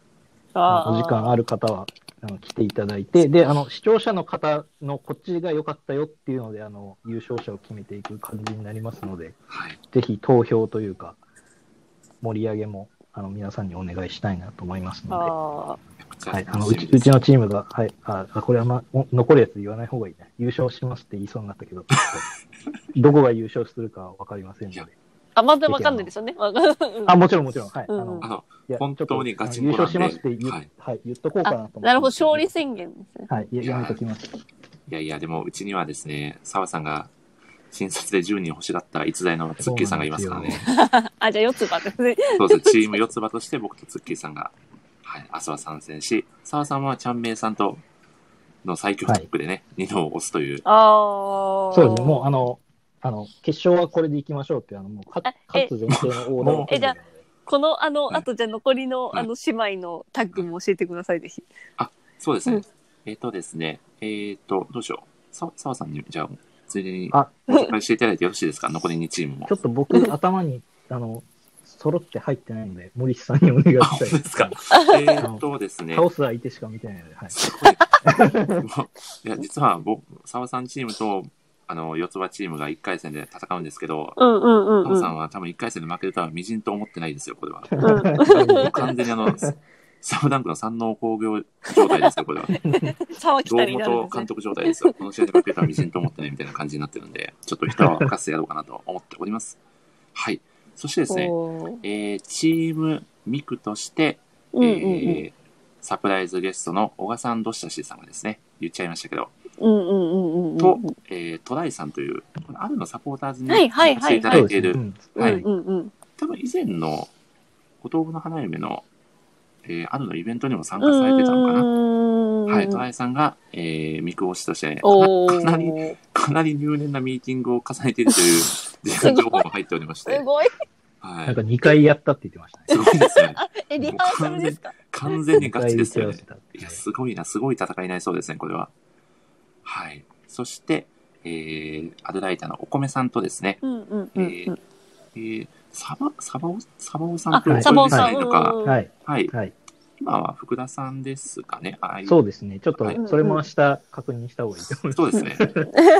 あお時間ある方は、あの、来ていただいて、で、あの、視聴者の方のこっちが良かったよっていうので、あの、優勝者を決めていく感じになりますので、はい。ぜひ投票というか、盛り上げも、あの、皆さんにお願いしたいなと思いますのあで、めちゃくちゃはい、あの、楽しうち、みうですちのチームが、はい、あ、あこれはま、お残るやつ言わない方がいいね。優勝しますって言いそうになったけど、ちょ っとどこが優勝するかはわかりませんの で。あ、まだわかんないですよね。わかんうんあ、もちろんもちろん、はい。あうんのあ、の、いや本当にガチン優コなん勝でしますって言,、ははいい、言っとこうかなと思って。なるほど、勝利宣言ですね。はい、ややめときます。いやいや、でもうちにはですね、澤さんが新卒で10人欲しがった逸材のツッキーさんがいますからね。 あ、じゃあ四つ葉ですね。そうですね、チーム四つ葉として僕とツッキーさんが、はい、明日は参戦し、澤さんはチャンメイさんとの最強タッグでね、二度を押すという。 ああ。そうですね、もうあの、あの、決勝はこれでいきましょうっていう、あの、もう勝あえ勝つ前提のオーダーを組んでるのでこの、あうんの、あとじゃあ残りの、うんあの、姉妹のタッグも教えてください、ぜひ。そうですね。うんえっ、とですね、えっ、と、どうしよう。さ澤さんに、じゃあ、ついでにあお紹介していただいてよろしいですか残り2チームもちょ。っと僕、頭に、 あの、揃って入ってないので、森さんにお願いあ、し本たい当ですか。えっとですね。倒す相手しか見てないので、はい。すごいも ういや、実は僕、澤さんチームと、あの、四つ葉チームが1回戦で戦うんですけど、うんうんうん澤うさん。んは多分1回戦で負けるとはみじんと思ってないですよ、これは。 もう完は全にあ の、サムダンクの山王工業状態ですよ、 これは。堂沢北になる本んですね監。督状態です よ。この試合で負けたらみじんと思ってないみたいな感じになってるんで、ちょっと人は任せてやろうかなと思っております。はい。そしてですね、おーえーチームミクとして、うんうんえーサプライズゲストの小賀さん、どしたしさんがですね、言っちゃいましたけど、うんうんうんうんうん。と、えートライさんという、このあるのサポーターズにはいはい来はていいたはだいい。ている、うんうはんいうんうん。多分以前の、五等分の花嫁の、えーあるのイベントにも参加されてたのかな。はい、トライさんが、えー、見越しとしておかなり、ー。かなり入念なミーティングを重ね ているという事前情報も入っておりましすて、ごい。はなんいか、2回やったって言ってましたね。すごいですね。え、リハーサルですか完全にガチですよ二ね回。打ち合わいせたや、すごいな、すごい戦いになりそうですね、これは。はい。そして、えー、アドライターのお米さんとですね、うんうんうんうん。えー、サバ、サバオ、サバオさんとあおサバオささんんとうかん、うんはい、はい、はい。今は福田さんですかね。あそううですね。ちょっとはい、それも明日確認した方がいいと思います。そうですね。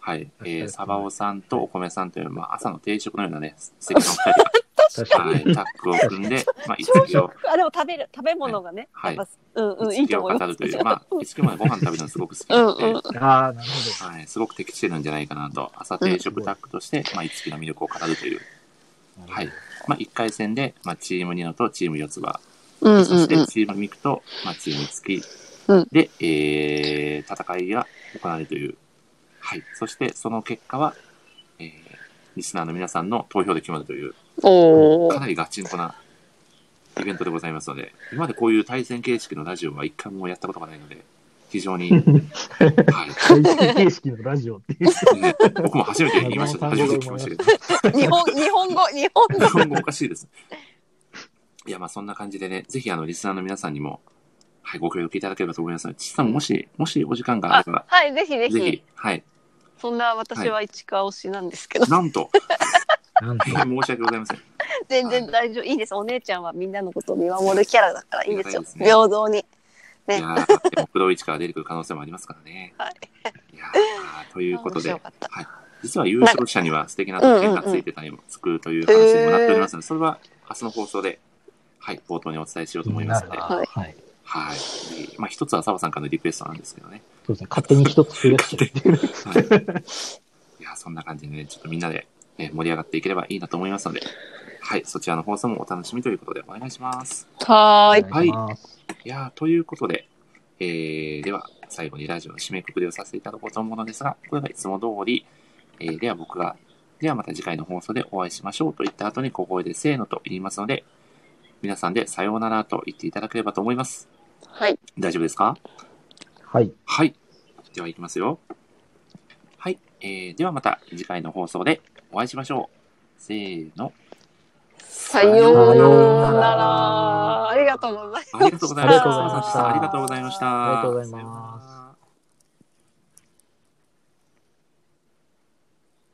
はい。えー、サバオさんとお米さんという、まあ、朝の定食のようなね、素敵なお 二人が確はかい、タッグをに。組んで、まあ、一朝石を食、あ、でも食べる、食べ物がね。はいやっぱ うんうん、い一い石とを思い語まるすと。いう、まあ、一石までご飯食べるのすごく好きうなんので、うん。ああ、なるほど。はい、すごく適してるんじゃないかなと、朝定食タッグとして、まあ、一木の魅力を語るという、はい。まあ、1回戦で、まあ、チームニノとチーム四つ葉、うんうんそしうてん。チームミクと、まあ、チーム月うんで、えー、戦いが行われるという、はい。そして、その結果は、えー、リスナーの皆さんの投票で決まるという、おかー。なりガチンコなイベントでございますので、今までこういう対戦形式のラジオは一回もやったことがないので、非常 に、はい。正式形式のラジオっていう。ね僕も初めて言いました。初めて聞きましたけど。 日本、日本語、日本語。日本語おかしいです。いや、まあそんな感じでね、ぜひあの、リスナーの皆さんにも、はい、ご協力いただければと思いますので、ちさんもし、もしお時間がああれば、はい、ぜひぜぜひ。ひ、はい、そんな私は市川推しなんですけど、なんと、なん大変申し訳ございません。全然大丈夫。いいです。お姉ちゃんはみんなのことを見守るキャラだからいいですよ。いいですね平等に。ねいやーでも、黒市から出てくる可能性もありますからね。 はい。いやーということ面白で、かった。実は優勝者には素敵な特典がついてたりもつくという話にもなっておりますので、それは明日の放送で、はい、冒頭にお伝えしようと思いますので、はいはい。はい。まあ一つは澤さんからのリクエストなんですけどね。そうですね。勝手に一つ増やして っていう。はい、いや、そんな感じでね、ちょっとみんなで、えー盛り上がっていければいいなと思いますので、はい、そちらの放送もお楽しみということでお願いします。はーい。お願いします。いやーということで、えー、では、最後にラジオの締めくくりをさせていただこうと思うのですが、これがいつも通り、えー、では僕が、ではまた次回の放送でお会いしましょうと言った後に小声でせーのと言いますので、皆さんでさようならと言っていただければと思います。はい。大丈夫ですかはい。はい。では行きますよ。はい。えー、ではまた次回の放送でお会いしましょう。せーの。さよさうようなら。ならありがとうございます。ありがとうございました。あありりががととううごござざいいままししたた。ありがとうございます